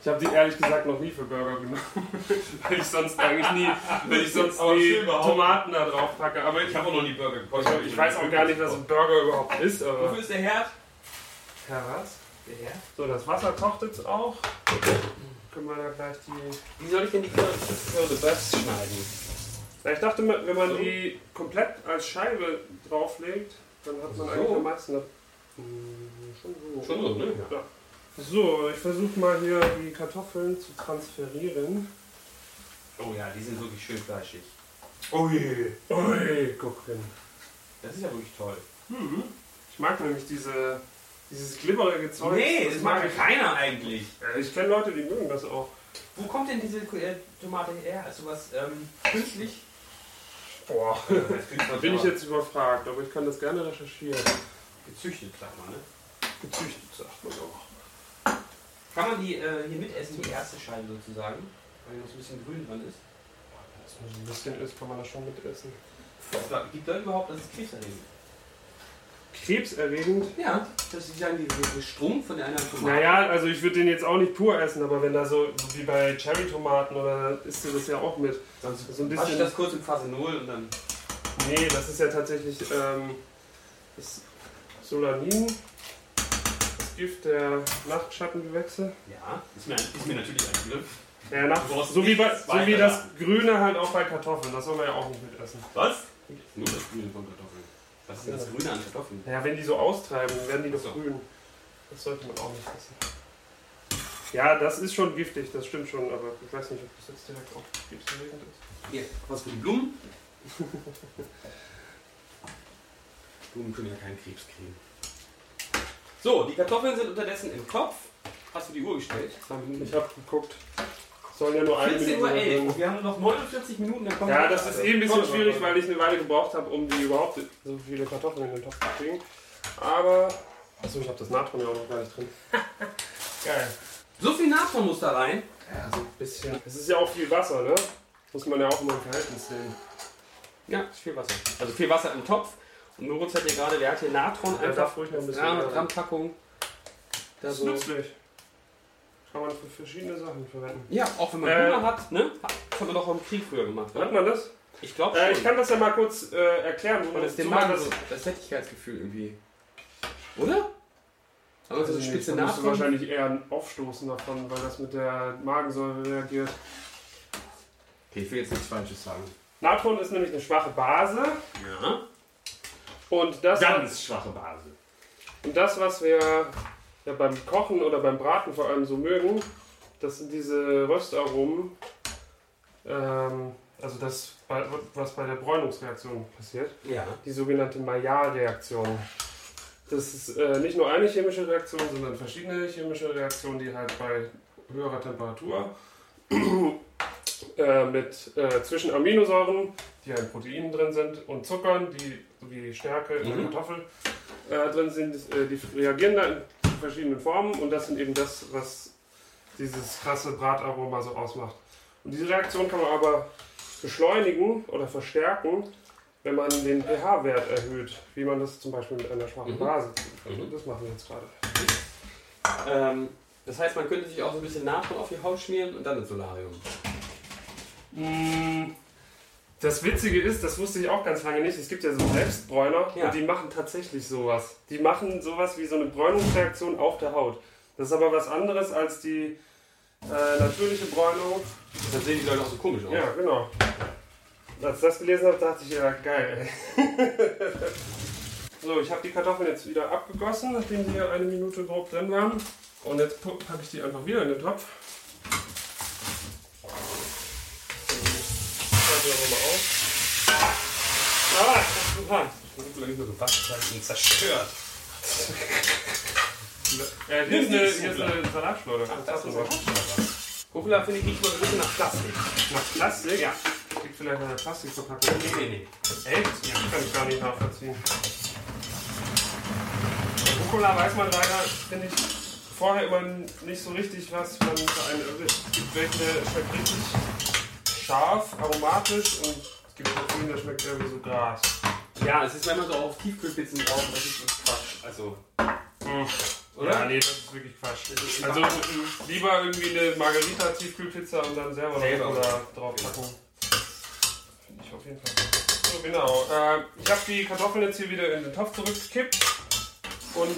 Speaker 2: Ich habe die ehrlich gesagt noch nie für Burger genommen, weil ich sonst eigentlich nie, weil ich sonst
Speaker 1: Aber
Speaker 2: nie
Speaker 1: schön behaupten.
Speaker 2: Tomaten da drauf packe. Aber ich,
Speaker 1: Ich habe auch noch nie Burger gekocht.
Speaker 2: ich, ich weiß auch gar nicht, was ein Burger überhaupt ist. Aber
Speaker 1: Wofür ist der Herd?
Speaker 2: ja, was?
Speaker 1: Der Herd?
Speaker 2: So, das Wasser kocht jetzt auch. Können wir da gleich die.
Speaker 1: Wie soll ich denn die Curl Curl de Boeufs schneiden?
Speaker 2: Ja, ich dachte, mal, wenn man
Speaker 1: So.
Speaker 2: die komplett als Scheibe drauflegt, dann hat man
Speaker 1: So.
Speaker 2: eigentlich am meisten. Hm, Schon so.
Speaker 1: Schon so, ne?
Speaker 2: Ja. So, ich versuche mal hier die Kartoffeln zu transferieren.
Speaker 1: Oh ja, die sind wirklich schön fleischig.
Speaker 2: Ui, ui, guck hin.
Speaker 1: Das ist ja wirklich toll.
Speaker 2: Mhm. Ich mag nämlich diese, dieses glibberige Zeug.
Speaker 1: keiner eigentlich.
Speaker 2: Äh, Ich kenne Leute, die mögen das auch.
Speaker 1: Wo kommt denn diese äh, Tomate her? Ist sowas ähm, künstlich?
Speaker 2: Boah,
Speaker 1: Da
Speaker 2: bin ich jetzt überfragt, aber ich kann das gerne recherchieren.
Speaker 1: gezüchtet, sag mal, ne?
Speaker 2: Gezüchtet, sagt man auch.
Speaker 1: Kann man die äh, hier mitessen, die erste Scheibe sozusagen? Weil noch so ein bisschen grün dran ist.
Speaker 2: Dass man so ein bisschen ist, kann man das schon mitessen.
Speaker 1: Was gibt da überhaupt, das ist krebserregend?
Speaker 2: Krebserregend.
Speaker 1: Ja, das ist dann die- diese Strom von einer Tomate.
Speaker 2: Naja, also ich würde den jetzt auch nicht pur essen, aber wenn da so wie bei Cherry-Tomaten oder isst du das ja auch mit.
Speaker 1: Sonst
Speaker 2: So ein
Speaker 1: wasche ich
Speaker 2: bisschen.
Speaker 1: das kurz im Fasenol und dann.
Speaker 2: Nee, das ist ja tatsächlich ähm, das Solanin, das Gift der Nachtschattengewächse.
Speaker 1: Ja, ist mir, ein- ist mir natürlich ein Begriff.
Speaker 2: Ja, nach,
Speaker 1: Du brauchst
Speaker 2: so, wie bei,
Speaker 1: nichts
Speaker 2: so wie
Speaker 1: weiter
Speaker 2: das Grüne halt auch bei Kartoffeln, das soll man ja auch nicht mitessen.
Speaker 1: Was? Nur das Grüne von Kartoffeln. Was ist denn das Grüne an Kartoffeln?
Speaker 2: Naja, wenn die so austreiben, werden die doch
Speaker 1: So.
Speaker 2: grün. Das sollte man auch nicht essen. Ja, das ist schon giftig, das stimmt schon, aber ich weiß nicht, ob das jetzt direkt auch giftsregend ist.
Speaker 1: Hier, was für die Blumen? Blumen können ja keinen Krebs kriegen. So, die Kartoffeln sind unterdessen im Kopf. Hast du die Uhr gestellt?
Speaker 2: Ich habe geguckt, es sollen ja nur eine
Speaker 1: 14.11 Uhr.
Speaker 2: Minute sein.
Speaker 1: und Wir haben nur noch 49 Minuten. Dann kommt
Speaker 2: Ja, das ist eh ein bisschen schwierig, weil ich eine Weile gebraucht habe, um die überhaupt so viele Kartoffeln in den Topf zu kriegen. Aber. Achso, ich habe das Natron ja auch noch gar nicht drin. Geil.
Speaker 1: So viel Natron muss da rein.
Speaker 2: Ja, so ein bisschen. Es ist ja auch viel Wasser, ne? Muss man ja auch immer im Verhältnis sehen.
Speaker 1: Ja, ist viel Wasser. Also viel Wasser im Topf. Und Moritz hat hier gerade, der hat hier Natron
Speaker 2: Ja,
Speaker 1: einfach.
Speaker 2: darf ruhig noch ein bisschen.
Speaker 1: Ja,
Speaker 2: mehr
Speaker 1: Gramm
Speaker 2: rein.
Speaker 1: Packung. Da
Speaker 2: das ist
Speaker 1: so.
Speaker 2: nützlich. Kann man für verschiedene Sachen verwenden.
Speaker 1: Ja, auch wenn man
Speaker 2: Äh,
Speaker 1: Hunger hat, ne? Das haben wir doch auch im Krieg früher gemacht,
Speaker 2: Hat
Speaker 1: oder?
Speaker 2: man das?
Speaker 1: Ich glaube
Speaker 2: Äh,
Speaker 1: schon.
Speaker 2: ich kann das ja mal kurz äh, erklären, wo
Speaker 1: Weil das
Speaker 2: so
Speaker 1: dem
Speaker 2: man
Speaker 1: Magen
Speaker 2: das.
Speaker 1: so das Sättigkeitsgefühl irgendwie. Oder? Aber so
Speaker 2: Also
Speaker 1: eine
Speaker 2: nicht,
Speaker 1: spitze
Speaker 2: da musst du
Speaker 1: Nase.
Speaker 2: wahrscheinlich eher ein Aufstoßen davon, weil das mit der Magensäure reagiert.
Speaker 1: Okay, ich will jetzt nichts Falsches sagen.
Speaker 2: Natron ist nämlich eine schwache Base
Speaker 1: Ja.
Speaker 2: und das
Speaker 1: Ganz schwache Basis.
Speaker 2: Und das, was wir ja beim Kochen oder beim Braten vor allem so mögen, das sind diese Röstaromen. Ähm, also das, bei- was bei der Bräunungsreaktion passiert,
Speaker 1: Ja.
Speaker 2: die sogenannte Maillard-Reaktion. Das ist äh, nicht nur eine chemische Reaktion, sondern verschiedene chemische Reaktionen, die halt bei höherer Temperatur äh, mit äh, zwischen Aminosäuren, die halt Proteinen drin sind, und Zuckern, die wie Stärke in der
Speaker 1: Mhm.
Speaker 2: Kartoffel äh, drin sind, äh, die reagieren da in verschiedenen Formen und das sind eben das, was dieses krasse Brataroma so ausmacht. Und diese Reaktion kann man aber beschleunigen oder verstärken, wenn man den pH-Wert erhöht, wie man das zum Beispiel mit einer schwachen
Speaker 1: Mhm.
Speaker 2: Base tut.
Speaker 1: Mhm.
Speaker 2: Das machen wir jetzt gerade.
Speaker 1: Ähm, das heißt, man könnte sich auch so ein bisschen Natron auf die Haut schmieren und dann ins Solarium.
Speaker 2: Mm, Das Witzige ist, das wusste ich auch ganz lange nicht, es gibt ja so Selbstbräuner
Speaker 1: Ja.
Speaker 2: und die machen tatsächlich sowas. Die machen sowas wie so eine Bräunungsreaktion auf der Haut. Das ist aber was anderes als die äh, natürliche Bräunung.
Speaker 1: Dann sehen die Leute auch so komisch aus.
Speaker 2: Ja, genau. Als ich das gelesen habe, dachte ich, ja, geil. Ey. so, ich habe die Kartoffeln jetzt wieder abgegossen, nachdem sie hier eine Minute grob drin waren. Und jetzt pu- packe ich die einfach wieder in den Topf. Also, ich mal auf. Ah, das ist gut rein.
Speaker 1: Ich bin gleich nur gefasst und zerstört.
Speaker 2: Äh, hier ist eine, hier ist eine Salatschleuder. Das ist was.
Speaker 1: Rucola finde ich riecht mal ein bisschen nach Plastik.
Speaker 2: Nach Plastik? Ja. Liegt vielleicht an der Plastikverpackung.
Speaker 4: Nee, nee, nee.
Speaker 2: Echt? Ja. Kann ich gar nicht nachvollziehen. Rucola weiß man leider, finde ich, vorher immer nicht so richtig, was man für einen erwischt. Es gibt welche, der schmeckt richtig scharf, aromatisch und es gibt auch einen, der schmeckt eher wie so Gras.
Speaker 1: Ja, es ist, wenn man so auf Tiefkühlpizzen drauf, das ist Quatsch. Also,
Speaker 2: Oder?
Speaker 4: Hm.
Speaker 1: Oder?
Speaker 2: Ja, nee, das ist wirklich Quatsch.
Speaker 1: ist
Speaker 2: Also lieber irgendwie eine Margarita-Tiefkühlpizza und dann selber,
Speaker 1: Selber.
Speaker 2: noch da drauf packen. Finde ich auf jeden Fall. So, genau. Äh, ich habe die Kartoffeln jetzt hier wieder in den Topf zurückgekippt und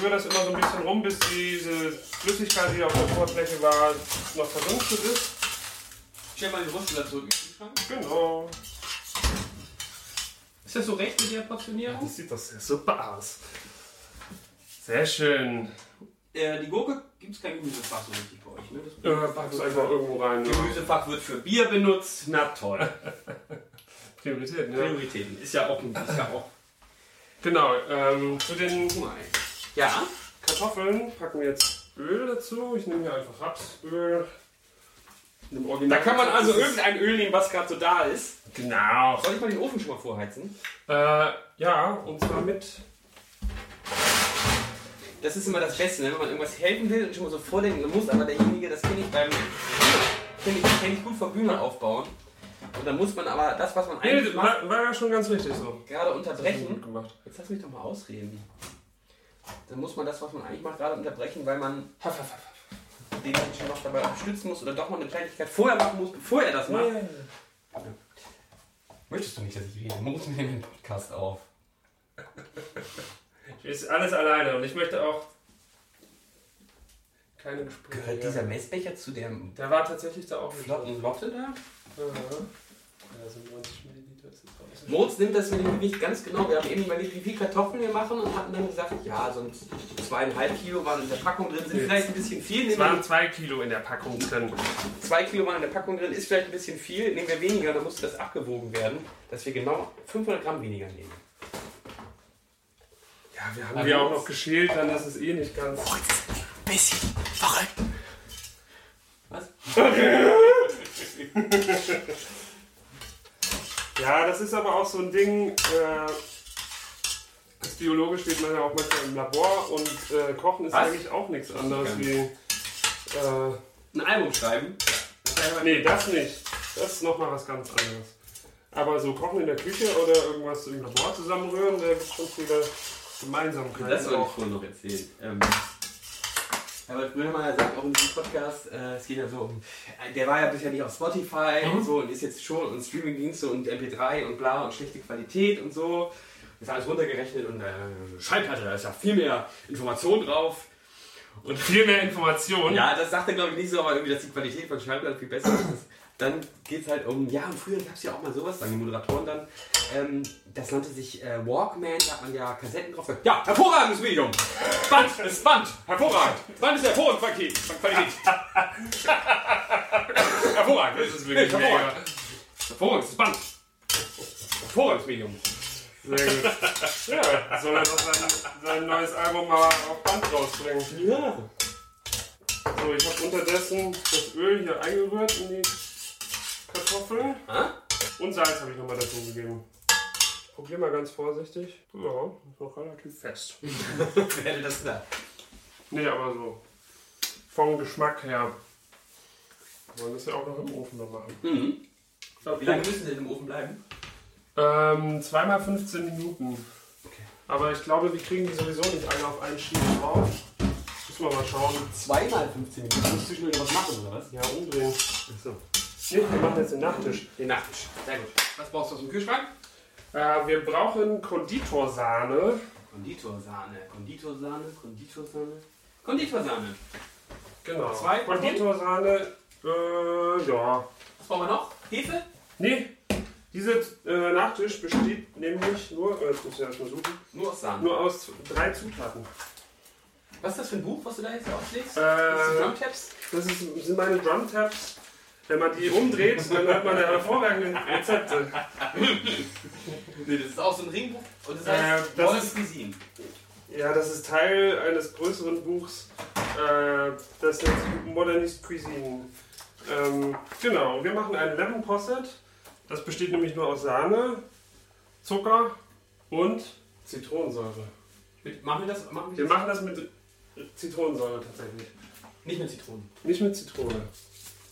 Speaker 2: rühre das immer so ein bisschen rum, bis diese Flüssigkeit, die auf der Oberfläche war, noch verdunstet ist.
Speaker 1: stell mal die Rüstung da zurück. in den Kühlschrank.
Speaker 2: Genau.
Speaker 1: Ist das so recht mit der Portionierung?
Speaker 2: sieht doch sehr super aus. Sehr schön.
Speaker 1: Äh, die Gurke gibt es kein Gemüsefach so richtig bei euch, ne? Das
Speaker 2: Äh, pack's einfach irgendwo rein. ne? Ja.
Speaker 1: Gemüsefach wird für Bier benutzt. Na toll.
Speaker 2: Prioritäten, ja.
Speaker 1: Prioritäten. Ist ja auch ein. Ist ja auch.
Speaker 2: Genau, ähm, zu den
Speaker 1: Guck mal. Ja,
Speaker 2: Kartoffeln packen wir jetzt Öl dazu. Ich nehme hier einfach Rapsöl. Im Original-
Speaker 1: da kann man also irgendein Öl nehmen, was gerade so da ist.
Speaker 2: Genau.
Speaker 1: Soll ich mal den Ofen schon mal vorheizen?
Speaker 2: Äh, ja, und zwar mit.
Speaker 1: Das ist immer das Beste, ne? wenn man irgendwas helfen will und schon mal so vordenken muss, aber derjenige, das kenne ich beim. Kenne ich, kenn ich gut vor Bühne aufbauen. Und dann muss man aber das, was man
Speaker 2: Nee,
Speaker 1: eigentlich
Speaker 2: das
Speaker 1: macht,
Speaker 2: war, war ja schon ganz richtig so.
Speaker 1: gerade
Speaker 2: Das hast du
Speaker 1: unterbrechen.
Speaker 2: gut gemacht.
Speaker 1: Jetzt lass mich doch mal ausreden. Dann muss man das, was man eigentlich macht, gerade unterbrechen, weil man den Menschen noch dabei unterstützen muss oder doch mal eine Kleinigkeit vorher machen muss, bevor er das macht.
Speaker 4: Möchtest du nicht, dass ich rede? Muss mir den Podcast auf.
Speaker 2: Ich ist alles alleine und ich möchte auch keine Gespräche.
Speaker 4: Gehört dieser Messbecher zu der
Speaker 2: Der war tatsächlich da auch mit.
Speaker 4: flotten Lotte da?
Speaker 2: Ja, Ja, so 90 Milliliter ist jetzt auch nicht.
Speaker 1: Moritz nimmt das mit dem Gewicht ganz genau. Wir haben eben überlegt, wie viel Kartoffeln wir machen und hatten dann gesagt, ja, so ein zweieinhalb Kilo waren in der Packung drin, sind vielleicht ein bisschen viel.
Speaker 2: Es
Speaker 1: Nehmen
Speaker 2: waren
Speaker 1: wir,
Speaker 2: 2 Kilo in der Packung drin.
Speaker 1: zwei Kilo waren in der Packung drin, ist vielleicht ein bisschen viel. Nehmen wir weniger, dann musste das abgewogen werden, dass wir genau 500 Gramm weniger nehmen. Also
Speaker 2: Ja, wir haben die auch noch geschält, dann ist es eh nicht ganz.
Speaker 1: Bisschen verrückt.
Speaker 2: Ja, das ist aber auch so ein Ding. Äh, als Biologe steht man ja auch manchmal im Labor und äh, Kochen ist
Speaker 1: Was?
Speaker 2: eigentlich auch nichts anderes
Speaker 1: gar
Speaker 2: wie. Äh,
Speaker 1: Ein Album schreiben.
Speaker 2: nee, das nicht. Das ist nochmal was ganz anderes. Aber so Kochen in der Küche oder irgendwas im Labor zusammenrühren, da gibt es schon viele Gemeinsamkeiten.
Speaker 1: Das soll ich
Speaker 2: auch.
Speaker 1: vorhin noch erzählen. Ähm, Herbert Grönemeyer sagt auch in diesem Podcast, äh, es geht ja so um, äh, der war ja bisher nicht auf Spotify und so und ist jetzt schon und Streamingdienste und MP3 und bla und schlechte Qualität und so. Ist alles runtergerechnet und äh, Schallplatte, da ist ja viel mehr Information drauf.
Speaker 2: Und viel mehr Informationen.
Speaker 1: Ja, das sagt er glaube ich nicht so, aber irgendwie, dass die Qualität von Schallplatten viel besser ist. Dann geht es halt um, ja, und früher gab es ja auch mal sowas, sagen die Moderatoren dann. Ähm, das nannte sich äh, Walkman, da hat man ja Kassetten drauf. gemacht. Ja, hervorragendes Medium! Band ist Band! Hervorragend! Band ist hervorragend, Qualität! Qualität.
Speaker 2: hervorragend. Das ist wirklich mega.
Speaker 1: hervorragend. Hervorragendes Band! Hervorragendes Medium!
Speaker 2: Sehr gut. Ja, soll er doch sein, sein neues Album mal auf Band rausbringen.
Speaker 1: Ja!
Speaker 2: So, ich habe unterdessen das Öl hier eingerührt in die Kartoffeln. Und Salz habe ich nochmal dazu gegeben. Ich Probier mal ganz vorsichtig. Ja, ist noch relativ fest.
Speaker 1: Wer hätte das da?
Speaker 2: Nee, aber so. Vom Geschmack her. Wir wollen das ja auch noch im Ofen noch machen.
Speaker 1: Mhm. Wie lange
Speaker 2: Ähm,
Speaker 1: müssen denn im Ofen bleiben?
Speaker 2: zweimal 15 Minuten. Aber ich glaube, wir kriegen die sowieso nicht alle auf einen Schienen drauf. Müssen wir mal schauen.
Speaker 1: Zweimal 15 Minuten. Musst du schon was machen, oder was?
Speaker 2: Ja, umdrehen.
Speaker 1: Achso.
Speaker 2: Nee, wir machen jetzt den Nachtisch.
Speaker 1: Den Nachtisch. Sehr gut. Was brauchst du aus dem Kühlschrank?
Speaker 2: Äh, wir brauchen Konditorsahne.
Speaker 1: Konditorsahne, Konditorsahne, Konditorsahne, Konditorsahne.
Speaker 2: Genau.
Speaker 1: Zwei
Speaker 2: Konditorsahne. Äh, ja.
Speaker 1: Was brauchen wir noch? Hefe?
Speaker 2: Nee, dieser äh, Nachtisch besteht nämlich nur, äh, jetzt muss ich erstmal suchen,
Speaker 1: Nur aus Sahne.
Speaker 2: nur aus drei Zutaten.
Speaker 1: Was ist das für ein Buch, was du da jetzt auflegst? das sind
Speaker 2: Äh,
Speaker 1: Drumtaps?
Speaker 2: das ist, sind meine Drumtabs. Wenn man die umdreht, dann hat man da hervorragende Rezepte.
Speaker 1: Nee, das ist auch so ein Ringbuch. Und das
Speaker 2: Äh,
Speaker 1: heißt
Speaker 2: das
Speaker 1: Modern
Speaker 2: ist-
Speaker 1: Cuisine.
Speaker 2: Ja, das ist Teil eines größeren Buchs, äh, das nennt sich Modernist Cuisine. Ähm, genau, wir machen einen Lemon Posset. Das besteht nämlich nur aus Sahne, Zucker und Zitronensäure.
Speaker 1: Machen wir das? Machen
Speaker 2: Wir machen das mit Zitronensäure tatsächlich.
Speaker 1: nicht mit Zitronen.
Speaker 2: Nicht mit Zitrone.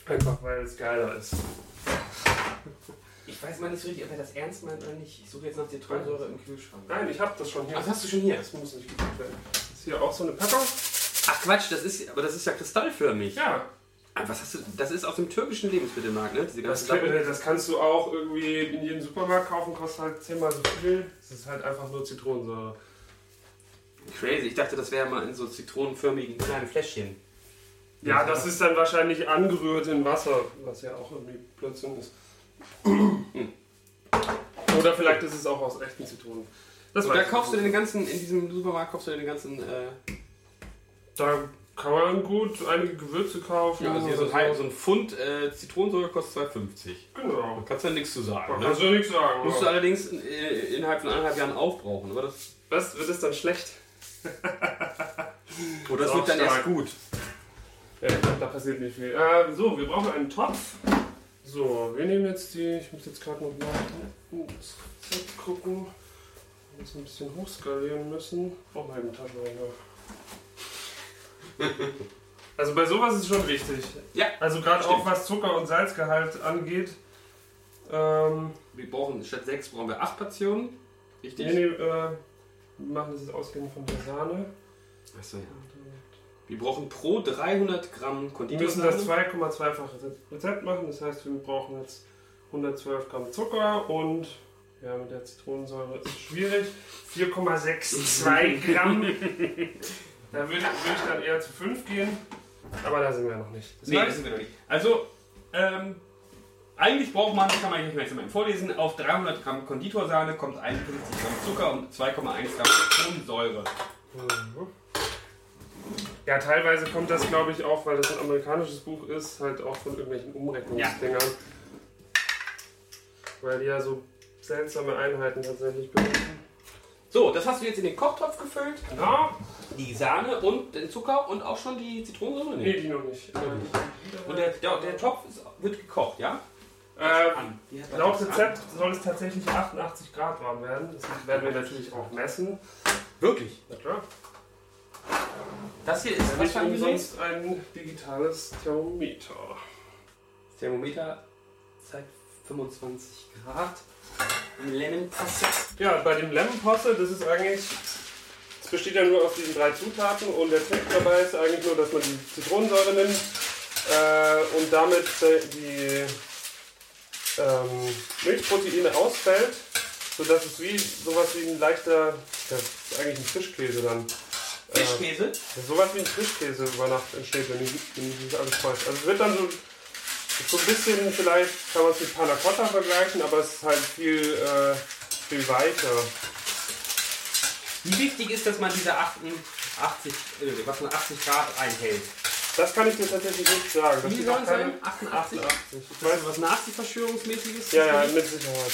Speaker 2: Einfach weil es geiler ist.
Speaker 1: Ich weiß mal nicht so richtig, ob er das ernst meint oder nicht. Ich suche jetzt nach Zitronensäure im Kühlschrank.
Speaker 2: Nein, ich hab das schon
Speaker 1: Ach,
Speaker 2: hier.
Speaker 1: das hast du schon hier.
Speaker 2: Das muss nicht gekocht werden. Ist hier auch so eine Pepper?
Speaker 1: Ach Quatsch, das ist, aber das ist ja kristallförmig.
Speaker 2: Ja.
Speaker 1: Ah, Was hast du, das ist aus dem türkischen Lebensmittelmarkt, ne? Diese ganze
Speaker 2: Das,
Speaker 1: Sache.
Speaker 2: kann- das kannst du auch irgendwie in jedem Supermarkt kaufen, kostet halt zehnmal so viel. Es ist halt einfach nur Zitronensäure.
Speaker 1: Crazy, ich dachte, das wäre mal in so zitronenförmigen kleinen Fläschchen.
Speaker 2: Ja, das ist dann wahrscheinlich angerührt in Wasser, was ja auch irgendwie Blödsinn ist. Oder vielleicht ist es auch aus echten Zitronen. Das
Speaker 1: Und da
Speaker 2: weiß ich
Speaker 1: kaufst du
Speaker 2: nicht.
Speaker 1: den ganzen, in diesem Supermarkt kaufst du den ganzen, äh,
Speaker 2: Da kann man gut einige Gewürze kaufen.
Speaker 1: ja, also hier so ein,
Speaker 2: oder
Speaker 1: halb- so ein Pfund äh, Zitronensäure kostet 2,50. Da
Speaker 2: Genau.
Speaker 1: kannst du ja nichts zu
Speaker 2: Da
Speaker 1: sagen.
Speaker 2: kannst
Speaker 1: Ne?
Speaker 2: du nichts sagen.
Speaker 1: Musst du
Speaker 2: ja.
Speaker 1: allerdings äh, innerhalb von anderthalb Jahren aufbrauchen, aber das,
Speaker 2: Was wird es dann schlecht?
Speaker 1: oh, das
Speaker 2: Ist auch
Speaker 1: wird dann erst
Speaker 2: stark.
Speaker 1: gut.
Speaker 2: Ja, Äh, ich glaub, da passiert nicht viel. Äh, so, wir brauchen einen Topf. So, wir nehmen jetzt die. Ich muss jetzt gerade noch mal das Rezept gucken. Wir müssen ein bisschen hochskalieren müssen. Brauchen wir einen Taschenrechner. Also bei sowas ist es schon wichtig.
Speaker 1: Ja,
Speaker 2: Also gerade
Speaker 1: stimmt.
Speaker 2: auch was Zucker und Salzgehalt angeht. Ähm,
Speaker 1: Wir brauchen statt sechs brauchen wir acht Portionen. Richtig?
Speaker 2: nee, nee, äh, wir machen das jetzt ausgehend von der Sahne.
Speaker 1: Achso, ja. Wir brauchen pro 300 Gramm
Speaker 2: Die müssen
Speaker 1: Konditorsahne.
Speaker 2: das 2,2-fache Rezept machen, das heißt, wir brauchen jetzt 112 Gramm Zucker und ja, mit der Zitronensäure ist es schwierig. 4,62 Gramm. da würde würd ich dann eher zu 5 gehen, aber da sind wir ja noch nicht. Das
Speaker 1: Nee, das
Speaker 2: heißt,
Speaker 1: sind wir noch nicht. Also, ähm, eigentlich braucht man, kann man nicht mehr jetzt mal vorlesen, auf 300 Gramm Konditorsahne kommt 51 Gramm Zucker und 2,1 Gramm Zitronensäure.
Speaker 2: äh, ja, teilweise kommt das, glaube ich, auch, weil das ein amerikanisches Buch ist, halt auch von irgendwelchen Umrechnungsdingern. Weil die ja so seltsame Einheiten tatsächlich benutzen.
Speaker 1: So, das hast du jetzt in den Kochtopf gefüllt.
Speaker 2: Genau.
Speaker 1: Die Sahne und den Zucker und auch schon die Zitronensäure?
Speaker 2: Nee,
Speaker 1: Nee.
Speaker 2: die noch nicht.
Speaker 1: Und der, der, der Topf ist, wird gekocht, ja?
Speaker 2: Äh,
Speaker 1: An. Die hat-
Speaker 2: laut
Speaker 1: an.
Speaker 2: Rezept soll es tatsächlich 88 Grad warm werden. Das werden wir natürlich auch messen.
Speaker 1: Wirklich.
Speaker 2: Na klar.
Speaker 1: Das hier ist was
Speaker 2: Nicht
Speaker 1: für ein Gerät?
Speaker 2: umsonst ein digitales Thermometer.
Speaker 1: Das Thermometer zeigt 25 Grad. Lemon
Speaker 2: Ja, bei dem Lemon Posse, das ist eigentlich. Es besteht ja nur aus diesen drei Zutaten und der Trick dabei ist eigentlich nur, dass man die Zitronensäure nimmt äh, und damit äh, die ähm, Milchproteine ausfällt, sodass es wie sowas wie ein leichter. Das ist eigentlich ein Fischkäse dann. äh,
Speaker 1: Fischkäse.
Speaker 2: Ja, Sowas wie ein Frischkäse über Nacht entsteht, wenn ich, wenn ich nicht alles täuscht. Also es wird dann so, so ein bisschen, vielleicht kann man es mit Panna Cotta vergleichen, aber es ist halt viel, äh, viel weicher.
Speaker 1: Wie wichtig ist, dass man diese 88, äh, was man 80 Grad einhält?
Speaker 2: Das kann ich dir tatsächlich nicht sagen. Das
Speaker 1: Wie
Speaker 2: steht
Speaker 1: soll
Speaker 2: auch
Speaker 1: es
Speaker 2: keine-
Speaker 1: sein? 88?
Speaker 2: 88. Ich weiß
Speaker 1: Weißt du, was eine 80 Verschwörungsmäßiges
Speaker 2: ja, ja, mit Sicherheit.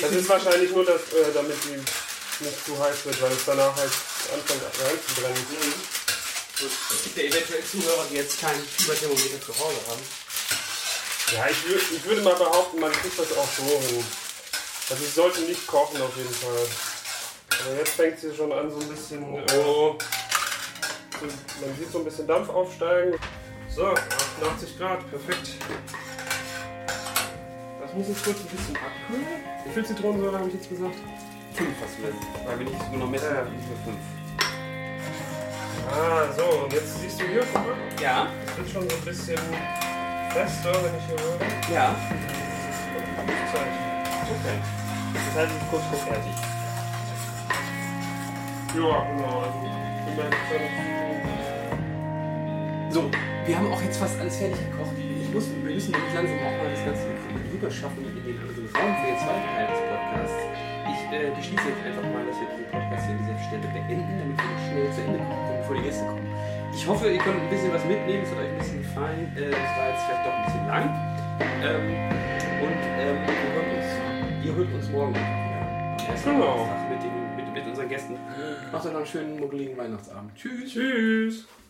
Speaker 2: Das ist wahrscheinlich nur, dass, äh, damit die nicht zu heiß wird, weil es danach halt anfängt reinzubrennen.
Speaker 1: Es gibt ja eventuell Zuhörer, die jetzt kein Fieberthermometer zu Hause haben.
Speaker 2: Ja, ich, wür- ich würde mal behaupten, man kriegt das auch so hin. Also ich sollte nicht kochen auf jeden Fall. Aber jetzt fängt sie schon an so ein bisschen... Äh, so, man sieht so ein bisschen Dampf aufsteigen. So, 88 Grad, perfekt. Das muss jetzt kurz ein bisschen abkühlen. Wie viel Zitronensäure habe ich jetzt gesagt?
Speaker 1: 5 hast du denn? Weil wenn ich es nur noch messe,
Speaker 2: Ja.
Speaker 1: dann ist es 5.
Speaker 2: Ah, so, und jetzt siehst du hier, guck mal,
Speaker 1: Ja,
Speaker 2: das wird schon so ein bisschen fester, wenn ich hier rühre.
Speaker 1: ja.
Speaker 2: Das heißt,
Speaker 1: Okay. Das heißt, es ist kurz vor fertig.
Speaker 2: Ja, genau. Also, ich bin da jetzt nicht
Speaker 1: So,
Speaker 2: so-
Speaker 1: wir haben auch jetzt fast alles fertig gekocht. Ich muss, wir müssen nämlich langsam auch mal das Ganze rüberschaffen in den anderen Raum für den zweiten Teil des Podcasts. Ich äh, beschließe jetzt einfach mal, dass wir diesen Podcast hier an dieser Stelle beenden, damit wir noch schnell zu Ende kommen können, bevor die Gäste kommen. Ich hoffe, ihr könnt ein bisschen was mitnehmen, es hat euch ein bisschen gefallen. Äh, es war jetzt vielleicht doch ein bisschen lang. Ähm, und ähm, wir hören uns, ihr hört uns morgen wieder. am ersten
Speaker 2: Genau.
Speaker 1: Donnerstag Mit, dem, mit, mit unserer unseren Gästen. Macht euch noch einen schönen, muggeligen Weihnachtsabend. Tschüss.
Speaker 2: Tschüss.